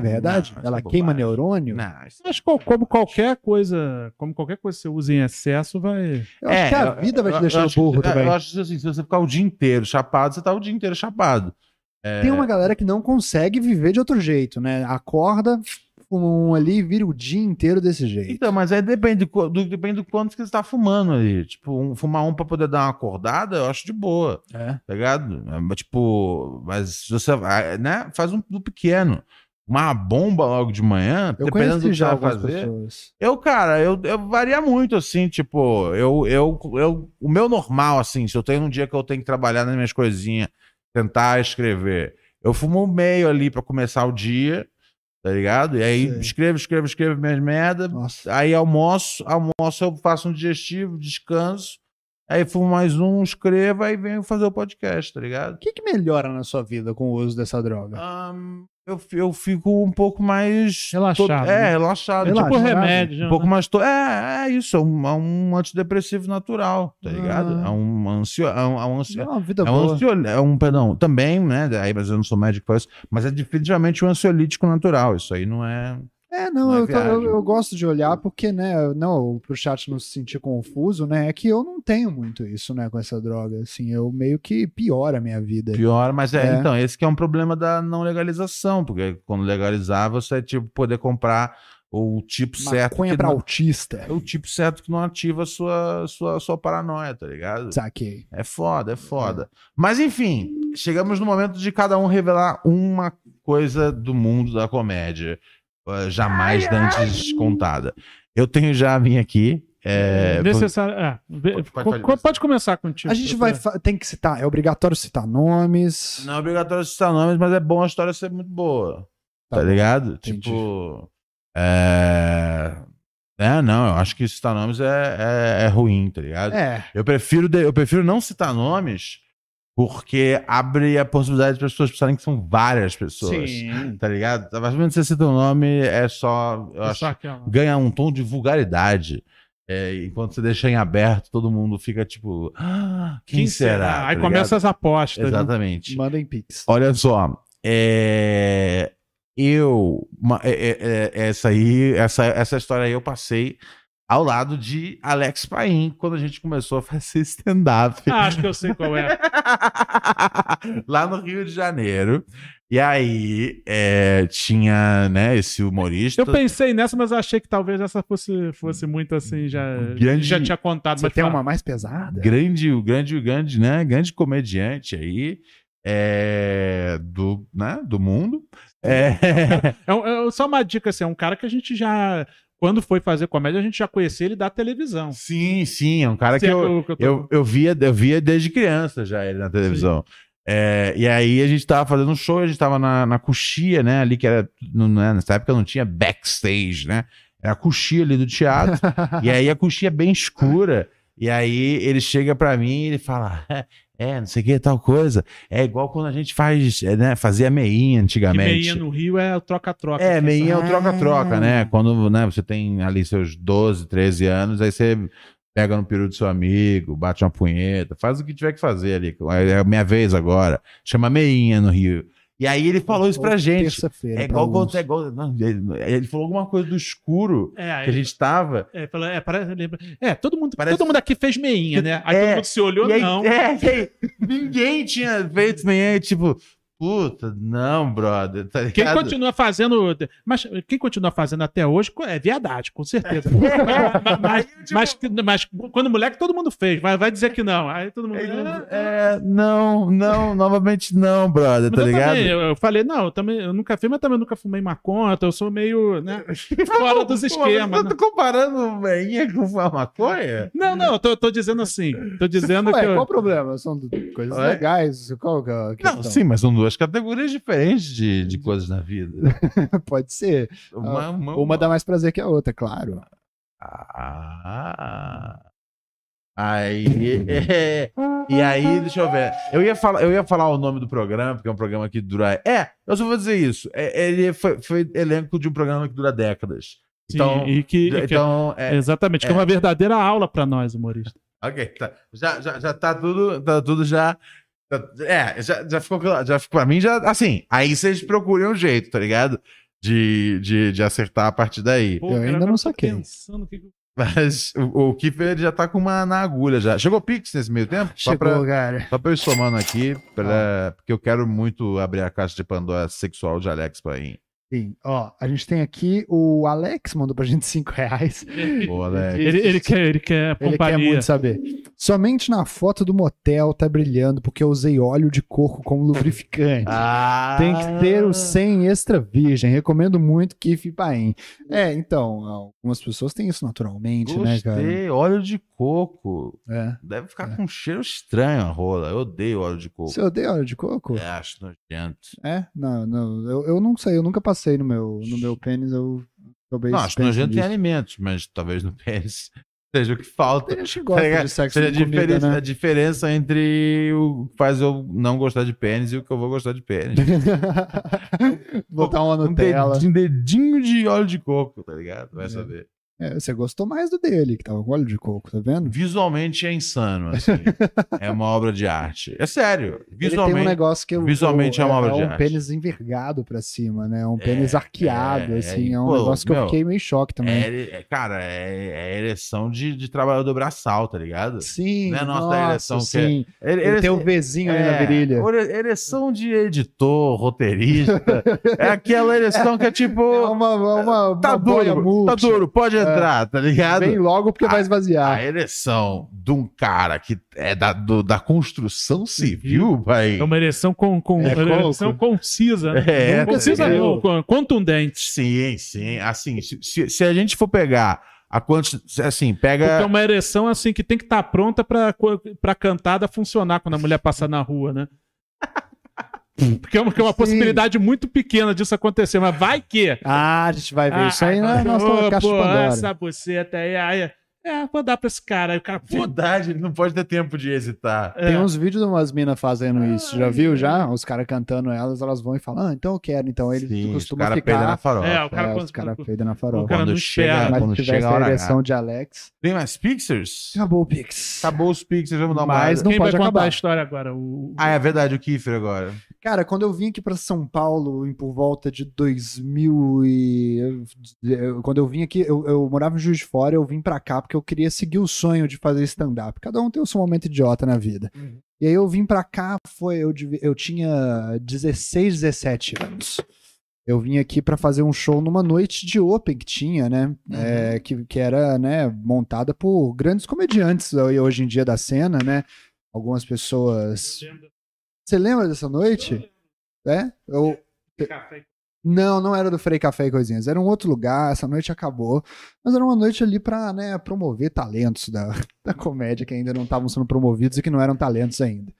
É. verdade? Não, isso Ela é queima bobagem. neurônio? Não, isso- Mas co- como qualquer coisa, como qualquer coisa que você usa em excesso, vai. Eu acho É, que a eu- vida vai te eu- eu deixando acho que- burro eu- também. Eu acho assim, se você ficar o dia inteiro chapado, você tá o dia inteiro chapado. Tem É. uma galera que não consegue viver de outro jeito, né? Acorda, fuma um ali e vira o dia inteiro desse jeito. Então, mas aí depende do, do- depende do quanto que você tá fumando ali. Tipo, um- fumar um pra poder dar uma acordada, eu acho de boa. É. tá ligado? É, mas, Tipo, mas se você vai, né, faz um do pequeno. Uma bomba logo de manhã, Eu dependendo do conheci que já já vai algumas fazer. pessoas. Eu, cara, eu, eu varia muito, assim, tipo, eu, eu, eu, o meu normal, assim, se eu tenho um dia que eu tenho que trabalhar nas minhas coisinhas, tentar escrever, eu fumo um meio ali pra começar o dia, tá ligado? E aí Sei. escrevo, escrevo, escrevo minhas merda, Nossa. aí almoço, almoço eu faço um digestivo, descanso, aí fumo mais um, escrevo, aí venho fazer o podcast, tá ligado? O que, que melhora na sua vida com o uso dessa droga? Tá. Ahn, eu, fi- eu fico um pouco mais... Relaxado, to- né? É, relaxado. Relaxa, Tipo sabe? remédio. né? Um pouco mais. To... É, é isso, é um, é um antidepressivo natural, tá ligado? Ah. É um ansio. É um, é um ansio... É uma vida É um, boa. ansiol... é um, perdão, também, né? Aí, mas eu não sou médico para isso, mas é definitivamente um ansiolítico natural. Isso aí não é. É, não, Não é eu, tô- eu- viagem. eu gosto de olhar porque, né, eu- não, pro chat não se sentir confuso, né, é que eu não tenho muito isso, né, com essa droga, assim, eu meio que piora a minha vida. Pior, mas é, É. Então, esse que é um problema da não legalização, porque quando legalizar, você, tipo, poder comprar o tipo certo. Maconha que pra não- autista. é o tipo certo que não ativa a sua, sua, sua paranoia, tá ligado? Saquei. É foda, é foda. Mas enfim, chegamos no momento de cada um revelar uma coisa do mundo da comédia, ah, jamais antes contada. Eu tenho já a minha aqui. é, Necessário. ah, vê- Pode- co- pode co- fazer pode, isso. começar Tipo, contigo. A gente vai, fa- tem que citar, é obrigatório citar nomes. Não é obrigatório citar nomes, mas é bom a história ser muito boa. Tá, Tá bom, ligado? entendi. Tipo. é, É, não, eu acho que citar nomes é, é, é ruim, tá ligado? É. Eu, prefiro de- eu prefiro não citar nomes porque abre a possibilidade para as pessoas pensarem que são várias pessoas. Sim. Tá ligado? A partir do momento que você cita um nome, é só. Eu acho Só é aquela. ganha um tom de vulgaridade. É, enquanto você deixa em aberto, todo mundo fica tipo. "Ah, quem, será? Tá Aí ligado? começam as apostas. né? Exatamente. Mandem pix. Olha só. é, Eu. uma- é- é- é- essa aí. Essa, essa história aí eu passei ao lado de Alex Paim quando a gente começou a fazer [laughs] stand-up. Ah, acho que eu sei qual é. [laughs] lá no Rio de Janeiro. E aí é, tinha, né, esse humorista. Eu pensei nessa, mas achei que talvez essa fosse, fosse muito assim, já, Grande- já tinha contado. Você mas tem fala. uma mais pesada? grande, o grande, o grande, né, grande comediante aí é, do, né, do mundo. É, É, um- é só uma dica, assim, é um cara que a gente já. Quando foi fazer comédia, a gente já conhecia ele da [laughs] televisão. sim, sim, é um cara que Se é eu, que eu tô- eu, eu via, eu via desde criança já ele na televisão. É, e aí a gente tava fazendo um show, a gente tava na, na coxia, né? Ali que era. não- né, nessa época não tinha backstage, né? Era a coxia ali do teatro. e aí a coxia é bem escura. E aí ele chega pra mim e ele fala: É, não sei o que, tal coisa. É igual quando a gente faz, é, né? Fazia meinha que antigamente. meia no Rio é o troca-troca. É, assim, meio é o sabe? troca-troca, né? Quando né, você tem ali seus 12, 13 anos, aí você pega no peru do seu amigo, bate uma punheta, faz o que tiver que fazer ali. É a minha vez agora. Chama meinha no Rio. E aí ele falou isso pra gente. Terça-feira. É igual pra quando alguns. é igual. não, ele- ele falou alguma coisa do escuro É, que a aí, gente tava. é, fala- é, parece- lembra- é, todo mundo, Parece- todo mundo aqui fez meinha, né? Aí É, todo mundo se olhou, E aí, [laughs] não. é, e aí ninguém tinha feito meinha, tipo, puta, não, brother. Tá Quem ligado? continua fazendo. Mas quem continua fazendo até hoje é verdade, com certeza. mas, mas- mas- mas quando moleque, todo mundo fez. Vai, vai dizer que não. Aí todo mundo. Ele- "Ah, É, não, não, novamente não, brother, Mas tá eu ligado? também, eu, eu falei, não, eu também eu nunca fiz, mas também nunca fumei uma conta, eu sou meio, né, fora dos esquemas. Você né? tá comparando meinha com uma maconha? Não, não, eu tô, eu tô dizendo assim, tô dizendo Ué, que qual o eu, problema? São do- coisas Ué? legais. Qual que é a Não, questão? sim, mas são duas categorias diferentes de, de coisas na vida. [laughs] Tipo, Pode ser. Uma, uma, Uma dá mais prazer que a outra, claro. Ah. Aí, é, e aí, deixa eu ver. Eu ia, falar, eu ia falar o nome do programa, porque é um programa que dura. É, eu só vou dizer isso. É, ele foi, foi elenco de um programa que dura décadas. Sim, Então, e que, e que- então é, exatamente, que é uma verdadeira aula pra nós, humorista. Ok, tá. Já, já, já tá tudo, tá tudo já. tá- é, já, já ficou claro. Já ficou, pra mim, já. Assim, aí vocês procuram um jeito, tá ligado? De, de, de acertar a partir daí. Pô, Eu ainda agora não tô saquei. pensando que- Mas o, o Kiffer ele já tá com uma na agulha já. Chegou Pix nesse meio tempo? Só Chegou, Tá. pra, cara. só pra eu ir somando aqui, pra, porque eu quero muito abrir a caixa de Pandora sexual de Alex Paim. Sim, ó, a gente tem aqui o Alex, mandou pra gente [laughs] 5 reais. [laughs] Boa, Alex. Ele, ele quer, ele quer Ele companhia. quer muito saber. Somente na foto do motel tá brilhando porque eu usei óleo de coco como lubrificante. Ah, Tem que ter o 100 extra virgem. Recomendo muito Kif Paim. É, então, algumas pessoas têm isso naturalmente, né, cara? Gostei, óleo de coco. É. Deve ficar É. com um cheiro estranho a rola. Eu odeio óleo de coco. Você odeia óleo de coco? É, acho nojento. É? Não, não. Eu, eu não sei, eu nunca passei no meu, no meu pênis, eu talvez. Não, acho pense nojento é tem nisso. alimentos, mas talvez no [laughs] pênis seja o que falta. Tem gente que Tá gosta ligado? de sexo Seja a com comida, diferença, né? a diferença entre o que faz eu não gostar de pênis e o que eu vou gostar de pênis. [laughs] né? Botar uma Um Nutella. dedinho, um dedinho de óleo de coco, tá ligado? Vai É. saber. É, você gostou mais do dele, que tava com óleo de coco, tá vendo? Visualmente é [laughs] insano, assim. é uma obra de arte. É sério. Ele tem um Visualmente. negócio que eu- visualmente eu- é uma obra de um arte. pênis envergado pra cima, né? Um pênis arqueado, é, assim. É, é, um pô, negócio que eu meu, fiquei meio em choque também. é- é- cara, é, é ereção de, de trabalhador braçal, tá ligado? sim, Não é nossa ereção que é- sim. Ele, Ele tem um Vzinho ali na virilha. ore- É, Ereção de editor, roteirista. é aquela ereção que é É tipo. uma, uma, uma tá boia duro, tá murcha. duro, pode entrar, tá ligado? Vem Ah, logo porque vai A esvaziar. ereção de um cara que é da, do- da construção civil, pai. É uma ereção, com, com, É, ereção concisa. né? É, concisa tá não, con- contundente. Sim, sim. Assim, se, se- se a gente for pegar a quantidade. Assim, Porque é pega. uma ereção assim que tem que estar [laughs] pronta pra, co- pra cantada funcionar quando a mulher passar na rua, né? Porque é uma, que é uma Sim. possibilidade muito pequena disso acontecer, mas vai que. Ah, a gente vai ver isso aí na Ah, nossa ô, caixa de pô, Pandora. Essa buceta aí, aí. É, vou dar pra esse cara. Aí o cara, pô, Verdade, ele não pode ter tempo de hesitar. É. Tem uns vídeos de umas minas fazendo isso, já viu? Já? Os caras cantando elas, elas vão e falam, ah, então eu quero. Então eles Sim, costumam cara peida na ficar... farofa. É, o cara É, quando- os caras peidam na farofa. o cara Quando não chega- enxerga. Mas quando se chega tivesse a a hora versão H. de Alex... Tem mais pictures? Acabou o Pix. Acabou os pictures, vamos dar uma Mas olhada. não Quem pode vai contar acabar. a história agora? O... Ah, é verdade, o Kiffer agora. Cara, quando eu vim aqui pra São Paulo em por volta de 2000 e... eu- Quando eu vim aqui, eu, eu morava em Juiz de Fora, eu vim pra cá porque eu queria seguir o sonho de fazer stand-up. Cada um tem o seu momento idiota na vida. E aí eu vim pra cá, foi eu, devia- eu tinha 16, 17 anos. Eu vim aqui pra fazer um show numa noite de open que tinha, né? É, que, que era né, montada por grandes comediantes eh, hoje em dia da cena, né? Algumas pessoas você lembra dessa noite? É? Eu... Não, não era do Frei Café e Coisinhas. Era um outro lugar, essa noite acabou. Mas era uma noite ali pra né, promover talentos da, [laughs] da comédia que ainda não estavam sendo promovidos e que não eram talentos ainda.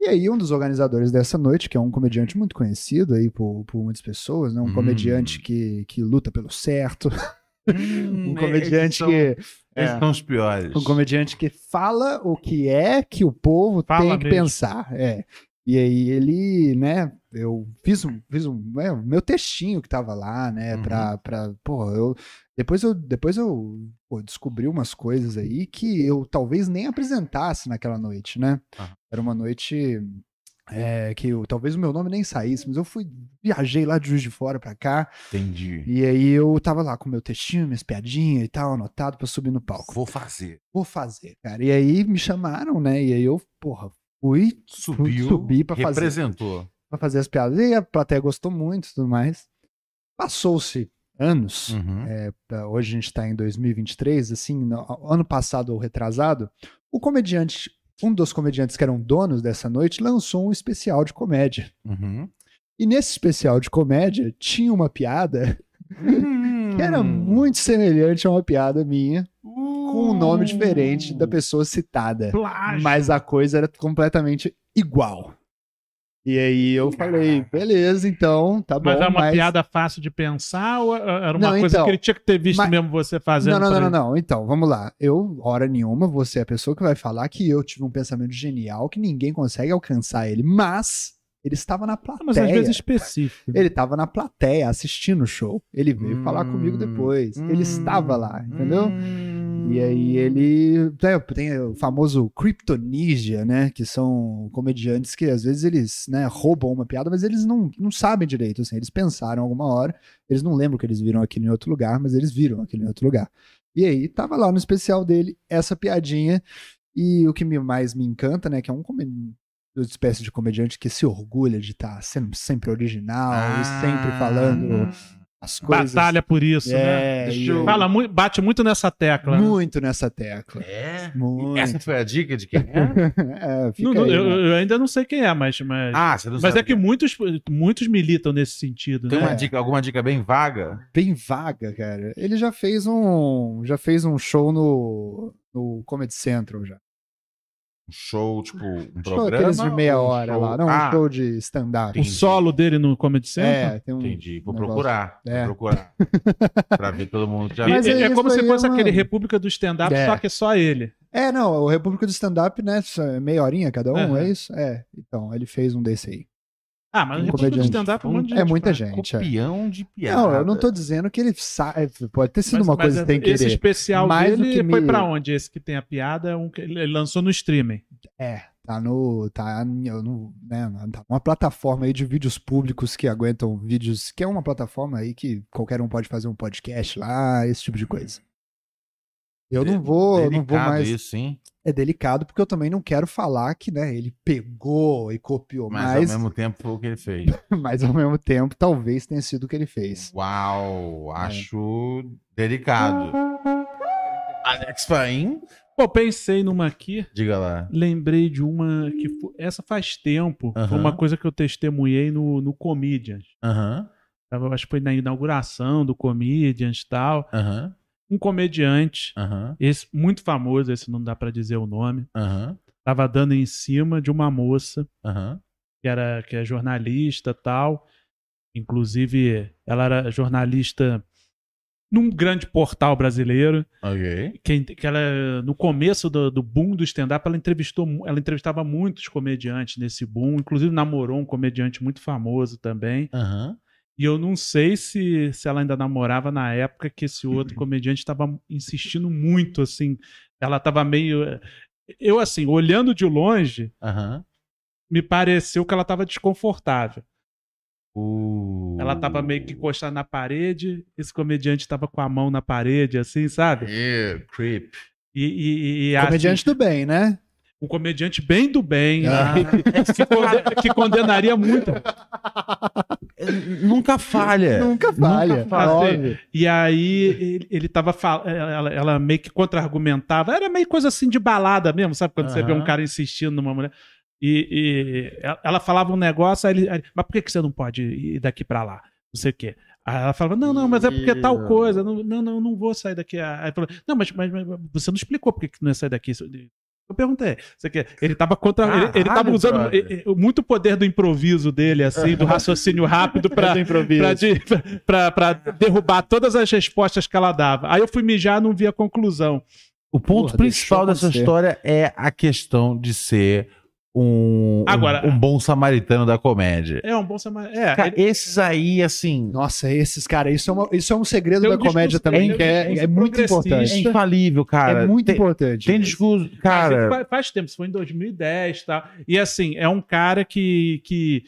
E aí, um dos organizadores dessa noite, que é um comediante muito conhecido aí por, por muitas pessoas, né? um Hum. comediante que, que luta pelo certo, [laughs] um comediante que. Hum, Esses é. é, são os piores. Um comediante que fala o que é que o povo Fala tem que mesmo. pensar. É. E aí ele, né, eu fiz um, fiz um, é, o meu textinho que tava lá, né, Uhum. pra, pra, pô, eu, depois eu, depois eu pô, descobri umas coisas aí que eu talvez nem apresentasse naquela noite, né. Aham. Era uma noite é, que eu- talvez o meu nome nem saísse, mas eu fui, viajei lá de Juiz de Fora pra cá, Entendi. e aí eu tava lá com meu textinho, minhas piadinhas e tal, anotado pra eu subir no palco Vou fazer. vou fazer, cara. E aí me chamaram, né? E aí eu, porra, fui Subiu, Subi pra fazer. representou. pra fazer as piadas. E a plateia gostou muito e tudo mais. Passou-se anos. Uhum. tá? Hoje a gente tá em 2023, assim, no- ano passado ou retrasado. O comediante, um dos comediantes que eram donos dessa noite, lançou um especial de comédia. Uhum. E nesse especial de comédia tinha uma piada que Hum. era muito semelhante a uma piada minha, com um nome diferente da pessoa citada. Uh. Plágio. mas a coisa era completamente igual. E aí eu falei, beleza, então, tá Mas bom. era uma piada fácil de pensar ou era uma Não, coisa então, que ele tinha que ter visto mas- mesmo você fazendo? Não, não, pra não, não, ele? não. Então, vamos lá. Eu, hora nenhuma, você é a pessoa que vai falar que eu tive um pensamento genial que ninguém consegue alcançar ele, mas ele estava na plateia. Ah, Mas às vezes específico. Ele estava na plateia assistindo o show. Ele veio Hum, falar comigo depois. ele hum, estava lá, entendeu? hum. E aí ele é, tem o famoso Kryptonisia, né? Que são comediantes que às vezes eles né, roubam uma piada, mas eles não, não sabem direito. Assim, eles pensaram alguma hora, eles não lembram que eles viram aquilo em outro lugar, mas eles viram aquilo em outro lugar. E aí tava lá no especial dele essa piadinha. E o que me, mais me encanta, né? Que é um come- uma espécie de comediante que se orgulha de estar sendo sempre original e sempre falando as coisas. Ah. Batalha por isso, né? é, Deixa e- eu- Fala, muito- bate muito nessa tecla. né? muito nessa tecla. [laughs] É? Muito. Essa foi a dica de quem é? [laughs] É, fica Não, não, aí, eu, né? eu ainda não sei quem é, mas. Mas, Ah, você não mas sabe. é que muitos, muitos militam nesse sentido, Tem né? É. uma dica, alguma dica bem vaga? Bem vaga, cara. Ele já fez um, já fez um show no, no Comedy Central já. Um show, tipo, um Show programa? aqueles de meia ou um hora show- lá, não, ah, um show de stand-up. O Entendi. solo dele no Comedy Central. É, tem um. Entendi. Vou negócio. procurar. É. Vou [laughs] procurar. pra ver todo mundo. Já E- Mas é, é é isso como se aí, fosse mano. aquele República do Stand-Up, É. só que só ele. É, não, o República do Stand-up, né? só é Meia horinha cada um, Aham. é isso? É. Então, ele fez um desse aí. Ah, mas Um o República do comediante. Stand-up é um monte de É muita faz. gente. é. Copião de piada. Não, eu não tô dizendo que ele sai. Pode ter sido Mas- uma mas coisa que tem que Esse querer. especial Mais do dele que foi me- pra onde? Esse que tem a piada, é um que ele ele lançou no streaming. É, tá no. Tá, eu não, né, tá uma plataforma aí de vídeos públicos que aguentam vídeos, que é uma plataforma aí que qualquer um pode fazer um podcast lá, esse tipo de coisa. Eu não vou, eu Delicado não vou mais. isso, hein? É delicado porque eu também não quero falar que, né, ele pegou e copiou, Mas, mas, ao mesmo tempo foi o que ele fez. [laughs] mas ao mesmo tempo talvez tenha sido o que ele fez. Uau, acho delicado. Alex Faim, Pô, pensei numa aqui, diga lá. lembrei de uma que fo- essa faz tempo. Aham. Foi uma coisa que eu testemunhei no, no Comedians. Aham, Tava- acho que foi na inauguração do Comedians e tal. aham, Um comediante, aham, esse muito famoso, esse não dá pra dizer o nome, aham, tava dando em cima de uma moça aham. que, era, que é jornalista e tal. Inclusive, ela era jornalista num grande portal brasileiro. Ok. Quem- que ela, no começo do, do boom do stand-up, ela entrevistou, mu- ela entrevistava muitos comediantes nesse boom, inclusive namorou um comediante muito famoso também. Aham. E eu não sei se, se ela ainda namorava na época que esse outro comediante estava insistindo muito, assim. Ela estava meio. Eu, assim, olhando de longe, Aham. me pareceu que ela estava desconfortável. O- Ela estava meio Uhum. que encostada na parede, esse comediante estava com a mão na parede, assim, sabe? Ew, É, creep. E, e, e- e acho- Comediante do bem, né? um comediante bem do bem, né? Ah. que, conde- que condenaria muito. É, Nunca falha. Nunca falha. É. falha. Óbvio. E aí ele, ele tava fal- ela, ela meio que contra-argumentava, era meio coisa assim de balada mesmo, sabe? Quando você vê Aham. um cara insistindo numa mulher. E, e ela- ela falava um negócio, aí ele, aí ele, mas por que, que você não pode ir daqui pra lá? Não sei o quê. Aí ela falava, não, não, mas é porque tal coisa, não, não, não, eu não vou sair daqui. Aí falou, não, mas, mas, mas você não explicou por que que não ia sair daqui. Eu perguntei. Você quer? Ele tava contra. ele, ele tava Caralho, usando brother. eh, eh, muito poder do improviso dele, [laughs] assim, do raciocínio rápido pra, Do improviso. pra, de- pra- pra- pra derrubar todas as respostas que ela dava. Aí eu fui mijar e não vi a conclusão. O ponto Porra, principal deixou dessa acontecer. história é a questão de ser um, um- Agora- um, bom samaritano da comédia. É um bom samaritano. É, Cara, ele- esses aí, assim, Nossa, esses caras, isso, é uma- isso é um segredo Tem um da comédia discurso- também, é, que tem um é, é discurso muito progressista. um é importante. infalível, cara. é muito tem, importante. tem discurso. mas ele Cara, fa- faz tempo, isso foi em 2010 e tal. E assim, é um cara que, que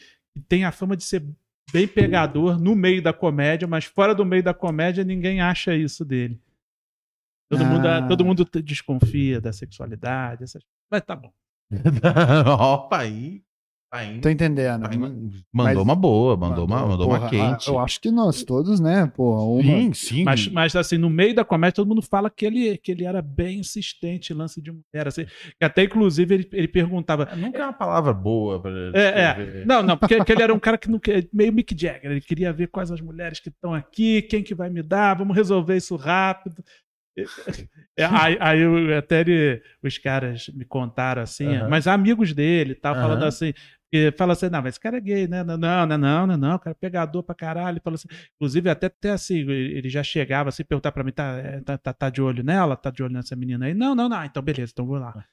tem a fama de ser bem pegador no meio da comédia, mas fora do meio da comédia ninguém acha isso dele. Todo, Ah. mundo, todo mundo te- desconfia da sexualidade, essas Mas tá bom. [laughs] opa aí. aí Tô entendendo. aí Mas- mandou uma boa, mandou, uma, mandou porra, ah, uma quente. Eu acho que nós todos, né? Porra, uma- Sim, sim. Mas, mas assim, no meio da comédia, todo mundo fala que ele, que ele era bem insistente, em lance de mulher. Assim, que até inclusive ele, ele perguntava. Nunca é uma palavra boa pra É, é. Não, não, porque que ele era um cara que não quer, meio Mick Jagger. Ele queria ver quais as mulheres que estão aqui, quem que vai me dar, vamos resolver isso rápido. É, aí, aí eu- até ele- os caras me contaram assim, Aham. mas amigos dele, tal, Aham. falando assim. E fala assim, não, mas esse cara é gay, né? Não, não, não, não, não, não, o cara é pegador pra caralho. Fala assim, inclusive, até, até assim, ele já chegava assim, perguntar pra mim, tá, é, tá, tá, tá de olho nela? Tá de olho nessa menina aí? Não, não, não, então beleza, então vou lá.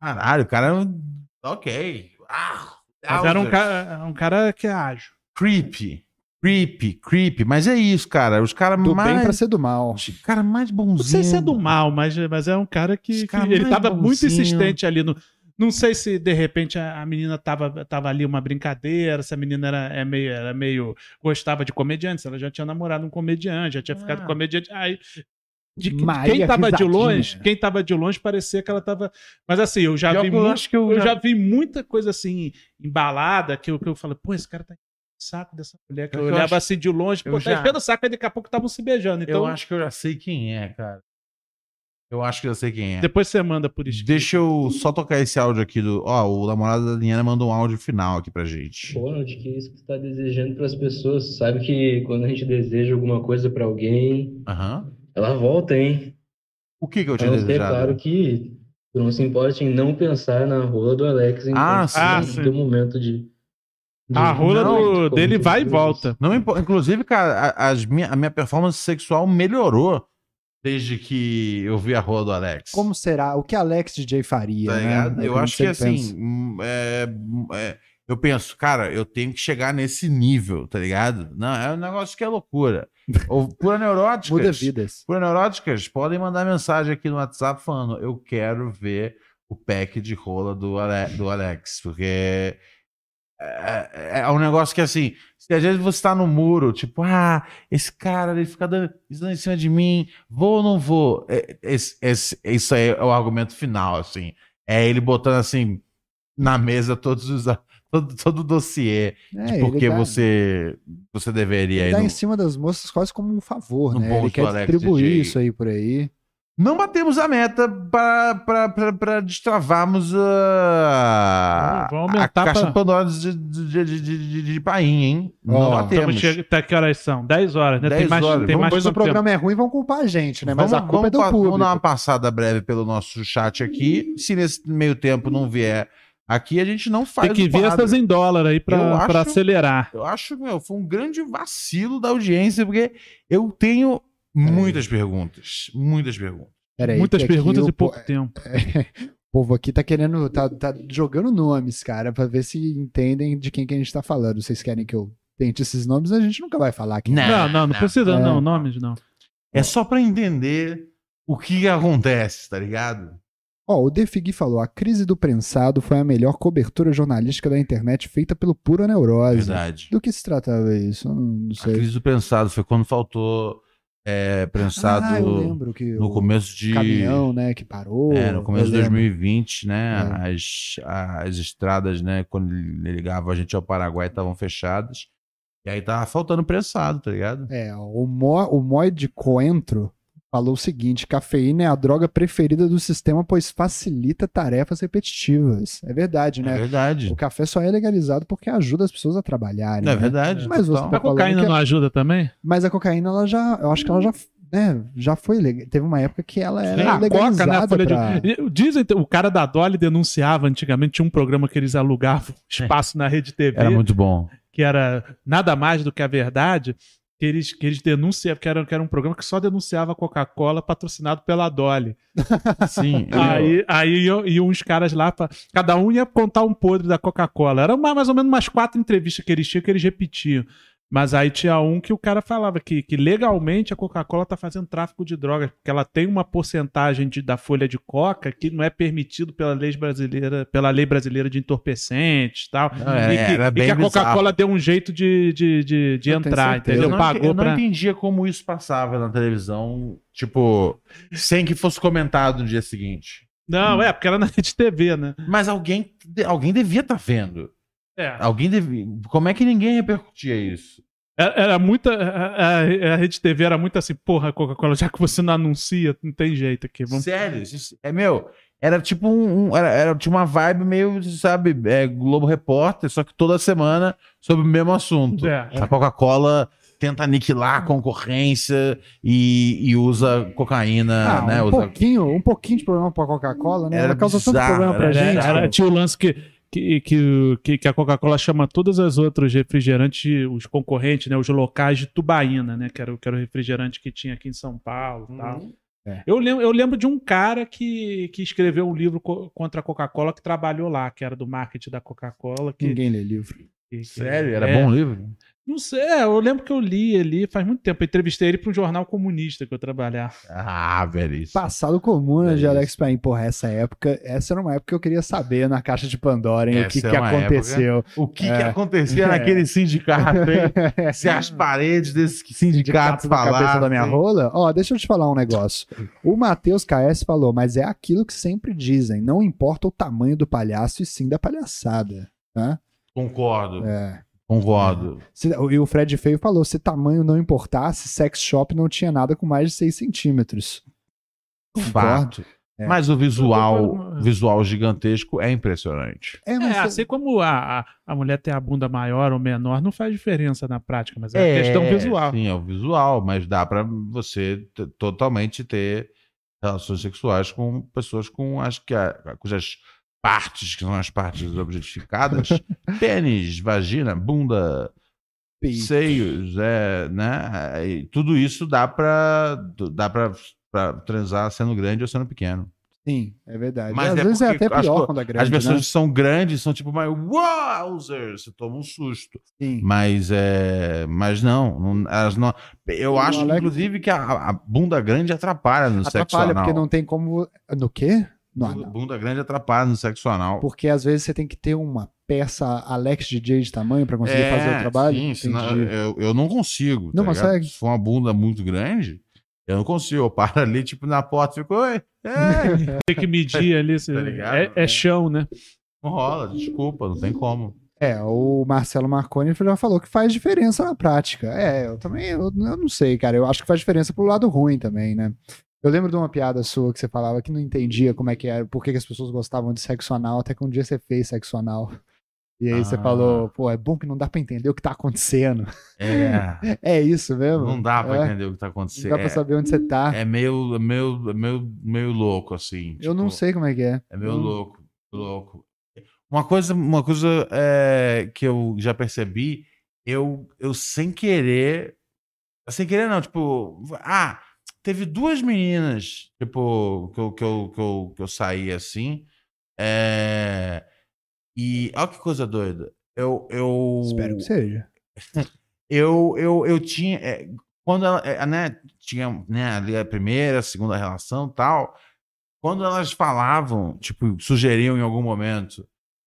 Caralho, o cara. é um- Ok. Ah, Mas era um Wowzers. cara, um cara que é ágil. Creepy. Creepy, creepy. Mas é isso, cara. Os caras do bem pra mais. ser do mal. Cara, mais bonzinho. Não sei se é do mal, mas, mas é um cara Esse que, cara que ele mais tava muito bonzinho. insistente ali. No, não sei se de repente a, a menina tava, tava ali uma brincadeira, se a menina era, é meio, era meio. gostava de comediante, se ela já tinha namorado um comediante, já tinha ficado Ah. com comediante. Aí, de- de- Maria quem tava de Risadinha. longe, quem tava de longe parecia que ela tava. Mas assim, eu já Pior vi que eu muito. acho que eu Eu já- já vi muita coisa assim, embalada, que eu, que eu falei, pô, esse cara tá enchendo o saco dessa mulher. Que eu, Eu olhava acho- assim de longe, eu pô, já- tá enchendo o saco, aí daqui a pouco estavam se beijando. Então, Eu acho que eu já sei quem é, cara. Eu acho que eu já sei quem é. depois você manda por escrito. Deixa eu só tocar esse áudio aqui do. Ó, o namorado da Liana mandou um áudio final aqui pra gente. Ronald, que isso que está desejando para as pessoas. Sabe que quando a gente deseja alguma coisa para alguém, Aham. ela volta, hein? O que que eu A tinha É um não ser, desejado? né? claro, que tu não se importe em não pensar na rola do Alex. Ah, enquanto Ah, tu sim. tem um momento de... de- A rola Não, é do- como dele tu vai e diz. volta. Não me impo- Inclusive, cara, a, as minha, a minha performance sexual melhorou desde que eu vi a rola do Alex. Como será? O que Alex DJ faria? Tá né? ligado? É Eu como acho que você assim, hum, é, hum, é, eu penso, cara, eu tenho que chegar nesse nível, tá ligado? Não, é um negócio que é loucura. Ou pura neuróticas. Muda vidas. Pura neuróticas, podem mandar mensagem aqui no WhatsApp falando, eu quero ver o pack de rola do, Ale- do Alex, porque é, é um negócio que assim, se às vezes você tá no muro, tipo, ah, esse cara ele fica dando, pisando em cima de mim, vou ou não vou? É, esse- esse- isso aí é o argumento final, assim. É ele botando assim na mesa todos os [laughs] a- todo, todo o dossiê É, de ele porque dá- você é você deveria Ele tá ir dá no- em cima das moças quase como um favor, no né? bolso Ele do quer Alex distribuir DJ. isso aí por aí. Não batemos a meta para destravarmos a, Vamos aumentar a caixa pra- de Pandora de, de, de, de, de- de painha, hein? Não Ó, Estamos batemos. chegando. Tá, que horas são? 10 horas, né? tem 10 mais, horas. Tem Vamos mais Depois o quanto tempo? programa é ruim, vão culpar a gente, né? Mas a culpa é do pa- público. vamos dar uma passada breve pelo nosso chat aqui. Se nesse meio tempo não vier Aqui a gente não faz Tem que o ver quadro. essas em dólar aí Eu pra, acho- pra acelerar. Eu acho, meu, foi um grande vacilo da audiência, porque eu É. tenho muitas perguntas. Muitas perguntas. Peraí, Muitas que aqui perguntas o e po- pouco tempo. O povo aqui tá querendo, tá, tá jogando nomes, cara, pra ver se entendem de quem que a gente tá falando. Vocês querem que eu tente esses nomes? A gente nunca vai falar aqui. Não. Não, não, não não. precisa, Né, É. não, nomes não. É só pra entender o que acontece, tá ligado? Ó, o Defigui falou, a crise do prensado foi a melhor cobertura jornalística da internet feita pelo Pura Neurose. Verdade. Do que se tratava é. isso? Eu Não A sei. crise do prensado foi quando faltou é, Ah, eu prensado lembro que no o começo de. caminhão, né, que parou. É, no começo de eu lembro. É. 2020, né? As, as estradas, né? Quando ele ligava a gente ao Paraguai, estavam fechadas. E aí tava faltando prensado, tá ligado? É, o, Mo, o Moid Coentro falou o seguinte: cafeína é a droga preferida do sistema, pois facilita tarefas repetitivas. É verdade, É né? verdade. O café só é legalizado porque ajuda as pessoas a trabalharem. É né? verdade. Mas total. A você tá falando cocaína que- não ajuda também? Mas a cocaína, ela já. Eu acho que ela já. Né, já foi. leg- Teve uma época que ela Sim, era a coca, né? legalizada. A folha de- pra- E- Dizem, o cara da Dolly denunciava antigamente, tinha um programa que eles alugavam É. espaço na rede TV, Era muito bom. que era nada mais do que a verdade, que eles, que eles denunciavam, que era, que era um programa que só denunciava a Coca-Cola patrocinado pela Dolly. Sim. eu- [laughs] Aí, aí iam, iam uns caras lá, pra, cada um ia contar um podre da Coca-Cola. Era uma- mais ou menos umas quatro entrevistas que eles tinham que eles repetiam. Mas aí tinha um que o cara falava que, que legalmente a Coca-Cola tá fazendo tráfico de drogas, porque ela tem uma porcentagem de- da folha de coca que não é permitido pela lei brasileira, pela lei brasileira de entorpecentes e tal. Não, era- e que, Ah, é, era e bem que a bizarro. Coca-Cola deu um jeito de, de, de, de Eu tenho entrar, Eu certeza. entendeu? não, Pagou eu não pra... entendia como isso passava na televisão, tipo, sem que fosse comentado no dia seguinte. Não, é, porque era na [laughs] rede TV, né? Mas alguém, alguém devia estar vendo. É. Alguém devia. Como é que ninguém repercutia isso? Era, era muita. A, a- a Rede TV era muito assim, porra, Coca-Cola, já que você não anuncia, não tem jeito aqui. Vamos... Sério? isso- É meu. Era tipo um, um- era, era tinha uma vibe meio, sabe, é, Globo Repórter, só que toda semana sobre o mesmo assunto. É. A Coca-Cola tenta aniquilar a concorrência e, e usa cocaína, Ah, né? um, usa... pouquinho, um pouquinho de problema pra Coca-Cola, né? Era Ela causou tanto bizarro, problema pra era- gente. né? Era, tinha o lance que, que, que, o- que- que a Coca-Cola chama todas as outras refrigerantes, os concorrentes, né? Os locais de tubaína, né? Que era, o- que era o refrigerante que tinha aqui em São Paulo e tal. É. Eu, lembro, eu lembro de um cara que, que escreveu um livro co- contra a Coca-Cola que trabalhou lá, que era do marketing da Coca-Cola. Que, Ninguém lê livro. que- que- Sério? Era é. bom o livro? Não sei, é, eu lembro que eu li ali faz muito tempo. Eu entrevistei ele para um jornal comunista que eu trabalhava. Ah, velho, isso. Passado comum, né, É de isso. Alex Paim. Porra, essa época, essa era uma época que eu queria saber na caixa de Pandora, hein, o que, Essa é que uma aconteceu. O que, É. que acontecia naquele sindicato, hein? Se as paredes desse sindicato Gato na cabeça da minha falassem... rola. Ó, deixa eu te falar [laughs] um negócio. O Matheus KS falou, mas é aquilo que sempre dizem, não importa o tamanho do palhaço e sim da palhaçada. Concordo, É. concordo. Se- e o Fred Feio falou, se tamanho não importasse, sex shop não tinha nada com mais de 6 centímetros. Fato. É. Mas o visual, É. visual gigantesco é impressionante. É, É, mas cê- assim como a, a, a mulher tem a bunda maior ou menor, não faz diferença na prática, mas é, questão visual. Sim, é o visual, mas dá pra você t- totalmente ter relações sexuais com pessoas com as que a- cujas partes, que são as partes [laughs] objetificadas, pênis, vagina, bunda, Pi. seios, é, né? E tudo isso dá pra dá para transar sendo grande ou sendo pequeno. Sim, é verdade. Mas Às é vezes é porque até as pior co- quando é grande, As pessoas né? que são grandes são tipo, mas wowzer, você toma um susto. Sim. Mas é, mas não, não- elas não. Eu acho Alex- inclusive que a, a bunda grande atrapalha no sexo Atrapalha, anal. porque não tem como... No quê? No Bunda- anal. Bunda grande atrapalha no sexo anal. Porque às vezes você tem que ter uma peça Alex DJ de tamanho pra conseguir É, fazer o trabalho. Sim, senão Entendi. eu, eu não é- consigo. tá Não ligado? consegue? Se for uma bunda muito grande, eu não consigo. Eu paro ali, tipo, na porta, fico, oi, é, Tem que medir ali. [laughs] se- Tá ligado? é, é chão, né? não rola, desculpa, não tem como. É, o Marcelo Marconi já falou que faz diferença na prática. É, eu também, eu, eu não sei, cara. Eu acho que faz diferença pro lado ruim também, né? Eu lembro de uma piada sua que você falava que não entendia como é que era, por que que as pessoas gostavam de sexo anal, até que um dia você fez sexo anal. E aí você Ah. falou, pô, é bom que não dá pra entender o que tá acontecendo. [laughs] É, É isso mesmo? não dá pra É, entender o que tá Não acontecendo. dá pra saber onde você tá. É, é meio, meio, meio, meio louco, assim. eu não tipo, sei como é que é. É meio Eu- louco, louco. Uma coisa, uma coisa é, que eu já percebi, eu, eu sem querer. Sem querer, não, tipo. Ah, teve duas meninas, tipo, que eu, que eu, que eu, que eu saí assim. é, e olha que coisa doida. Eu. eu Espero que seja. eu, eu, eu tinha. é, quando ela, é, né, tinha né, ali a primeira, a segunda relação e tal, quando elas falavam, tipo, sugeriam em algum momento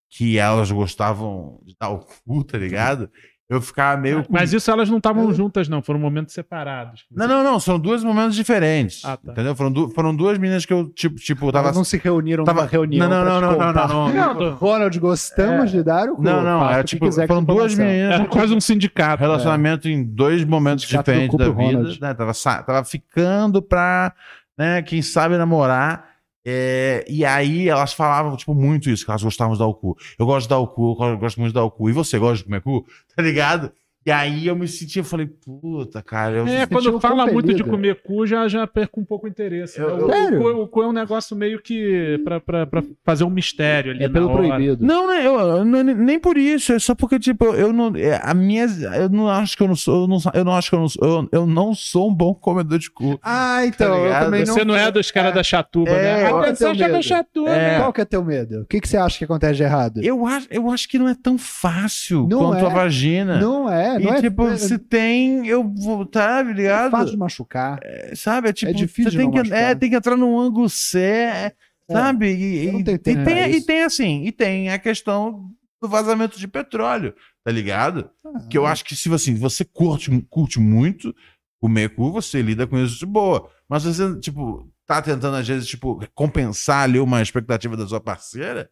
que elas gostavam de dar o cu, tá ligado? Eu ficava meio. Ah, Mas isso elas não estavam juntas, não. Foram momentos separados. Não, não, não, são dois momentos diferentes. Ah, tá. Entendeu? Foram, du- foram duas meninas que eu, tipo, tipo eu tava. Elas não se reuniram tava- numa reunião. Não, não, pra te não, não, contar. não, É. não, não. Ronald, gostamos de dar o cu. Não, não, Faça era o que tipo, quiser que foram você duas faça. meninas. Era quase um sindicato. relacionamento em dois momentos Já diferentes preocupa da o vida. Ronald. Né? Tava, sa- tava ficando pra, né, quem sabe namorar. É, e aí elas falavam, tipo, muito isso, que elas gostavam de dar o cu. Eu gosto de dar o cu, eu go- gosto muito de dar o cu. E você gosta de comer cu? [laughs] Tá ligado? E aí eu me sentia, eu falei, puta, cara, eu. É, Você quando sentiu fala muito de compelida. comer cu, já, já perco um pouco o interesse. né? Eu- O- o, Sério? cu, o cu é um negócio meio que pra, pra, pra fazer um mistério ali. É na pelo hora. proibido. Não, né, eu, eu não- nem por isso, é só porque, tipo, eu não. é, A minha. Eu não acho que eu não sou. Eu não, eu não acho que eu não sou. Eu, eu não sou um bom comedor de cu. Ah, então, Tá ligado? eu também Você não, é dos caras da chatuba, É, né? eu- Atenção, eu tenho já da medo. chatuba. É. Qual que é teu medo? O que, que você acha que acontece de errado? Eu acho, eu acho que não é tão fácil Não quanto é. a vagina. Não é, e não é. tipo, é, se tem, eu vou, tá é fácil ligado? de machucar. É, Sabe, é tipo, difícil você tem não que, machucar. é, tem que entrar num ângulo C, é, sabe? E, eu não e- tenho tempo e pra tem, e isso. tem assim, e tem a questão do vazamento de petróleo, tá ligado? Que eu Ah. acho que se assim, você curte, curte muito comer cu, você lida com isso de boa. Mas você, tipo, tá tentando, às vezes, tipo, compensar ali uma expectativa da sua parceira,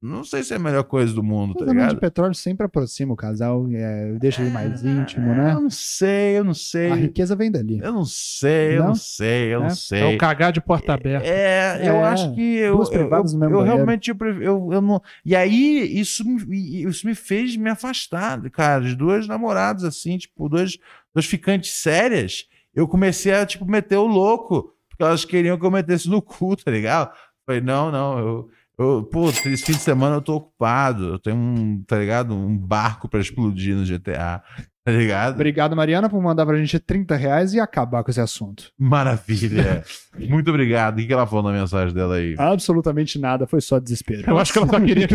não sei se é a melhor coisa do mundo, O tá casamento ligado? de petróleo sempre aproxima o casal, é, deixa ele mais íntimo, É, né? Eu não sei, eu não sei. A riqueza vem dali. Eu não sei, eu não, Não? sei, eu É. não É É o sei. cagar de porta aberta. É, eu É, acho que eu, duas eu, eu, privadas no mesmo eu banheiro. realmente eu, pref- eu, eu não. E aí isso, me- isso me fez me afastar, cara, de duas namoradas assim, tipo dois, dois ficantes sérias. Eu comecei a tipo meter o louco porque elas queriam que eu metesse no cu, tá ligado? Falei não, não, eu, eu pô, esse fim de semana eu tô ocupado, eu tenho um, tá ligado, um barco pra explodir no GTA, tá ligado? Obrigado, Mariana, por mandar pra gente 30 reais e acabar com esse assunto. Maravilha. Muito obrigado. O que que ela falou na mensagem dela aí? Absolutamente nada, foi só desespero. Eu acho que ela só [laughs] queria.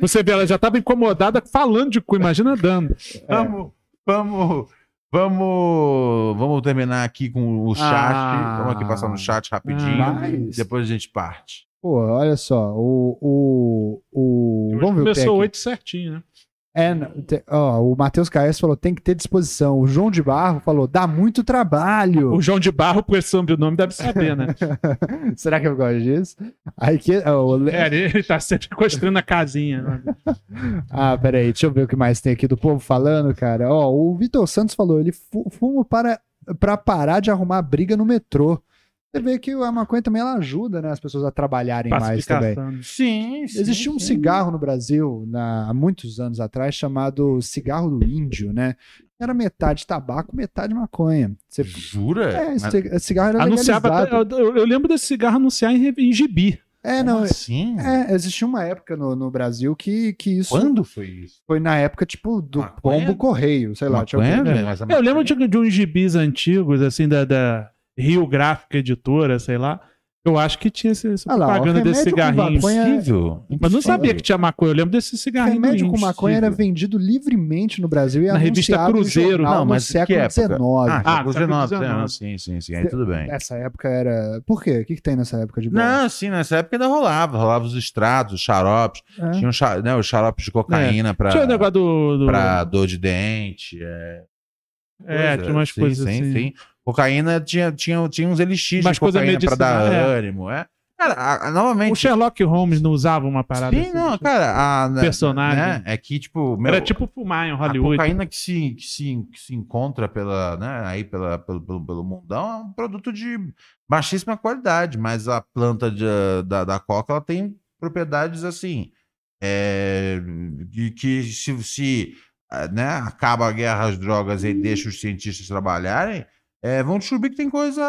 Você vê, ela já tava incomodada falando de cu, imagina dando. Vamos, vamos, vamos, vamos terminar aqui com o chat. Ah. Vamos aqui passar no chat rapidinho. Ah. Mas, Depois a gente parte. pô, olha só, o. o, o Hoje vamos ver o é tech. Começou oito certinho, né? É, não, te- ó, o Matheus Caes falou: tem que ter disposição. O João de Barro falou: dá muito trabalho. O João de Barro, por esse sobrenome, deve saber, né? [laughs] Será que eu gosto disso? Aí que, ó, o Le- É, ele tá sempre construindo a casinha. né? Ah, peraí, deixa eu ver o que mais tem aqui do povo falando, cara. Ó, o Vitor Santos falou: ele fu- fumo para, para parar de arrumar briga no metrô. Você vê que a maconha também ela ajuda né, as pessoas a trabalharem mais também. Pacificação. né? Sim, Existia um cigarro no Brasil na- há muitos anos atrás chamado cigarro do índio, né? Era metade tabaco, metade maconha. Você- Jura? É, esse Mas- ci- cigarro era Anunciava. legalizado. Eu, eu lembro desse cigarro anunciar em, re- em gibi. É, não. Como assim? É, existia uma época no, no Brasil que, que isso Quando foi isso? foi na época, tipo, do Maconha? pombo correio, sei lá. tinha alguém- velho? Mas a Eu lembro maconha- de, de uns gibis antigos, assim, da, da Rio Gráfica Editora, sei lá. Eu acho que tinha esse, essa Ah lá, ó, propaganda desse remédio com cigarrinho. maconha- é Impossível. Mas não sabia que tinha maconha. Eu lembro desse cigarrinho. Remédio com índio. maconha era vendido livremente no Brasil e Na revista anunciado Cruzeiro. no jornal Não, mas no que século época? XIX. Ah, Ah, século XIX, século né? XIX. Sim, sim, sim. Aí tudo bem. Nessa época era... Por quê? O que, que tem nessa época de bola? Não, sim, nessa época ainda rolava. Rolava os extratos, os xaropes. É. Tinha um xa- né, os xaropes de cocaína pra, Tinha o negócio do. do- pra dor de dente. É, é, coisa, tinha umas sim, coisas sim, assim. sim. Cocaína tinha, tinha, tinha uns elixir Umas de coisa cocaína pra dar medicinal, ânimo. É. Cara, a- a- O novamente... Sherlock Holmes não usava uma parada Sim, assim? não, cara. A, né, Personagem. né, é que, tipo... meu, Era tipo fumar em a né? Hollywood. cocaína que se, que se, que se encontra pela, né, aí pela, pelo, pelo, pelo mundão é um produto de baixíssima qualidade, mas a planta de, da, da coca ela tem propriedades assim é, de que é, se, se ah, né, acaba a guerra às drogas e deixa os cientistas trabalharem, É, vão descobrir que tem coisa.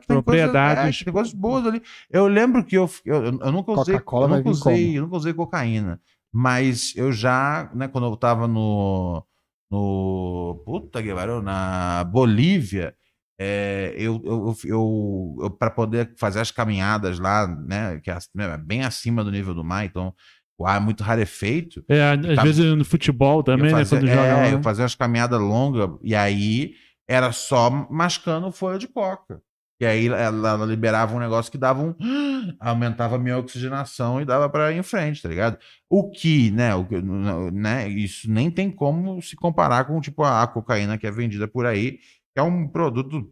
Que tem Propriedades. tipo, Coisa, é, que tem coisas boas ali. Eu lembro que eu, eu, eu nunca usei. Coca-Cola eu vai nunca vir como? usei, eu nunca usei cocaína. Mas eu já, né, quando eu tava no. no puta que pariu, na Bolívia, é, eu, eu, eu, eu, para poder fazer as caminhadas lá, né, que é ac- né, bem acima do nível do mar, então o ar é muito rarefeito. É, às Tá. vezes no futebol também, Eu né? fazia- Quando é, joga. eu lá. fazia umas caminhadas longas e aí era só mascando folha de coca. E aí ela, ela liberava um negócio que dava um. [gasps] aumentava a minha oxigenação e dava pra ir em frente, tá ligado? O que, né, o, que- né? Isso nem tem como se comparar com tipo a cocaína que é vendida por aí, que é um produto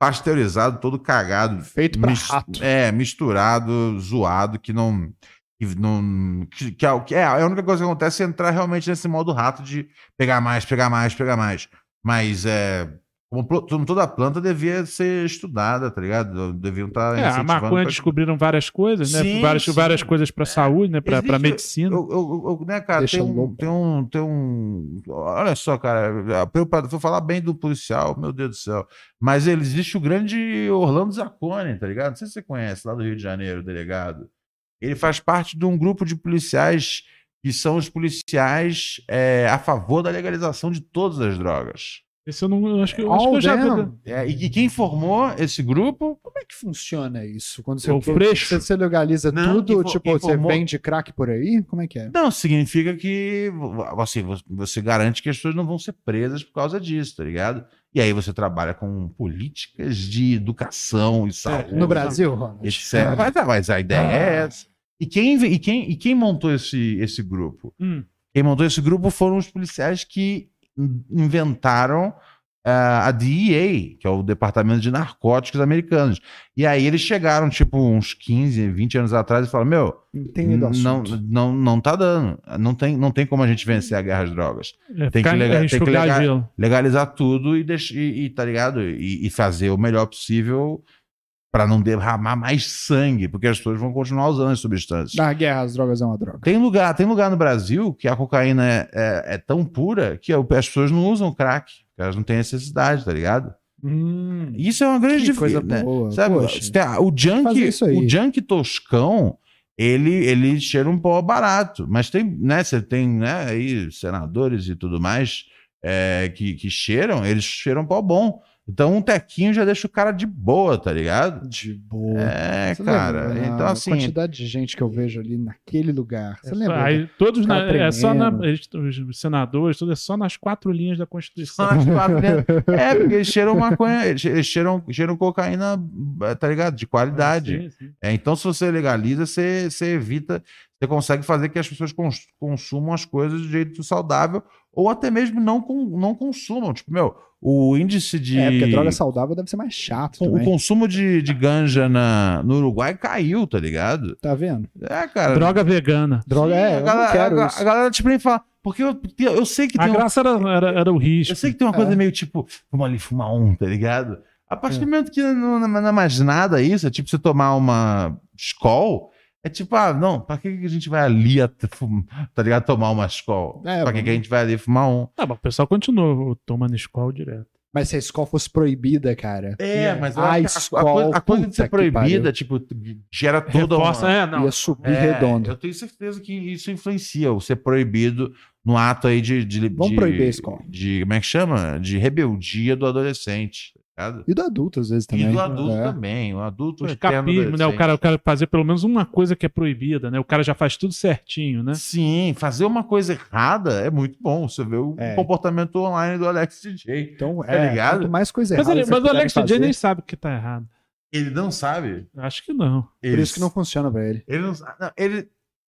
pasteurizado, todo cagado, Feito pra mis- rato. É, misturado, zoado, que não. Que, não, que, que é, o- que é, a única coisa que acontece é entrar realmente nesse modo rato de pegar mais, pegar mais, pegar mais. Mas é. Como plo- to- toda planta devia ser estudada, tá ligado? Deviam estar. É, a maconha descobriram várias coisas, né? tipo Sim, várias, sim. É, várias coisas pra saúde, né? Pra, pra Existe- medicina. eu, eu- eu- né, cara, Deixa tem um, louco. tem um. Tem um. Olha só, cara, pra eu, pra eu falar bem do policial, meu Deus do céu. Mas ele, existe o grande Orlando Zaccone, tá ligado? Não sei se você conhece, lá do Rio de Janeiro, delegado. Ele faz parte de um grupo de policiais que são os policiais é, a favor da legalização de todas as drogas. Esse eu não. eu Acho que, eu acho que All eu já them. vi. É, e que quem formou esse grupo Como é que funciona isso? Quando você, É o freixo. você, você legaliza Não, tudo, info- tipo, você informou- vende crack por aí? Como é que é? Não, significa que assim, vo- você garante que as pessoas não vão ser presas por causa disso, tá ligado? E aí você trabalha com políticas de educação e saúde. É, No Brasil, Ronald? Etc. Mas, ah, mas a ideia é essa. E quem, inve- e quem, e quem montou esse, esse grupo? Hum. Quem montou esse grupo foram os policiais que in- inventaram ah, a DEA, que é o Departamento de Narcóticos Americanos. E aí eles chegaram, tipo, uns 15, 20 anos atrás e falaram: Meu, Entendo o não, assunto. não, não tá dando. Não tem, não tem como a gente vencer a guerra às drogas. É, Tem que ficar- legal- é, tem que enxugar legal- gelo. Legalizar tudo e, deix, e, e, tá ligado? E, e fazer o melhor possível para não derramar mais sangue, porque as pessoas vão continuar usando as substâncias. Na guerra, as drogas é uma droga. Tem lugar, tem lugar no Brasil que a cocaína é, é- é tão pura que as pessoas não usam crack. Elas não têm necessidade, tá ligado? E Isso é uma grande Hum. Que coisa dificuldade. né? boa. Sabe, poxa. se tem- o junk, Fazer isso aí. o junk toscão, ele, ele cheira um pó barato, mas tem, né, você tem, né, aí senadores e tudo mais é, que, que cheiram, eles cheiram pó bom. Então um tequinho já deixa o cara de boa, tá ligado? De boa. É, Você cara. lembra, né, Então A assim, quantidade de gente que eu vejo ali naquele lugar. Você É só- lembra? aí, todos na, Ficar é só na, tremendo. eles- os senadores, tudo é só nas quatro linhas da Constituição. são as quatro linhas. é, porque eles cheiram maconha, eles che- eles cheiram, cheiram cocaína, tá ligado? De qualidade. Sim, sim. É, então, se você legaliza, você, você evita, você consegue fazer que as pessoas cons- consumam as coisas de jeito saudável, ou até mesmo não, con- não consumam. Tipo, meu, o índice de. É, porque droga saudável deve ser mais chato o também. consumo de, de ganja na, no Uruguai caiu, tá ligado? Tá vendo? É, cara. Droga vegana. Droga Sim, é, a eu galera, não quero a, isso. Ah, a galera, tipo, nem fala. Porque eu, eu sei que A tem um- graça era, era, era o risco. eu sei que tem uma coisa meio tipo, vamos ali fumar um, tá ligado? A partir do momento que não, não- não é mais nada isso, é tipo você tomar uma Skol, é tipo, ah, não, pra que que a gente vai ali, a t- fum- tá ligado? Tomar uma Skol. É, pra que, mano. que a gente vai ali fumar um? Tá, mas o pessoal continua tomando escola direto. Mas se a escola fosse proibida, cara, É, mas eu acho que a- a coisa, coisa- a coisa de ser proibida, tipo, gera toda Reforça, é, não. ia subir né? É, redondo. Eu tenho certeza que isso influencia o ser proibido no ato aí de. de Vamos de- proibir a escola. De, como é que chama? De rebeldia do adolescente, tá ligado? E do adulto, às vezes, também. E do adulto É. também. O adulto O eterno escapismo, né? O adolescente. cara, o cara fazer pelo menos uma coisa que é proibida, né? O cara já faz tudo certinho, né? Sim, fazer uma coisa errada é muito bom. Você vê o É. comportamento online do Alex DJ. Então, Tá é, ligado? quanto mais coisa Mas, errada ele- vocês mas o puderem Alex DJ fazer, nem sabe o que tá errado. Ele não sabe. Acho que não. Por isso que não funciona pra ele. Ele não sabe. não, ele...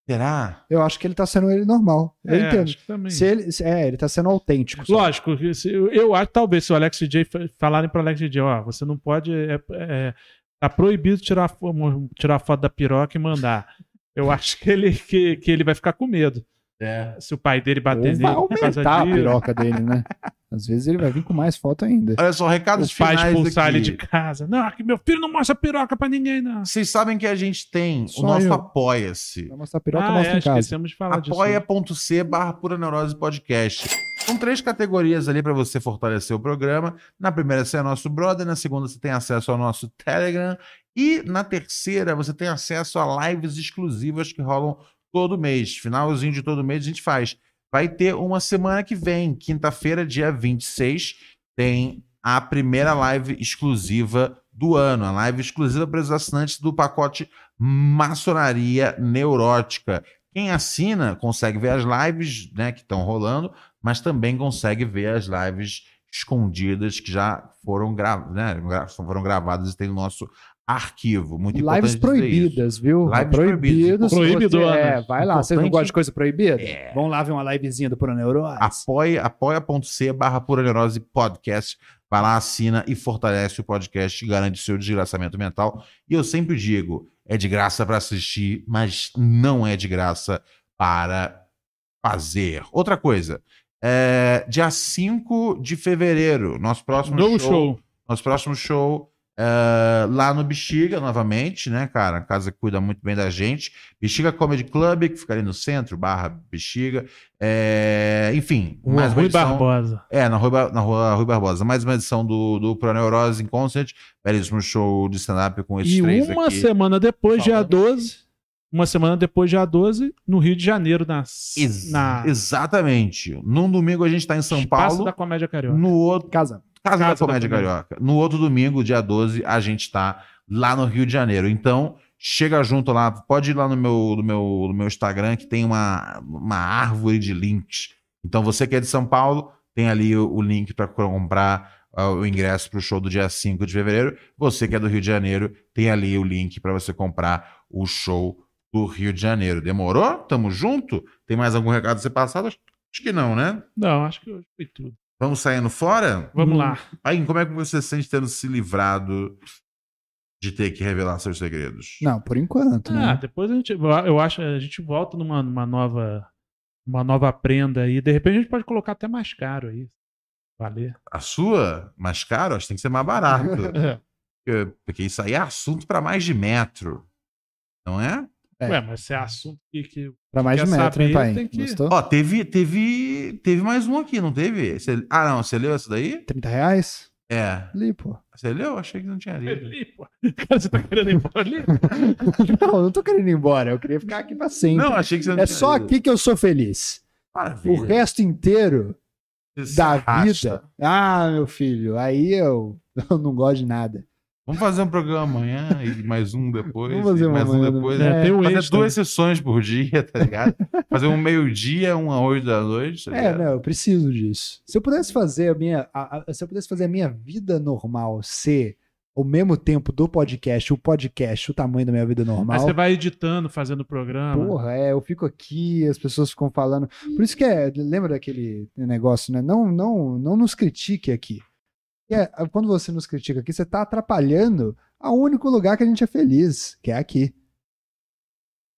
Será? Eu acho que ele tá sendo ele normal. Eu É, entendo. acho que também. Se ele, se- é, ele tá sendo autêntico. sabe? Lógico, que se- eu eu acho talvez se o Alex DJ fa- falarem para Alex DJ, ó, você não pode, é, é, tá proibido tirar fo- mo- tirar foto da piroca e mandar. Eu acho que ele que, que ele vai ficar com medo. É. Se o pai dele Ou bater nele vai por causa aumentar a disso, piroca dele, né? Às vezes ele vai vir com mais foto ainda. Olha só, recados o pai finais expulsar aqui. ele de casa. Não, que meu filho não mostra piroca pra ninguém, não. Vocês sabem que a gente tem Só o nosso eu. apoia-se. Vai mostrar a piroca, ah, mostra é, em casa. esquecemos de falar disso. apoia.c barra pura neurose podcast. São três categorias ali para você fortalecer o programa. Na primeira você é nosso brother, na segunda você tem acesso ao nosso Telegram e na terceira você tem acesso a lives exclusivas que rolam todo mês. Finalzinho de todo mês a gente faz. Vai ter uma semana que vem, quinta-feira, dia 26, tem a primeira live exclusiva do ano, a live exclusiva para os assinantes do pacote Maçonaria Neurótica. Quem assina consegue ver as lives né, que estão rolando, mas também consegue ver as lives escondidas que já foram, gra né, gra- foram gravadas e tem no nosso arquivo. Muito Lives importante dizer isso. proibidas, viu? Lives proibidas. proibidos. Proibidonas. É, vai lá. Vocês não Importante- gostam de coisa proibida? É. Ah, Vão lá ver uma livezinha do Pura Neurose. apoia, apoia.c barra pura neurose podcast. Vai lá, assina e fortalece o podcast, garante seu desgraçamento mental. E eu sempre digo, é de graça para assistir, mas não é de graça para fazer. Outra coisa, é, dia 5 de fevereiro, nosso próximo No show. show. Nosso próximo show é, lá no Bexiga, novamente, né, cara? A casa que cuida muito bem da gente. Bexiga Comedy Club, que fica ali no centro, barra Bexiga. É, enfim, Rua mais uma Rui edição- Barbosa. É, na Rua, Ba- na Rua Rui Barbosa. Mais uma edição do, do Pro Neurose Inconscient. Belíssimo show de stand-up com esses E três uma aqui. semana depois, dia Falando. 12. Uma semana depois, dia 12, no Rio de Janeiro, na. Ex- na Exatamente. Num domingo a gente tá em São Espaço Paulo. da Comédia Carioca. No outro, Casa. Casa, da Casa da Comédia Comédia. Carioca. No outro domingo, dia 12, a gente tá lá no Rio de Janeiro. Então, chega junto lá. Pode ir lá no meu, no meu, no meu Instagram, que tem uma, uma árvore de links. Então, você que é de São Paulo, tem ali o, o link para comprar ah, o ingresso para o show do dia 5 de fevereiro. Você que é do Rio de Janeiro, tem ali o link para você comprar o show do Rio de Janeiro. Demorou? Tamo junto? Tem mais algum recado a ser passado? Acho que não, né? Não, acho que hoje foi tudo. Vamos saindo fora? Vamos Hum. lá. Aí, como é que você se sente tendo se livrado de ter que revelar seus segredos? Não, por Hum, enquanto, tá. Ah, né? depois a gente, eu acho, a gente volta numa, numa nova, uma nova prenda aí. De repente a gente pode colocar até mais caro aí. Valer. A sua, mais caro, acho que tem que ser mais barato. [laughs] É. porque, porque isso aí é assunto para mais de metro. Não é? É. Ué, mas se é assunto que, que Pra mais de quer metro, hein, saber, pai? tem que- Gostou? Ó, teve, teve, teve mais um aqui, não teve? Você- ah, não, você leu essa daí? 30 reais? É. Ali, pô. [laughs] Você leu? Achei que não tinha lido. ali, pô. [laughs] Cara, você tá querendo ir embora ali? não, eu não tô querendo ir embora. Eu queria ficar aqui pra sempre. Não, achei que você não é tinha só lido. aqui que eu sou feliz. O Maravilha. resto inteiro Você se da arrasta. vida. Ah, meu filho, aí eu, [laughs] eu não gosto de nada. Vamos fazer um programa amanhã e mais um depois. [laughs] Vamos fazer e um mais um amanhã, né? depois. [laughs] É, tem o Fazer extra. duas sessões por dia, tá [laughs] ligado? Fazer um meio-dia, um a oito da noite. Tá É, né? ligado? não, eu preciso disso. Se eu pudesse fazer a minha. a- a- se eu pudesse fazer a minha vida normal ser ao mesmo tempo do podcast, o podcast, o tamanho da minha vida Aí normal. você vai né? editando, fazendo o programa. Porra, é, eu fico aqui, as pessoas ficam falando. Por isso que é, lembra daquele negócio, né? Não, não, não nos critique aqui. E é, quando você nos critica aqui, você tá atrapalhando o único lugar que a gente é feliz, que é aqui,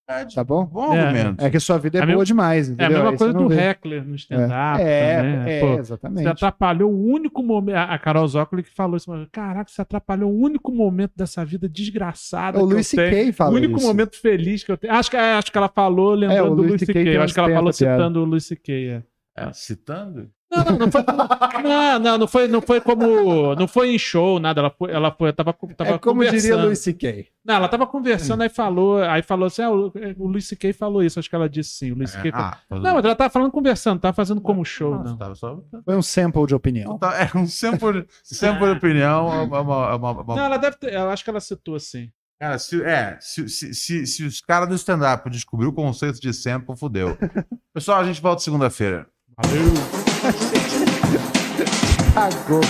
Verdade. tá bom? Bom É. argumento. É que a sua vida é, É a boa mesma- demais, é a entendeu? mesma Aí coisa você não do vê. heckler no stand-up É, também. né? é, Pô, exatamente. Você tá atrapalhou o único momento. A a Carol Zócoli que falou isso. mas, Caraca, você atrapalhou o único momento dessa vida desgraçada. É o que eu Luis tenho." C.K. fala o único isso. momento feliz que eu tenho. Acho que, é, acho que ela falou lembrando É, o do Luis Luis CK C.K. tem Eu acho que ela essa falou piada. citando o Luis C.K. é. É, Citando? Não, não, não foi. [laughs] não, não, não foi, não foi como. Não foi em show, nada. Ela foi, ela foi, tava, tava É como diria conversando. Luiz C.K. Não, ela tava Hum. conversando, aí falou, aí falou assim: ah, o, o Luis C.K. falou isso, acho que ela disse sim. O Luis C.K. falou. Ah, tudo Não, bem. mas ela tava falando conversando, tava fazendo como show, né? Nossa, tá não. tava só- Foi um sample de Então opinião. tá- É um sample, sample de opinião. é uma- é uma- é uma- é uma- Não, ela deve ter. Eu acho que ela citou assim. Cara, se, é, se, se, se, se os caras do stand-up descobriu o conceito de sample, [laughs] fudeu. Pessoal, a gente volta segunda-feira. Valeu! Cagou.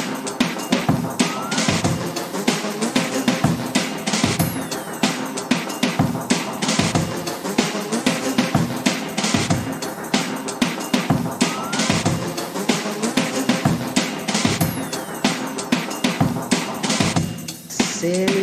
Silly